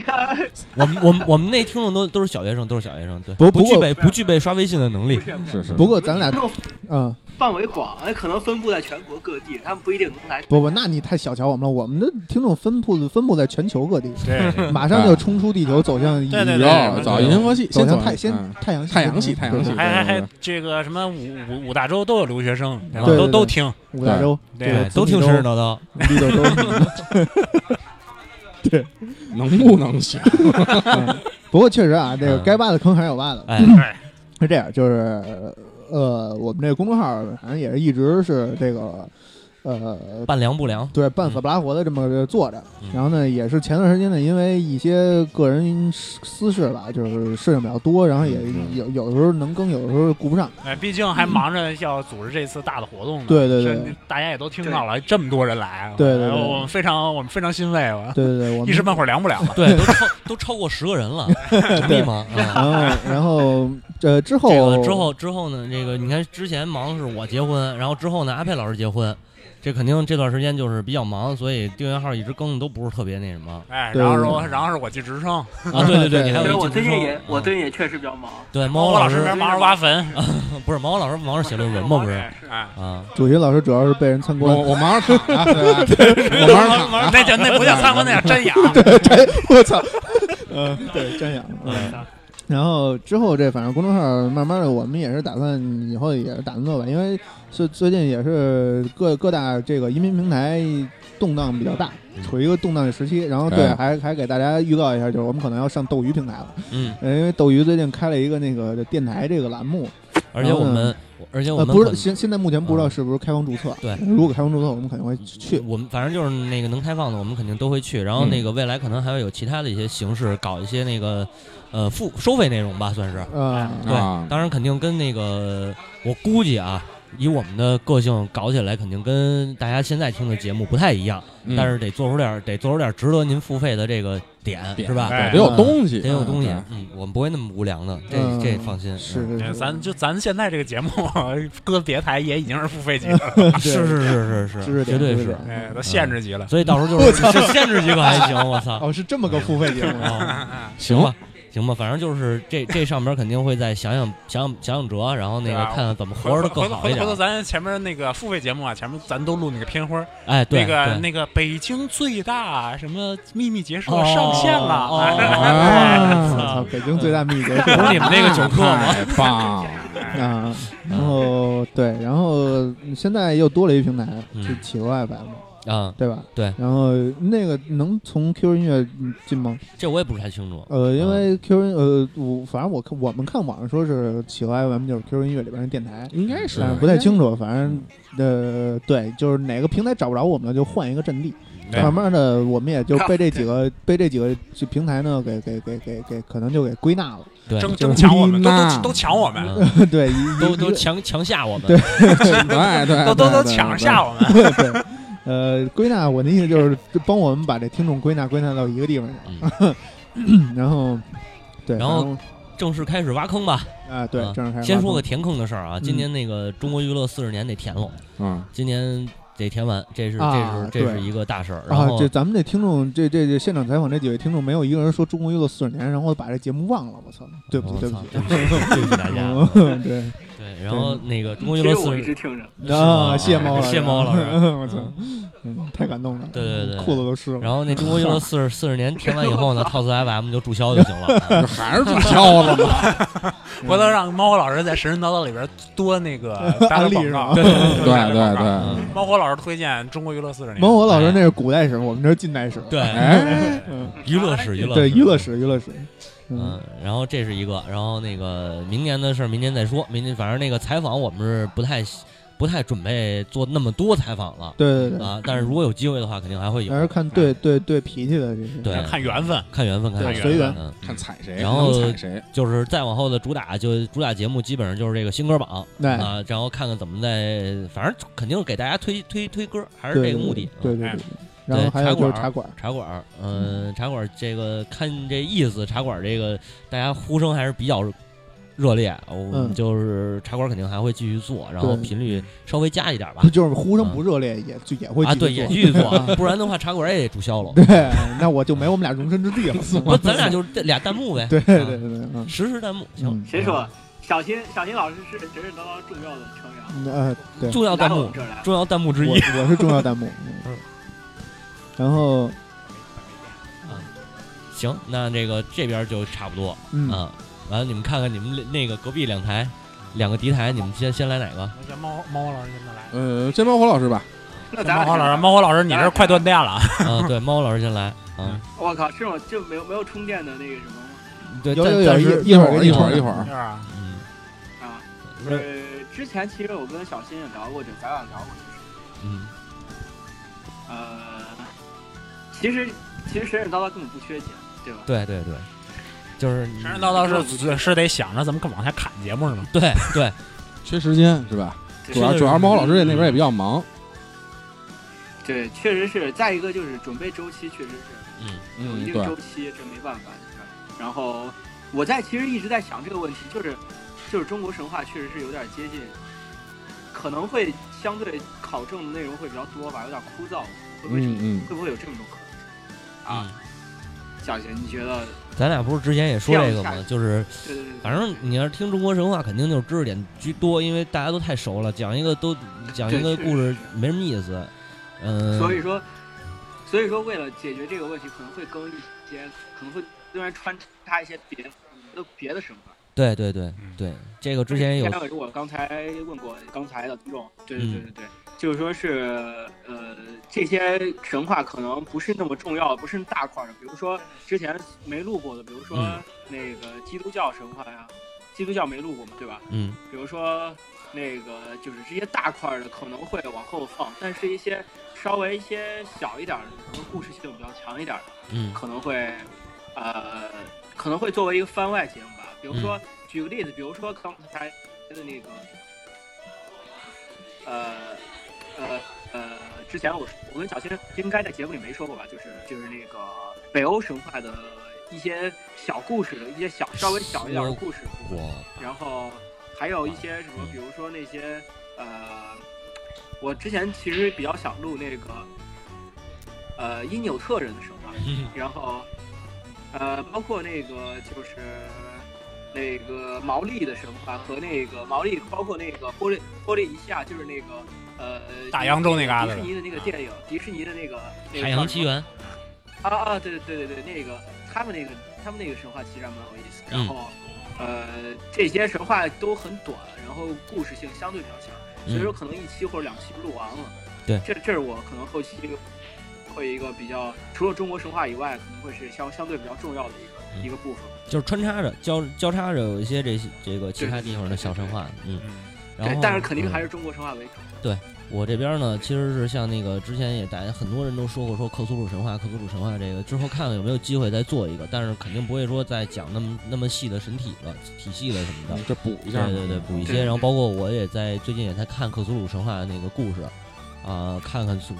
Speaker 7: 我们我们我们那听众都都是小学生，都是小学生，对，
Speaker 5: 不不
Speaker 7: 具
Speaker 5: 过
Speaker 7: 备不具备刷微信的能力，
Speaker 1: 是是
Speaker 5: 不过咱俩，嗯，
Speaker 9: 范围广，可能分布在全国各地，他们不一定能来。
Speaker 5: 不不，那你太小瞧我们了。我们的听众分布分布在全球各地，
Speaker 1: 对啊
Speaker 5: 马上就冲出地球，走向宇宙
Speaker 6: 对对对，
Speaker 5: 走
Speaker 1: 走银河系
Speaker 5: 走
Speaker 1: 先
Speaker 5: 向
Speaker 1: 走
Speaker 5: 太先
Speaker 1: 嗯
Speaker 5: 太阳系，
Speaker 1: 太阳系太阳系
Speaker 5: 对
Speaker 6: 还还还哎这个什么五五五大洲都有留学生，对吧？
Speaker 5: 对对
Speaker 6: 都
Speaker 5: 对
Speaker 6: 都听
Speaker 5: 五大洲
Speaker 6: 对，
Speaker 7: 都听神神叨叨，
Speaker 5: 绿豆粥什么的
Speaker 6: 哎
Speaker 5: 对，
Speaker 1: 能不能嗯行
Speaker 5: 嗯 [laughs] 不过确实啊，这个该挖的坑还是有挖的。
Speaker 7: 哎
Speaker 5: [clears throat] 是这样，就是呃，我们这个公众号反正也是一直是这个呃
Speaker 7: 半凉不凉
Speaker 5: 对，半死不拉活的这么做着。然后呢，也是前段时间呢，因为一些个人私事吧，就是事情比较多，然后也有有的时候能更，有的时候顾不上。
Speaker 6: [laughs] 哎，毕竟还忙着要组织这次大的活动呢。
Speaker 5: 对对对
Speaker 6: 是，大家也都听到了，这么多人来，
Speaker 5: 对对对
Speaker 6: 哎我们非常我们非常欣慰，我
Speaker 5: 对对对，我们
Speaker 6: 一时半会儿凉不了
Speaker 1: [laughs]
Speaker 6: 了。
Speaker 7: 对， [laughs] 都超都超过十个人了，
Speaker 5: [laughs]
Speaker 7: 同意
Speaker 5: 对嗯
Speaker 7: 吗？
Speaker 5: 然 [laughs]
Speaker 7: 啊。
Speaker 5: 后然后呃之后
Speaker 7: 这个之后之后呢？这个你看，之前忙是我结婚，然后之后呢，阿佩老师结婚，这肯定这段时间就是比较忙，所以订阅号一直更的都不是特别那什么。
Speaker 6: 哎，
Speaker 7: 对
Speaker 6: 然后是
Speaker 7: 对
Speaker 6: 我，然后是我记职称
Speaker 7: 啊对对对你还有一
Speaker 9: 我
Speaker 7: 进
Speaker 9: 最
Speaker 7: 出
Speaker 9: 近
Speaker 7: 车
Speaker 5: 啊
Speaker 9: 也我最近也确实比较忙。
Speaker 7: 对，
Speaker 6: 猫
Speaker 7: 猫
Speaker 6: 老
Speaker 7: 师
Speaker 6: 师忙着挖坟，
Speaker 7: [laughs]
Speaker 6: 哎
Speaker 7: 不是猫老师忙着写论文吗？不是啊，
Speaker 5: 主席老师主要是被人参观，
Speaker 1: 我我忙着
Speaker 5: [laughs]
Speaker 1: 躺着
Speaker 5: 对。
Speaker 1: 对我忙着躺着
Speaker 6: 那叫那不叫参观，那叫瞻仰
Speaker 5: [laughs] 对，真我操，嗯，对，瞻仰，嗯。
Speaker 10: 啊
Speaker 5: 然后之后这反正公众号慢慢的，我们也是打算以后也是打算做吧，因为最最近也是各各大这个音频平台动荡比较大，
Speaker 7: 嗯
Speaker 5: 处于一个动荡的时期。然后对，
Speaker 2: 哎
Speaker 5: 还还给大家预告一下，就是我们可能要上斗鱼平台了，
Speaker 7: 嗯
Speaker 5: 呃，因为斗鱼最近开了一个那个电台这个栏目，
Speaker 7: 而且我们
Speaker 5: 然后呢
Speaker 7: 而且我
Speaker 5: 呃
Speaker 7: 们
Speaker 5: 不知道
Speaker 7: 可嗯
Speaker 5: 现现在目前不知道是不是开放注册，
Speaker 7: 对
Speaker 5: 如果开放注册，我们肯定会去。
Speaker 7: 我们反正就是那个能开放的，我们肯定都会去。然后那
Speaker 1: 嗯
Speaker 7: 个未来可能还会有其他的一些形式，搞一些那个呃付收费内容吧，算是。
Speaker 5: 啊
Speaker 7: 对
Speaker 1: 啊，
Speaker 7: 当然肯定跟那个我估计啊，以我们的个性搞起来，肯定跟大家现在听的节目不太一样，
Speaker 1: 嗯
Speaker 7: 但是得做出点得做出点值得您付费的这个点，
Speaker 1: 点
Speaker 7: 是吧？
Speaker 1: 对得有东西
Speaker 7: 得有东西
Speaker 1: 嗯。
Speaker 7: 嗯，我们不会那么无良的，这
Speaker 5: 嗯
Speaker 7: 这放心。
Speaker 5: 是
Speaker 7: 嗯
Speaker 6: 对咱就咱现在这个节目，搁别台也已经是付
Speaker 5: [laughs]
Speaker 6: 费级
Speaker 7: 对
Speaker 6: [laughs] 了，
Speaker 7: 是是是是是绝对是嗯
Speaker 6: 哎，都限制级了。
Speaker 7: 所以到时候就
Speaker 5: 我
Speaker 7: 是
Speaker 5: 操
Speaker 7: 是限制级可还行，我操！
Speaker 5: 哦是这么个付费节目
Speaker 7: 啊
Speaker 1: 行
Speaker 7: 吧，行吧，反正就是这这上边肯定会再想想想想想辙，然后那
Speaker 6: [laughs] 对
Speaker 7: 个
Speaker 6: 吧
Speaker 7: 看看怎么活得更好一
Speaker 6: 回头
Speaker 7: 点
Speaker 6: 回头。咱前面那个付费节目啊，前面咱都录那个片花儿，
Speaker 7: 哎对
Speaker 6: 那个
Speaker 7: 对
Speaker 6: 那个北京最大什么秘密结社
Speaker 7: 哦
Speaker 6: 上线了，
Speaker 7: 哦
Speaker 1: [laughs]
Speaker 6: [laughs]
Speaker 5: 啊！
Speaker 6: 哎
Speaker 5: 我操，北京最大秘密哎
Speaker 6: 不是你们那个酒客吗
Speaker 1: 太
Speaker 7: [laughs]
Speaker 1: 棒了！
Speaker 5: 啊！然后对，然后现在又多了一平台，是企鹅 FM
Speaker 7: 啊
Speaker 5: 对吧？
Speaker 7: 对。
Speaker 5: 然后那个能从 QQ 音乐进吗？
Speaker 7: 这我也不是太清楚。
Speaker 5: 呃，因为 QQ 音呃，我反正我看我们看网上说是企鹅 FM 就是 QQ 音乐里边的电台，
Speaker 1: 应该是
Speaker 5: 但是不太清楚。反正呃，对，就是哪个平台找不着我们了，就换一个阵地。
Speaker 7: 哎
Speaker 1: 对
Speaker 5: 慢慢的，我们也就被这几个被这几个这平台呢给给给给给，可能就给归纳了。
Speaker 7: 对
Speaker 6: 争
Speaker 5: 就
Speaker 6: 争
Speaker 5: 是
Speaker 6: 抢我们，都
Speaker 5: 归
Speaker 6: 都
Speaker 5: 纳
Speaker 6: 都抢我们，
Speaker 5: [laughs] 对，一
Speaker 7: 嗯都
Speaker 5: 一
Speaker 7: [laughs] 都强强下我们，
Speaker 6: [laughs]
Speaker 5: 对
Speaker 1: 对对
Speaker 6: 都都都抢下我
Speaker 5: 们。对，呃，归纳我的意思就是帮我们把这听众归纳归纳到一个地方去， [laughs] 然后对，
Speaker 7: 嗯然
Speaker 5: 然
Speaker 7: 后正式开始挖坑吧。
Speaker 5: 啊对正式开始挖
Speaker 7: 先说
Speaker 5: 坑
Speaker 7: 个填坑的事儿啊，今
Speaker 5: 嗯
Speaker 7: 年那个中国娱乐四十年得填了，
Speaker 1: 嗯，
Speaker 7: 今年得填完，这是
Speaker 5: 啊
Speaker 7: 这是这是
Speaker 5: 对
Speaker 7: 一个大事儿。然
Speaker 5: 啊，
Speaker 7: 后
Speaker 5: 这咱们这听众这这这现场采访这几位听众没有一个人说中国娱乐四十年，然后把这节目忘了，我操，对不起对不起
Speaker 7: 对不起对不起大家
Speaker 5: 嗯 [laughs] 对
Speaker 7: 对，然后那个中国娱
Speaker 9: 其
Speaker 7: 乐
Speaker 9: 实
Speaker 7: 四
Speaker 9: 我
Speaker 7: 十
Speaker 9: 一直听着
Speaker 7: 是吗
Speaker 5: 啊，谢猫老师，啊
Speaker 7: 谢猫老师，
Speaker 5: [laughs] 我操，嗯，太感动了，
Speaker 7: 对对对，
Speaker 5: 裤子都湿了。
Speaker 7: 然后那中国娱
Speaker 5: [laughs]
Speaker 7: 乐四十四十年填完以后呢，套词 FM 就注销就行了，啊
Speaker 1: [laughs] 还是注销
Speaker 7: [laughs]
Speaker 1: 了
Speaker 6: [laughs]
Speaker 1: 吗
Speaker 6: 回头让猫火老师在神神叨叨里边多那个
Speaker 1: [laughs]
Speaker 6: 打
Speaker 5: 安
Speaker 6: 打
Speaker 5: 利
Speaker 6: 广
Speaker 5: 是吧
Speaker 6: 告，对 [laughs]
Speaker 1: 对对
Speaker 6: 对
Speaker 1: 对
Speaker 7: 嗯
Speaker 6: 猫火老师推荐《中国娱乐四十年》，
Speaker 5: 猛火老师那是古代史，我们这是近代史。
Speaker 7: 哎对 [laughs]
Speaker 5: 哎，
Speaker 7: 娱乐史娱乐
Speaker 5: 对
Speaker 7: 史
Speaker 5: 娱乐史娱乐史。
Speaker 7: 嗯，然后这是一个，然后那个明年的事儿明年再说，明年反正那个采访我们是不太不太准备做那么多采访了，
Speaker 5: 对对对
Speaker 7: 啊，但是如果有机会的话，肯定还会有
Speaker 5: 还，是看对对对脾气的这是。
Speaker 7: 嗯对，
Speaker 6: 看缘分
Speaker 7: 看缘分，
Speaker 5: 嗯对
Speaker 7: 看缘
Speaker 5: 随
Speaker 7: 分
Speaker 5: 缘，
Speaker 7: 嗯
Speaker 1: 看踩谁
Speaker 7: 然后
Speaker 1: 能踩谁
Speaker 7: 就是再往后的主打就主打节目，基本上就是这个新歌榜，
Speaker 5: 对
Speaker 7: 啊，然后看看怎么在，反正肯定是给大家推推推歌，还是这个目的，
Speaker 5: 对
Speaker 6: 哎
Speaker 5: 对对对对然后还有就是茶馆，
Speaker 7: 茶馆儿，嗯，茶馆儿这个看这意思，茶馆儿这个大家呼声还是比较热烈，我们
Speaker 5: 嗯
Speaker 7: 就是茶馆儿肯定还会继续做，然后
Speaker 5: 对
Speaker 7: 频率稍微加一点儿吧
Speaker 5: 不， [laughs] 就是呼声不热烈，也就也会
Speaker 7: 啊，
Speaker 5: 继续
Speaker 7: 对，也继续
Speaker 5: [laughs]
Speaker 7: 做，不然的话茶馆儿也得注销了。对，
Speaker 5: 那我就没我们俩容身之地了。 [laughs]
Speaker 7: 不，咱俩就是这俩弹幕呗，
Speaker 5: 对对
Speaker 7: 啊
Speaker 5: 对对，嗯
Speaker 7: 实时弹幕行。
Speaker 9: 谁说？小新，小新老师是人人叨叨重要的成员。
Speaker 5: 嗯呃，对，
Speaker 7: 重要弹幕重要弹幕之一
Speaker 5: 我我是重要弹幕。
Speaker 7: [laughs]
Speaker 5: 嗯，然后
Speaker 7: 啊行，那这个这边就差不多，
Speaker 5: 嗯
Speaker 7: 啊，完了你们看看你们那个隔壁两台，两个敌台，你们先先来哪个？
Speaker 8: 我觉得猫猫老师先来，
Speaker 1: 呃，先猫火老师吧，
Speaker 9: 那咱俩
Speaker 6: 猫火老师，
Speaker 9: 是
Speaker 6: 猫火老师，你这快断电了。 [laughs]
Speaker 7: 啊，对，猫老师先来
Speaker 5: 嗯
Speaker 7: 啊，
Speaker 9: 我靠，这种就没有没有充电的那个什么吗
Speaker 7: 对，
Speaker 5: 有
Speaker 7: 暂
Speaker 5: 有有
Speaker 7: 暂
Speaker 5: 一
Speaker 7: 时
Speaker 5: 一会儿一会儿一会
Speaker 1: 儿
Speaker 9: 是啊
Speaker 7: 嗯，
Speaker 9: 啊，
Speaker 7: 不
Speaker 9: 呃
Speaker 7: 是，
Speaker 9: 之前其实我跟小新也聊过这，咱俩聊过这事
Speaker 7: 嗯，
Speaker 9: 呃，其实其实神神叨叨根本不缺钱，对吧？
Speaker 7: 对对对，就是
Speaker 6: 神神叨叨是是得想着怎么往下砍节目是吗？
Speaker 7: 对对，
Speaker 1: [laughs] 缺时间是吧？
Speaker 9: 对
Speaker 1: 主要
Speaker 9: 是
Speaker 1: 主要是猫火老师这那边也比较忙，
Speaker 9: 对，确实是。再一个就是准备周期，确实是，
Speaker 1: 嗯
Speaker 9: 有一定
Speaker 1: 对
Speaker 9: 周期，这没办法。然后我在其实一直在想这个问题，就是就是中国神话确实是有点接近，可能会相对考证的内容会比较多吧，有点枯燥，会不会、
Speaker 7: 嗯嗯
Speaker 9: 会不会有这么多可能啊？
Speaker 1: 嗯
Speaker 9: 小贤，你觉得？
Speaker 7: 咱俩不是之前也说这个吗
Speaker 9: 这样？
Speaker 7: 就是
Speaker 9: 对对对，
Speaker 7: 反正你要是听中国神话，肯定就是知识点居多，因为大家都太熟了，讲一个都讲一个
Speaker 9: 对确实
Speaker 7: 故事没什么意思。
Speaker 1: 呃
Speaker 7: 嗯，
Speaker 9: 所以说，所以说为了解决这个问题，可能会更一些，可能会仍然穿插一些别的别的神话。
Speaker 7: 对对对
Speaker 6: 嗯
Speaker 7: 对，这个之前也有
Speaker 9: 还有我刚才问过刚才的听众，对对
Speaker 7: 嗯
Speaker 9: 对对对，就是说是呃，这些神话可能不是那么重要，不是大块儿的，比如说之前没录过的，比如说
Speaker 7: 嗯
Speaker 9: 那个基督教神话呀，基督教没录过嘛，对吧？
Speaker 7: 嗯，
Speaker 9: 比如说那个就是这些大块儿的可能会往后放，但是一些稍微一些小一点儿的，可能故事性比较强一点儿的，
Speaker 7: 嗯
Speaker 9: 可能会呃可能会作为一个番外节目吧。比如说、举个例子，比如说刚才的那个呃呃呃，之前我我跟小新应该在节目里没说过吧，就是就是那个北欧神话的一些小故事的一些小稍微小一点儿的故事。
Speaker 7: 我
Speaker 9: 然后还有一些什么，比如说那些呃，我之前其实比较想录那个呃因纽特人的神话，
Speaker 4: 嗯
Speaker 9: 然后呃包括那个就是那个毛利的神话和那个毛利，包括那个波利波利一夏，就是那个呃
Speaker 6: 大洋洲那旮沓
Speaker 9: 迪
Speaker 6: 的
Speaker 9: 士尼的那个电影，迪士尼的那个那个
Speaker 7: 海
Speaker 9: 叫
Speaker 7: 洋
Speaker 9: 什
Speaker 7: 奇
Speaker 9: 么
Speaker 7: 缘，
Speaker 9: 啊啊，对对对对对，那个他们那个他们那个神话其实还蛮有意思。然后、
Speaker 7: 嗯
Speaker 9: 呃，这些神话都很短，然后故事性相对比较强，所以说可能一期或者两期录完了。
Speaker 7: 对
Speaker 9: 这这是我可能后期会一个比较，除了中国神话以外，可能会是相相对比较重要的一个、
Speaker 7: 嗯
Speaker 9: 一个部分。
Speaker 7: 就是穿插着交交叉着有一些这些这个其他地方的小神话，嗯，然
Speaker 9: 对
Speaker 7: 后，
Speaker 9: 但是肯定还
Speaker 7: 嗯
Speaker 9: 是中国神话为主。
Speaker 7: 对我这边呢，其实是像那个之前也大家很多人都说过，说克苏鲁神话，克苏鲁神话这个之后看看有没有机会再做一个，但是肯定不会说再讲那么那么细的神体了、体系了什么的，
Speaker 1: 这嗯补一下
Speaker 7: 对对对，补一
Speaker 1: 对
Speaker 7: 些。然后包括我也在最近也在看克苏鲁神话的那个故事，啊、看看从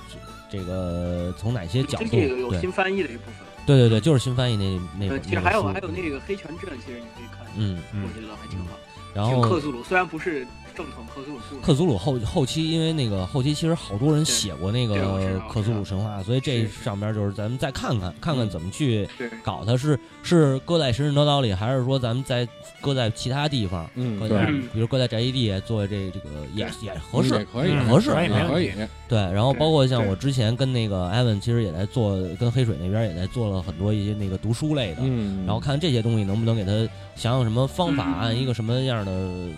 Speaker 7: 这个从哪些角
Speaker 9: 最
Speaker 7: 度，
Speaker 9: 近有有
Speaker 7: 对
Speaker 9: 新翻译的一部分。
Speaker 7: 对对对，就是新翻译那那
Speaker 9: 呃，
Speaker 7: 本
Speaker 9: 其实还有还
Speaker 7: 那
Speaker 9: 有
Speaker 7: 本书
Speaker 9: 那个黑泉镇，其实你可以看，
Speaker 7: 嗯嗯
Speaker 9: 我觉得还挺好。
Speaker 7: 然
Speaker 9: 挺
Speaker 7: 后
Speaker 9: 克苏鲁虽然不是正统克苏鲁故事，
Speaker 7: 克苏鲁后后期，因为那个后期其实好多人写过那
Speaker 9: 对我知
Speaker 7: 个
Speaker 9: 道啊
Speaker 7: 克苏鲁神话，所以这上边就是咱们再看看看看怎么去
Speaker 9: 嗯对
Speaker 7: 搞它是是搁在神神叨叨里，还是说咱们再搁在其他地方？
Speaker 1: 嗯
Speaker 7: 搁在
Speaker 1: 对
Speaker 7: 比如搁在宅基地做这这个也也合适，
Speaker 1: 也可以
Speaker 7: 嗯合适，
Speaker 1: 可以
Speaker 7: 嗯
Speaker 1: 可以
Speaker 7: 对，然后包括像
Speaker 1: 对
Speaker 7: 我之前跟那个艾文，其实也在做，跟黑水那边也在做了很多一些那个读书类的，
Speaker 1: 嗯
Speaker 7: 然后看这些东西能不能给他想想什么方法，按一个什么样的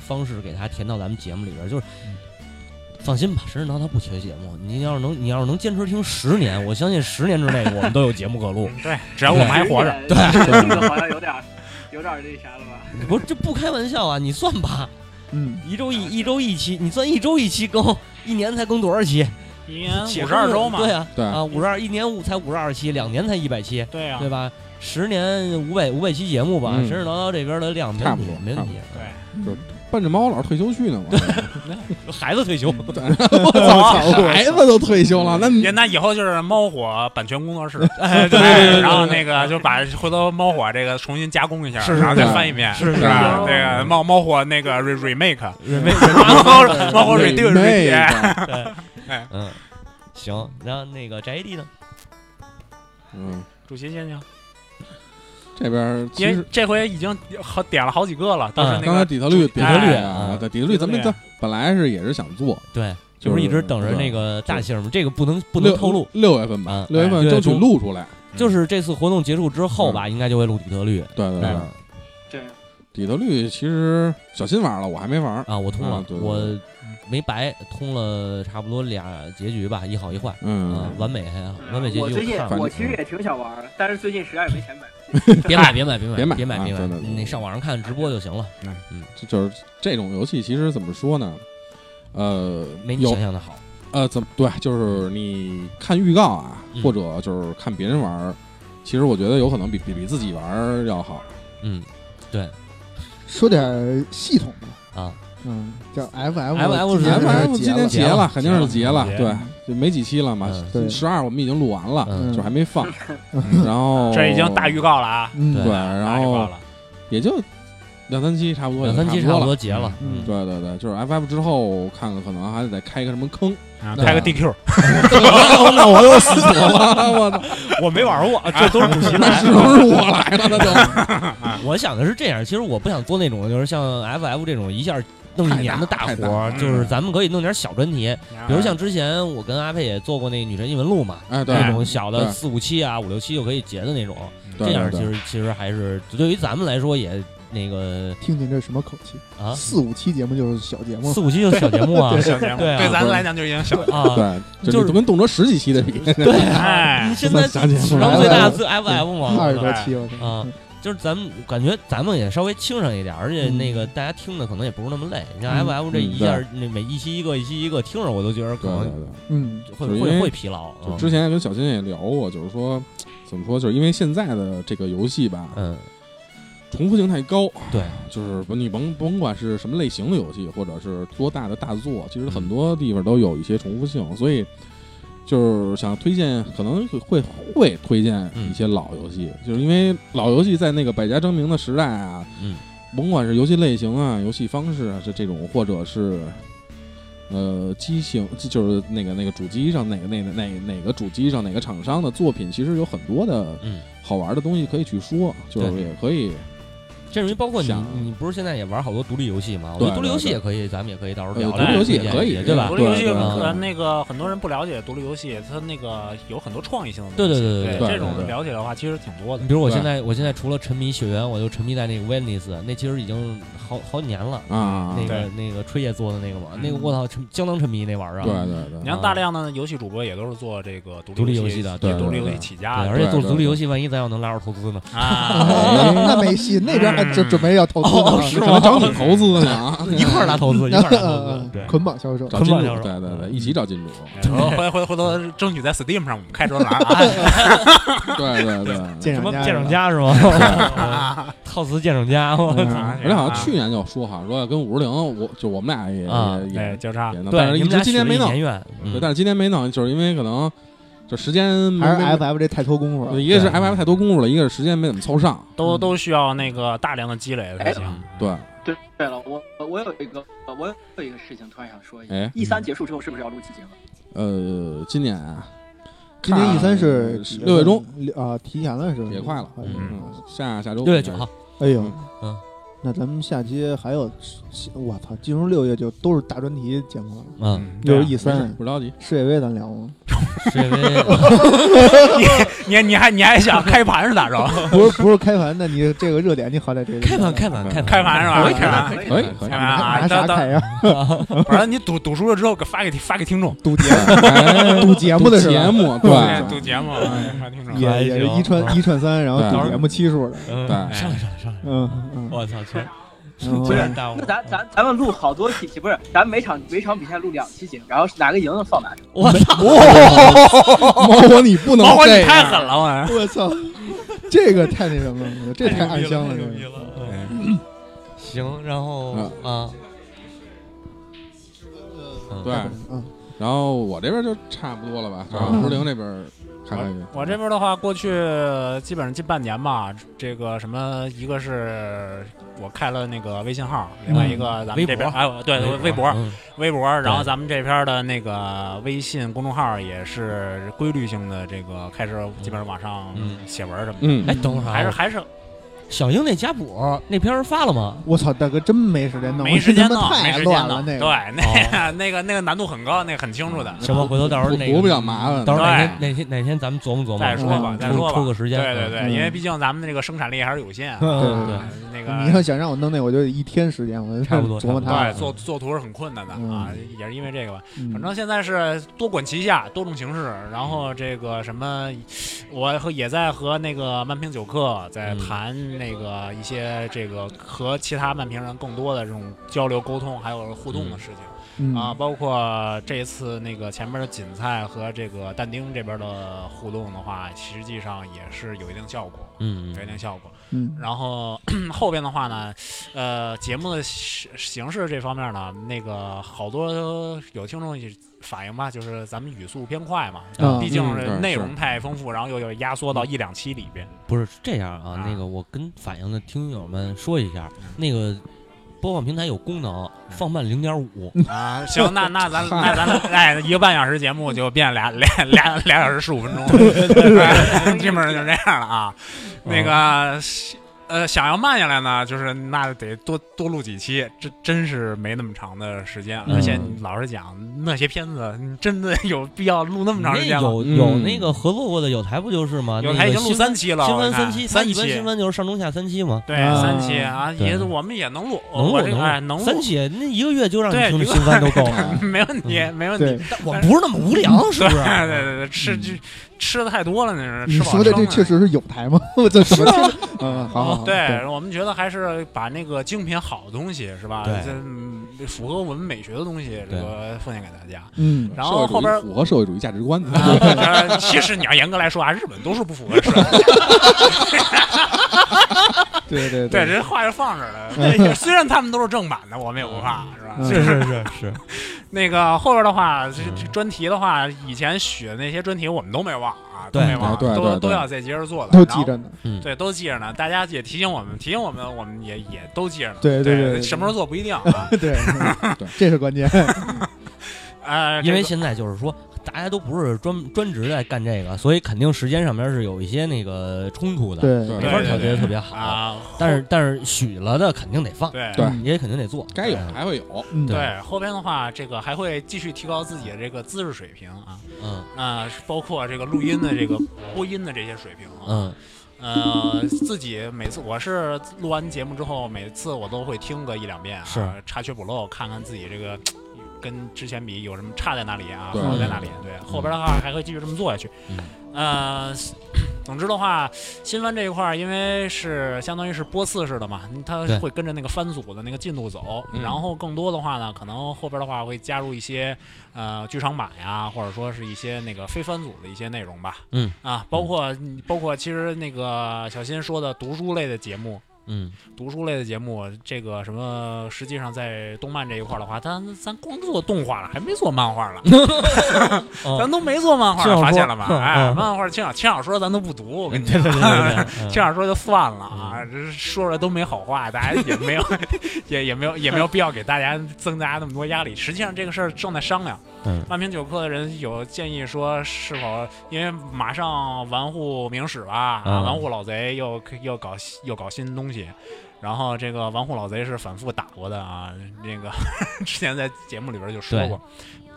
Speaker 7: 方式给他填到咱们节目里边，就是。
Speaker 1: 嗯
Speaker 7: 放心吧，神神堂他不缺节目。你要是能，你要是能坚持听十年，
Speaker 6: [laughs]
Speaker 7: 我相信十年之内我们都有节目可录。
Speaker 6: 对，只要我们还活着
Speaker 7: 对，
Speaker 9: 这个好像有点儿有点那
Speaker 7: [laughs]
Speaker 9: 啥了吧？
Speaker 7: 不是这不开玩笑啊，你算吧，
Speaker 5: 嗯，
Speaker 7: 一周一一周一期，你算一周一期更，一年才更多少期？
Speaker 8: 一年
Speaker 6: 52周嘛
Speaker 7: 对啊，
Speaker 1: 对
Speaker 7: 啊，五十二一年五才五十二期，两年才一百期，
Speaker 8: 对啊
Speaker 7: 对吧？十年五百五百期节目吧，
Speaker 1: 嗯
Speaker 7: 神神叨叨这边的量没
Speaker 1: 差
Speaker 7: 问
Speaker 1: 不
Speaker 7: 题
Speaker 1: 多，，
Speaker 7: 嗯没
Speaker 1: 差
Speaker 7: 问
Speaker 1: 不
Speaker 7: 题啊
Speaker 1: 多。就奔着猫老师退休去呢嘛。
Speaker 7: [laughs]
Speaker 1: 嗯
Speaker 7: 孩子退休， [laughs] 我
Speaker 1: [laughs] 操，孩子都退休了，那你
Speaker 6: 也那以后就是猫火版权工作室，
Speaker 1: [laughs] 哎
Speaker 6: [laughs] 哎，
Speaker 1: 对对对对
Speaker 6: 然后那个就把回头猫火这个重新加工一下，
Speaker 1: 是是
Speaker 6: 然后再
Speaker 1: 是
Speaker 6: 翻一遍，
Speaker 1: 是是
Speaker 6: 吧？
Speaker 1: 是
Speaker 6: 那个猫猫火那个 re remake
Speaker 7: remake
Speaker 6: [laughs] 猫火猫火 redo
Speaker 7: remake
Speaker 6: redo，
Speaker 7: 对
Speaker 6: 哎，
Speaker 7: 嗯，行，然后那个翟弟呢？
Speaker 1: 嗯，
Speaker 6: 主席先生，
Speaker 1: 这边其
Speaker 6: 因为
Speaker 1: 实嗯
Speaker 6: 这回已经好点了好几个了，都是那个
Speaker 1: 刚才底特律，底特律啊，对，底特律，咱们
Speaker 6: 底特
Speaker 1: 这
Speaker 6: 律
Speaker 1: 本来是也是想做，
Speaker 7: 嗯对，
Speaker 1: 就
Speaker 7: 就是一直等着那个大姓嘛，这个不能不能透露。
Speaker 1: 六月份吧
Speaker 7: 啊，，
Speaker 1: 六月份争取录出来。
Speaker 8: 嗯
Speaker 1: 嗯
Speaker 7: 就是这次活动结束之后吧，应该就会录底特律。
Speaker 1: 对对对
Speaker 7: 嗯，
Speaker 9: 对，
Speaker 1: 底特律其实小新玩了，我还没玩
Speaker 7: 啊，我通了，
Speaker 1: 对对
Speaker 7: 我没白通了，差不多俩结局吧，一好一坏，
Speaker 1: 嗯
Speaker 7: 啊完美还好，完美结
Speaker 9: 我最
Speaker 7: 局
Speaker 9: 近
Speaker 7: 看了。
Speaker 9: 我其实也挺想玩儿，但是最近实在是没钱买。
Speaker 7: [laughs] 别买，别买，别买，别
Speaker 1: 别买
Speaker 7: 别买，
Speaker 1: 啊
Speaker 7: 别买
Speaker 1: 真的，
Speaker 7: 你上网上看直播就行了。嗯，
Speaker 1: 就就是这种游戏，其实怎么说呢？呃，
Speaker 7: 没你
Speaker 1: 有
Speaker 7: 想象的好。
Speaker 1: 呃，怎么对？就是你看预告啊，
Speaker 7: 嗯
Speaker 1: 或者就是看别人玩儿，其实我觉得有可能比比比自己玩儿要好。
Speaker 7: 嗯，对
Speaker 5: 说点系统吧，
Speaker 7: 啊，
Speaker 5: 嗯，叫 F F
Speaker 1: M
Speaker 5: F
Speaker 1: M 今年结了，肯定是结
Speaker 6: 嗯
Speaker 1: 了，
Speaker 5: 结
Speaker 1: 对
Speaker 5: 了，
Speaker 1: 就没几期了嘛
Speaker 5: 嗯。对
Speaker 1: 十二我们已经录完
Speaker 7: 嗯
Speaker 1: 了，就还
Speaker 7: [laughs]
Speaker 1: 没放。然后
Speaker 6: 这已经大预告了啊，
Speaker 7: 嗯
Speaker 1: 对，然后也就两三期差不多，
Speaker 7: 两三期差
Speaker 1: 差不
Speaker 7: 不
Speaker 1: 多
Speaker 7: 多
Speaker 1: 了
Speaker 7: 结了
Speaker 1: 嗯，对对对，就是 F F 之后，看看可能还得开个什么坑
Speaker 6: 啊，
Speaker 1: 对
Speaker 6: 开个 DQ
Speaker 7: [laughs]
Speaker 1: [laughs] 那我又死了， [laughs] 我操！，
Speaker 7: [laughs] 我没玩过，这都是主席来
Speaker 1: 都是我来了，那就。
Speaker 7: [laughs] 我想的是这样，其实我不想做那种就是像 FF 这种一下弄一年的大
Speaker 1: 太大嗯
Speaker 7: 活
Speaker 1: 太
Speaker 7: 儿
Speaker 1: 大，
Speaker 7: 就是咱们可以弄点小专题，比如像之前我跟阿佩也做过那《女神异闻录》嘛，
Speaker 1: 哎对
Speaker 7: 这种小
Speaker 1: 对
Speaker 7: 的四五期啊、五六期就可以结的那种，
Speaker 1: 对
Speaker 7: 这样
Speaker 1: 对
Speaker 7: 其
Speaker 1: 对
Speaker 7: 实其实还是对于咱们来说也那个
Speaker 5: 听听这什么口气
Speaker 7: 啊
Speaker 5: 四五期节目就是小节目，
Speaker 7: 四五期就是小节目啊，
Speaker 5: 对
Speaker 7: 对啊，
Speaker 6: [laughs] 对咱们来讲就已经小
Speaker 7: 啊，
Speaker 1: 对，
Speaker 7: 就是是
Speaker 1: 跟动辄十几期的
Speaker 7: [laughs]
Speaker 1: 比，
Speaker 7: 对
Speaker 6: 哎
Speaker 7: 啊，你现在
Speaker 1: 想起来了哎
Speaker 7: 史上最大的 FF 嘛，
Speaker 5: 二十多期我
Speaker 7: 啊。就是咱们感觉咱们也稍微轻省一点，而且那个大家听的可能也不是那么累。你像
Speaker 5: 嗯
Speaker 7: FF 这
Speaker 1: 嗯
Speaker 7: 一下，那每一期一个，一期一个听着，我都觉得可
Speaker 1: 对
Speaker 7: 能
Speaker 1: 对对
Speaker 5: 嗯
Speaker 7: 会
Speaker 1: 就是因为
Speaker 7: 会会疲劳。
Speaker 1: 就
Speaker 7: 嗯
Speaker 1: 之前也跟小新也聊过，就是说怎么说，就是因为现在的这个游戏吧，
Speaker 7: 嗯，
Speaker 1: 重复性太高，
Speaker 7: 对，
Speaker 1: 就是不你甭甭管是什么类型的游戏，或者是多大的大作，其实很多地方都有一些重复性，所以。就是想推荐，可能会会会推荐一
Speaker 7: 嗯
Speaker 1: 些老游戏，就是因为老游戏在那个百家争鸣的时代啊，
Speaker 7: 嗯，
Speaker 1: 甭管是游戏类型啊、游戏方式啊，这这种或者是呃机型，就就是那个那个主机上哪个那个哪哪个主机上哪个厂商的作品，其实有很多的
Speaker 7: 嗯
Speaker 1: 好玩的东西可以去说，就是
Speaker 7: 对
Speaker 1: 也可以
Speaker 7: 这种包括你
Speaker 1: 想，
Speaker 7: 你不是现在也玩好多独立游戏吗？我觉
Speaker 1: 对
Speaker 7: 得独立游戏
Speaker 1: 对对
Speaker 7: 也可以，咱们也可以到时候
Speaker 1: 呃
Speaker 7: 聊
Speaker 1: 独
Speaker 7: 聊
Speaker 1: 立游戏也
Speaker 7: 这
Speaker 1: 可
Speaker 7: 件
Speaker 1: 以
Speaker 7: 事对啊吧？
Speaker 6: 独立游戏
Speaker 1: 对嗯对
Speaker 6: 呃那个很多人不了解独立游戏，它那个有很多创意性的
Speaker 7: 对
Speaker 6: 东
Speaker 7: 对
Speaker 6: 西。
Speaker 7: 对对对
Speaker 6: 这种
Speaker 7: 对
Speaker 6: 了解的话其实挺多的。
Speaker 7: 你比如我现在，我现在除了沉迷雪原，我就沉迷在那个 Venice，那其实已经好好几年了
Speaker 1: 啊
Speaker 7: 那个
Speaker 6: 对
Speaker 7: 那个吹爷做的那个嘛，
Speaker 6: 嗯
Speaker 7: 那个我操，沉相当沉迷那玩意儿啊。
Speaker 1: 对对对
Speaker 6: 你像大量的游戏主播也都是做这个
Speaker 7: 独
Speaker 6: 独
Speaker 7: 立
Speaker 6: 游
Speaker 7: 游戏的，
Speaker 6: 对
Speaker 7: 对
Speaker 6: 独
Speaker 7: 对
Speaker 6: 立游戏
Speaker 7: 对
Speaker 6: 起家的，
Speaker 7: 对而且
Speaker 6: [laughs]
Speaker 7: 做
Speaker 1: 对
Speaker 7: 独立游戏，万一咱要能拉着投资呢？
Speaker 6: 啊
Speaker 5: 那哦那没戏，那边还
Speaker 6: 嗯
Speaker 5: 准准备要投资
Speaker 6: 哦
Speaker 5: 呢，
Speaker 1: 是吗找你投资呢
Speaker 6: [laughs]
Speaker 1: 啊
Speaker 7: 一块儿拉投 [laughs] 资，一块儿拉投资，对，
Speaker 5: 捆绑销售，
Speaker 1: 找金主，
Speaker 7: 嗯捆绑销售
Speaker 1: 对对对，一起找金主，
Speaker 6: 嗯然后回回回头争取在 Steam 上我们开专
Speaker 7: [laughs]
Speaker 6: 栏啊。
Speaker 1: 对对对
Speaker 6: [laughs]
Speaker 7: 什么鉴赏家是哎吗？ [laughs] 套词鉴赏家，我
Speaker 1: 嗯
Speaker 7: 操！
Speaker 1: 而且好像去年就说，好像说要跟五十铃，我就我们俩也
Speaker 7: 啊
Speaker 1: 也也
Speaker 6: 哎交叉
Speaker 1: 也弄
Speaker 7: 对
Speaker 1: 但是一
Speaker 7: 你们
Speaker 1: 直
Speaker 7: 俩
Speaker 1: 今
Speaker 7: 许
Speaker 1: 年
Speaker 7: 了
Speaker 1: 没
Speaker 7: 一
Speaker 1: 弄
Speaker 7: 年愿，嗯
Speaker 1: 对但是今年没弄，就是因为可能就时间没
Speaker 5: 还是
Speaker 1: 没
Speaker 5: F F 这太偷功夫了，
Speaker 1: 一个是 FF 太多功夫了，一个是时间没怎么凑上，
Speaker 6: [laughs] 都都需要那个大量的积累才
Speaker 7: 哎嗯
Speaker 6: 行。
Speaker 1: 对，
Speaker 9: 对对了，我我有一个我有一个事情突然想说一
Speaker 1: 哎
Speaker 9: 下，E 三结束之后是不是要录期节目？
Speaker 1: 呃，今年啊，
Speaker 5: 今年 E 三是
Speaker 1: 看六月中，
Speaker 5: 啊，提前了是吧？
Speaker 1: 也快了，嗯，下下周
Speaker 7: 六月九号，
Speaker 5: 哎呦，
Speaker 7: 嗯，
Speaker 5: 那咱们下期还有，我操，进入六月就都是大专题节目了。
Speaker 7: 嗯
Speaker 5: 又是 E 三，
Speaker 1: 啊不着急。
Speaker 5: 世界杯咱聊吗？
Speaker 7: 谁
Speaker 1: [laughs]
Speaker 7: 为
Speaker 6: [laughs] 你你你还你还想开盘是咋着？
Speaker 5: [laughs] 不是不是开盘的，你这个热点你好歹这
Speaker 7: 开盘开盘开
Speaker 6: 开盘是吧？开盘
Speaker 1: 哎
Speaker 5: 可以哎
Speaker 6: 开盘啊！
Speaker 5: 拿啥
Speaker 6: 当当
Speaker 5: 开
Speaker 6: [laughs]
Speaker 5: 呀？ [laughs]
Speaker 6: 反正你赌赌输了之后发给发给听众，
Speaker 5: 赌节
Speaker 6: [laughs]
Speaker 5: 赌哎节目的是吧
Speaker 1: 节目
Speaker 5: 对
Speaker 6: 对赌节目哎发听众
Speaker 5: 也也是一
Speaker 7: 嗯
Speaker 5: 串一串三，然后
Speaker 1: 对
Speaker 5: 赌节目期数的，
Speaker 1: 嗯
Speaker 7: 对上来上来上来
Speaker 5: 嗯嗯，
Speaker 7: 我操，全
Speaker 5: 嗯
Speaker 16: 不是，
Speaker 7: 耽误
Speaker 16: 那咱咱咱们录好多期，不是，咱每场每场比赛录两期节目，然后哪个赢了放哪个。
Speaker 7: 我
Speaker 5: 操
Speaker 1: 猫火你不能这样
Speaker 6: 了，我
Speaker 5: 我操，这个太那什么了，这太暗香了，这个。
Speaker 7: 嗯 [laughs] 行，然后啊，嗯
Speaker 1: 对，然后我这边就差不多了吧，然
Speaker 5: 嗯
Speaker 1: 后胡玲那边看看去。
Speaker 6: 我这边的话，过去基本上近半年吧，这个什么，一个是我开了那个微信号，另外一个咱们这边
Speaker 7: 嗯微博
Speaker 6: 哎，我对
Speaker 7: 微
Speaker 6: 微
Speaker 7: 博
Speaker 6: 博
Speaker 7: 嗯，
Speaker 6: 微博，然后
Speaker 7: 对
Speaker 6: 咱们这边的那个微信公众号也是规律性的这个开始，基本上往上写文什么的。
Speaker 7: 哎，等会儿啊
Speaker 6: 还是还是
Speaker 7: 小英那家谱那篇儿发了吗？
Speaker 5: 我操，大哥真没时间弄，
Speaker 6: 没时间弄
Speaker 5: 他，妈
Speaker 6: 没
Speaker 5: 太
Speaker 6: 时
Speaker 5: 乱
Speaker 6: 间
Speaker 5: 了
Speaker 6: 弄。
Speaker 5: 那
Speaker 6: 对，
Speaker 5: 个。
Speaker 6: 那个 [laughs] 那个那个难度很高，那个很清楚的。
Speaker 7: 什么？哦回头到时候哪个
Speaker 1: 我比较麻烦
Speaker 7: 到时候哪
Speaker 6: 对
Speaker 7: 天哪天哪天咱们琢磨琢磨，嗯
Speaker 6: 再说吧，再说吧，
Speaker 7: 抽抽个时间。
Speaker 6: 对对对，
Speaker 7: 嗯
Speaker 6: 因为毕竟咱们这个生产力还是有限啊。
Speaker 5: 嗯
Speaker 7: 对
Speaker 6: 那个
Speaker 5: 你要想让我弄那，我就一天时间，我就
Speaker 7: [laughs] 差不
Speaker 5: [laughs]
Speaker 7: 多
Speaker 5: 琢磨它
Speaker 6: 对，。做做图是很困难的
Speaker 5: 嗯
Speaker 6: 啊，也是因为这个吧
Speaker 5: 嗯。
Speaker 6: 反正现在是多管齐下，多种形式。然后这个什么，我和也在和那个漫评九课在
Speaker 7: 嗯
Speaker 6: 谈那个一些这个和其他漫评人更多的这种交流沟通，还有互动的事情。
Speaker 5: 嗯
Speaker 6: 啊，包括这一次那个前面的锦菜和这个但丁这边的互动的话，实际上也是有一定效果，
Speaker 7: 嗯
Speaker 6: 有一定效果。
Speaker 5: 嗯
Speaker 6: 然后 [clears throat] 后边的话呢，呃，节目的形形式这方面呢，那个好多有听众也反映吧，就是咱们语速偏快嘛，
Speaker 7: 啊
Speaker 6: 毕竟
Speaker 7: 嗯
Speaker 6: 是
Speaker 7: 对
Speaker 6: 内
Speaker 7: 是嗯
Speaker 6: 容太丰富，然后又有压缩到一两期里边。
Speaker 7: 不是这样啊，那个我跟反映的听友们说一下，
Speaker 6: 嗯
Speaker 7: 那个播放平台有功能放慢零点五 [laughs]
Speaker 6: 啊行，那那咱那咱哎，一个半小时节目就变俩俩俩俩小时十五分钟， [laughs] 基本上就这样了啊。 [laughs] 那个呃，想要慢下来呢，就是那得多多录几期，这真是没那么长的时间。
Speaker 7: 嗯
Speaker 6: 而且老实讲，那些片子你真的有必要录那么长时间吗？嗯
Speaker 7: 有有那个合作过的有台不就是吗？
Speaker 6: 有
Speaker 7: 那
Speaker 6: 台已
Speaker 7: 个
Speaker 6: 经录
Speaker 7: 新
Speaker 6: 三
Speaker 7: 闻
Speaker 6: 期了
Speaker 7: 新
Speaker 6: 我
Speaker 7: 闻
Speaker 6: 看
Speaker 7: 三期，
Speaker 6: 三
Speaker 7: 它一般
Speaker 6: 期
Speaker 7: 新闻就是上中下三期嘛。
Speaker 6: 对三期啊，也我们也能录，
Speaker 7: 能
Speaker 6: 我
Speaker 7: 录
Speaker 6: 这
Speaker 7: 能
Speaker 6: 哎
Speaker 7: 录
Speaker 6: 能录
Speaker 7: 三期，那一个月就让你
Speaker 6: 对
Speaker 7: 听
Speaker 6: 一
Speaker 7: 这
Speaker 6: 个。
Speaker 7: 新番都够了
Speaker 6: [laughs]
Speaker 7: 嗯
Speaker 6: 没问题，没问
Speaker 5: 对
Speaker 6: 题。
Speaker 7: 我不是那么无良是不啊嗯是
Speaker 6: 对对对对，吃就吃的太多了，那是
Speaker 5: 你
Speaker 6: 吃饱
Speaker 5: 说的
Speaker 6: 撑
Speaker 5: 这
Speaker 6: 了
Speaker 5: 确实是有台吗？ [laughs] 我这什么听着？嗯，好好好。
Speaker 6: 啊哦对，我们觉得还是把那个精品好的东西是吧？
Speaker 5: 对
Speaker 6: 这嗯符合我们美学的东西，这个奉献给大家。
Speaker 1: 嗯
Speaker 6: 然后后边
Speaker 1: 社会主义符合社会主义价值观的。
Speaker 6: 呃，
Speaker 1: [laughs]
Speaker 6: 其实你要严格来说啊，日本都是不符合社会主义。 [laughs]
Speaker 5: 对对
Speaker 6: 对，这
Speaker 7: [laughs]
Speaker 6: 话就放这儿了。对虽然他们都是正版的，我们也不怕，是吧？
Speaker 7: 嗯是是是是。
Speaker 6: [laughs] 那个后边的话，这这专题的话，以前许的那些专题我们都没忘啊，都
Speaker 7: 对嗯
Speaker 6: 没忘，
Speaker 7: 对对
Speaker 6: 都
Speaker 7: 对
Speaker 6: 都要再接着做的，
Speaker 5: 都记着呢
Speaker 6: 然后对，都记着呢。大家也提醒我们，提醒我们，我们也也都记着呢。
Speaker 5: 对
Speaker 6: 对
Speaker 5: 对对。
Speaker 6: 什么时候做不一定啊
Speaker 5: [laughs] [laughs]
Speaker 7: [laughs]
Speaker 5: 对，这是关键。
Speaker 6: 呃，
Speaker 7: 因为
Speaker 6: 这个
Speaker 7: 现在就是说，大家都不是专专职在干这个，所以肯定时间上面是有一些那个冲突的，
Speaker 5: 对
Speaker 7: 没法
Speaker 6: 对
Speaker 7: 调节
Speaker 6: 对
Speaker 7: 的
Speaker 6: 对
Speaker 7: 特别好。
Speaker 6: 啊
Speaker 7: 但是但是许了的肯定得放，嗯
Speaker 6: 对
Speaker 1: 对
Speaker 7: 也肯定得做，
Speaker 1: 该有
Speaker 7: 嗯
Speaker 1: 还会有
Speaker 7: 嗯对
Speaker 6: 对，后边的话，这个还会继续提高自己的这个姿势水平啊，
Speaker 7: 嗯，
Speaker 6: 啊，包括这个录音的这个播音的这些水平啊，
Speaker 7: 嗯，
Speaker 6: 呃，自己每次我是录完节目之后，每次我都会听个一两遍啊，
Speaker 7: 是
Speaker 6: 查缺补漏，看看自己这个跟之前比有什么差在哪里啊，
Speaker 7: 对
Speaker 6: 好在哪里。对，
Speaker 7: 嗯
Speaker 6: 后边的话还会继续这么做下去。呃，总之的话，新番这一块儿，因为是相当于是波次式的嘛，它
Speaker 7: 对
Speaker 6: 会跟着那个番组的那个进度走。
Speaker 7: 嗯
Speaker 6: 然后更多的话呢，可能后边的话会加入一些呃剧场版呀，或者说是一些那个非番组的一些内容吧。
Speaker 7: 嗯
Speaker 6: 啊，包括你包括其实那个小新说的读书类的节目，
Speaker 7: 嗯，
Speaker 6: 读书类的节目，这个什么，实际上在动漫这一块儿的话，咱咱光做动画了，还没做
Speaker 7: [laughs]
Speaker 6: 漫画了，咱都没做漫画
Speaker 7: 哦轻小
Speaker 6: 了，
Speaker 7: 说
Speaker 6: 发现了吧？
Speaker 7: 嗯
Speaker 6: 哎，
Speaker 7: 嗯
Speaker 6: 漫画轻小轻小说咱都不读，我跟你讲
Speaker 7: 对对对对，
Speaker 6: [laughs]
Speaker 7: 嗯
Speaker 6: 轻小说就算了啊，这说出来都没好话，大家也没有 [laughs] 也也没有也没有必要给大家增加那么多压力。实际上这个事儿正在商量。
Speaker 7: 嗯
Speaker 6: 万平九课的人有建议说，是否因为马上玩户明史吧，啊，
Speaker 7: 嗯
Speaker 6: 玩户老贼又又搞新又搞新东西，然后这 [laughs] 个玩户老贼是反复打过的啊，那个之前在节目里边就说过，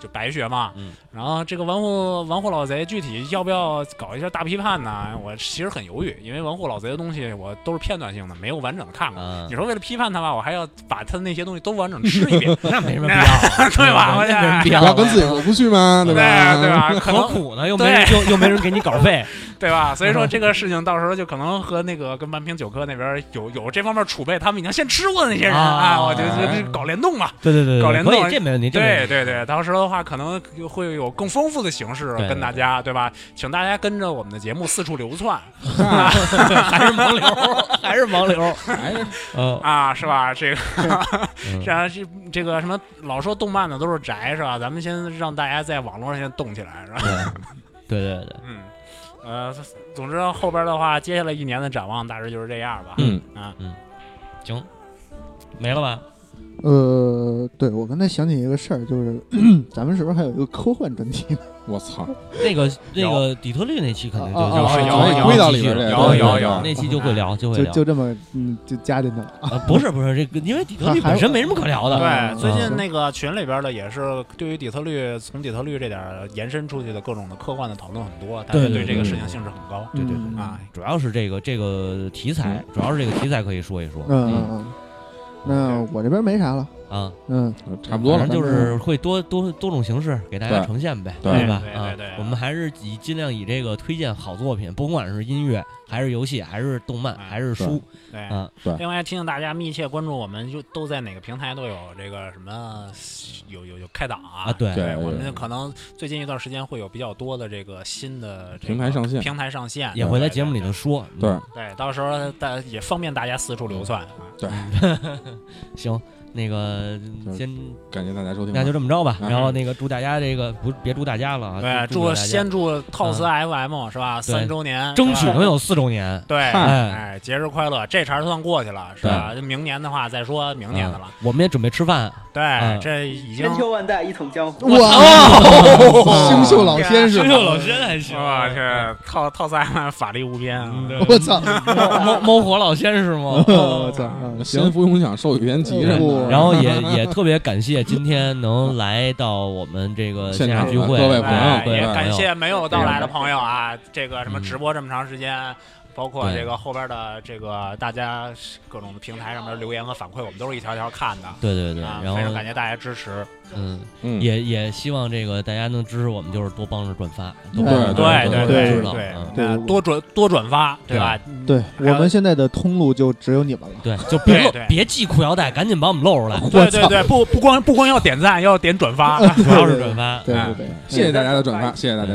Speaker 6: 就白学嘛。
Speaker 7: 嗯
Speaker 6: 然后这个玩户玩户老贼具体要不要搞一下大批判呢？我其实很犹豫，因为玩户老贼的东西我都是片段性的，没有完整的看过。
Speaker 7: 嗯
Speaker 6: 你说为了批判他吧，我还要把他那些东西都完整吃一遍，
Speaker 7: [laughs] 那没什么必 [laughs] 要
Speaker 6: [laughs]
Speaker 7: 嗯
Speaker 6: 对吧？我
Speaker 7: 那没什么必
Speaker 1: 不
Speaker 7: 要
Speaker 1: 要跟自己过不去吗？
Speaker 6: 对
Speaker 1: 吧？
Speaker 6: 对
Speaker 7: [laughs]
Speaker 6: [laughs] 吧？可能
Speaker 7: 何苦呢？又没人
Speaker 6: 对
Speaker 7: 又又没人给你稿
Speaker 6: [laughs]
Speaker 7: 费，
Speaker 6: 对吧？所以说这个事情到时候就可能和那个跟半瓶酒客那边有有这方面储备，他们已经先吃过的那些人
Speaker 7: 啊
Speaker 6: 啊，我觉得就搞联动嘛。
Speaker 7: 对对对对
Speaker 6: 搞联动
Speaker 7: 呃可以这没问题这没
Speaker 6: 对
Speaker 7: 问题
Speaker 6: 对对，到时候的话可能会有更丰富的形式
Speaker 7: 对对
Speaker 6: 跟大家，对吧？请大家跟着我们的节目四处
Speaker 7: [laughs]
Speaker 6: 流窜， [laughs] 啊
Speaker 7: 还是盲流， [laughs] 还嗯是盲
Speaker 6: [laughs]
Speaker 7: 流，
Speaker 1: 还是
Speaker 7: 嗯
Speaker 6: 啊，是吧？这个， [laughs] 这样这这个什么，老说动漫的都是宅，是吧？咱们先让大家在网络上先动起来，是吧？
Speaker 7: 对对对，
Speaker 6: [laughs] 嗯，呃，总之后边的话，接下来一年的展望大致就是这样吧。
Speaker 7: 嗯
Speaker 6: 啊，
Speaker 7: 嗯，行，没了吧？
Speaker 10: 呃，对，我刚才想起一个事儿，就是咱们是 [clears throat] 不是还有一个科幻专题呢？
Speaker 1: 我操，
Speaker 7: 那个那个底特律那期 [laughs] 肯定就
Speaker 10: 啊啊
Speaker 7: 哎就
Speaker 10: 啊
Speaker 7: 是
Speaker 10: 啊
Speaker 7: 就
Speaker 10: 归到里
Speaker 7: 就
Speaker 10: 边
Speaker 7: 是
Speaker 10: 儿
Speaker 7: 对
Speaker 10: 去了
Speaker 7: 对
Speaker 10: 有有有
Speaker 7: 那期就会聊，就会
Speaker 10: 就
Speaker 7: 聊。
Speaker 10: 就这么嗯，就加进去了。
Speaker 7: 啊不是不是，这个因为底特律本身没什么可聊的。
Speaker 6: 对，最近
Speaker 7: 嗯
Speaker 6: 那个群里边的也是对于底特律，从底特律这点儿延伸出去的各种的科幻的讨论很多，大家
Speaker 7: 对
Speaker 6: 对这个事情
Speaker 7: 对
Speaker 6: 兴致很高。
Speaker 7: 对对
Speaker 1: 嗯
Speaker 7: 对
Speaker 6: 啊，，
Speaker 7: 主要是这个这个题材，主要是这个题材可以说一说。
Speaker 10: 嗯嗯嗯，那我这边没啥了。
Speaker 7: 啊，
Speaker 10: 嗯，
Speaker 1: 差不多了
Speaker 7: 反正就是会多多多种形式给大家呈现呗，
Speaker 1: 对
Speaker 7: 吧
Speaker 1: 对？对
Speaker 7: 啊
Speaker 1: 对对，
Speaker 7: 我们还是以尽量以这个推荐好作品，不管是音乐还是游戏，还是动漫，还是书，
Speaker 6: 对
Speaker 7: 啊，
Speaker 6: 另外，提醒大家密切关注我们，就都在哪个平台都有这个什么有有有开档啊。
Speaker 7: 啊对对
Speaker 6: 我们
Speaker 7: 对
Speaker 6: 可能最近一段时间会有比较多的这个新的这个
Speaker 1: 平台上线
Speaker 6: 平台上线
Speaker 7: 也会在节目里头说。
Speaker 1: 对
Speaker 7: 嗯
Speaker 6: 对，到时候大也方便大家四处流窜啊。
Speaker 1: 对，
Speaker 7: 嗯行，那个先
Speaker 1: 感谢大家收听吧，
Speaker 7: 那就这么着吧。
Speaker 1: 啊
Speaker 7: 然后那个祝大家这个不别祝大家了啊，
Speaker 6: [laughs] 对，
Speaker 7: [laughs] 祝
Speaker 6: 祝先祝套词 FM 是吧？
Speaker 7: 对
Speaker 6: 三周年，
Speaker 7: 争
Speaker 6: 是
Speaker 7: 取
Speaker 6: 吧
Speaker 7: 能有四周年。
Speaker 6: 对，
Speaker 7: 哎，
Speaker 6: 哎，节日快乐！这茬儿算过去了，是吧？明年的话再说明年的了。
Speaker 7: 啊我们也准备吃饭。
Speaker 6: 对，
Speaker 7: 嗯
Speaker 6: 这已经哦
Speaker 9: 千秋万代一统江湖。
Speaker 10: 哇星宿老仙是吧星宿老
Speaker 7: 仙还行。嗯
Speaker 6: 我去，套套三万法力无边啊！
Speaker 10: 我操，
Speaker 7: 猫猫火老仙是吗？
Speaker 1: [laughs]
Speaker 10: 我操，嗯
Speaker 1: 先
Speaker 10: 行，
Speaker 1: 福永享，寿与天齐什么的，
Speaker 7: 然后也也特别感谢今天能来到我们这个线下聚会，
Speaker 1: 现场的各位朋友
Speaker 7: 哎
Speaker 1: 各位
Speaker 6: 也
Speaker 1: 朋友
Speaker 6: 感谢没有到来的朋友啊，这个什
Speaker 7: 嗯
Speaker 6: 么直播这么长时间。包括这个后边的这个大家各种的平台上面留言和反馈，我们都是一条条看的。
Speaker 7: 对对对
Speaker 6: 啊
Speaker 7: 然后
Speaker 6: 非常感谢大家支持。
Speaker 7: 嗯
Speaker 1: 嗯，
Speaker 7: 也也希望这个大家能支持我们，就是多帮着转发，多帮着
Speaker 6: 对
Speaker 7: 多
Speaker 6: 对对
Speaker 7: 知道嗯
Speaker 6: 对，那多转多转发，对吧？
Speaker 10: 对我们现在的通路就只有你们了。
Speaker 7: 对，就别露
Speaker 6: 对对
Speaker 7: 别系裤腰带，赶紧把 [laughs] 我们露出来。
Speaker 6: 对对对，不不光不光要点赞，要点
Speaker 7: [laughs]
Speaker 6: 转发，
Speaker 7: 主要是转发，啊嗯
Speaker 1: 对对对谢谢大家的转发，谢谢大家，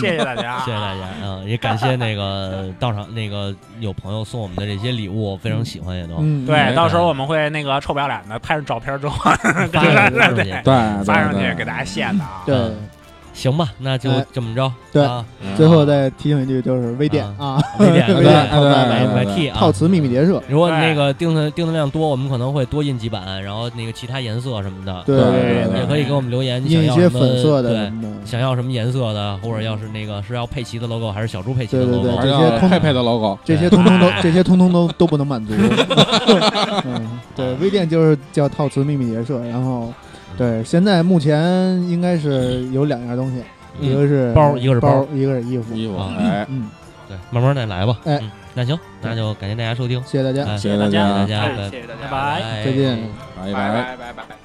Speaker 6: 谢谢大家，
Speaker 7: 谢谢大家，嗯，也感谢那个到场那个有朋友送我们的这些礼物，非常喜欢也都。
Speaker 1: 嗯
Speaker 7: 嗯
Speaker 6: 对，到时候我们会那个臭不要脸的拍上照片之后，
Speaker 7: 发上去
Speaker 6: [laughs] 对
Speaker 7: 对对
Speaker 6: 发上
Speaker 7: 对
Speaker 6: 去给大家献的啊。
Speaker 10: 对
Speaker 7: 嗯行吧，那就
Speaker 10: 哎
Speaker 7: 这么着。
Speaker 10: 对
Speaker 7: 啊，
Speaker 10: 最后再提醒一句，就是微店啊，
Speaker 7: 微店微
Speaker 10: 微
Speaker 7: 店
Speaker 10: 店哎套餐
Speaker 7: 买买 T 啊
Speaker 10: 嗯套词秘密结社，
Speaker 7: 如果
Speaker 1: 哎
Speaker 7: 那个订的订的量多，我们可能会多印几版，然后那个其他颜色什么的，
Speaker 10: 对对对对对
Speaker 7: 也可以给我们留言，你
Speaker 10: 印一
Speaker 7: 想要
Speaker 10: 些
Speaker 7: 什么
Speaker 10: 粉色的什么
Speaker 7: 对，想要什么颜色的，或者要是那个是要佩奇的 logo 还是小猪佩奇的
Speaker 10: 对对
Speaker 7: logo，
Speaker 10: 对，这些通
Speaker 1: 佩佩的 logo
Speaker 10: 这些通通
Speaker 7: [laughs]
Speaker 10: 都这些通通都都不能满足。嗯，对，微店就是叫套词秘密结社，然后对，现在目前应该是有两样东西，
Speaker 7: 嗯
Speaker 10: 一个是
Speaker 7: 包一个是包
Speaker 10: 包，一个是衣服，
Speaker 1: [laughs] 衣服
Speaker 7: 啊
Speaker 1: 哎
Speaker 10: 嗯，
Speaker 7: 对，慢慢再来吧。
Speaker 10: 哎
Speaker 7: 嗯，那行，那就感谢大家收听，
Speaker 10: 谢谢大家
Speaker 7: 哎
Speaker 1: 谢谢大家
Speaker 7: 谢谢大家，
Speaker 1: 哎
Speaker 7: 拜
Speaker 1: 谢谢大
Speaker 7: 拜
Speaker 1: 家
Speaker 7: 拜
Speaker 10: 再见
Speaker 1: 拜拜拜拜
Speaker 6: 拜拜。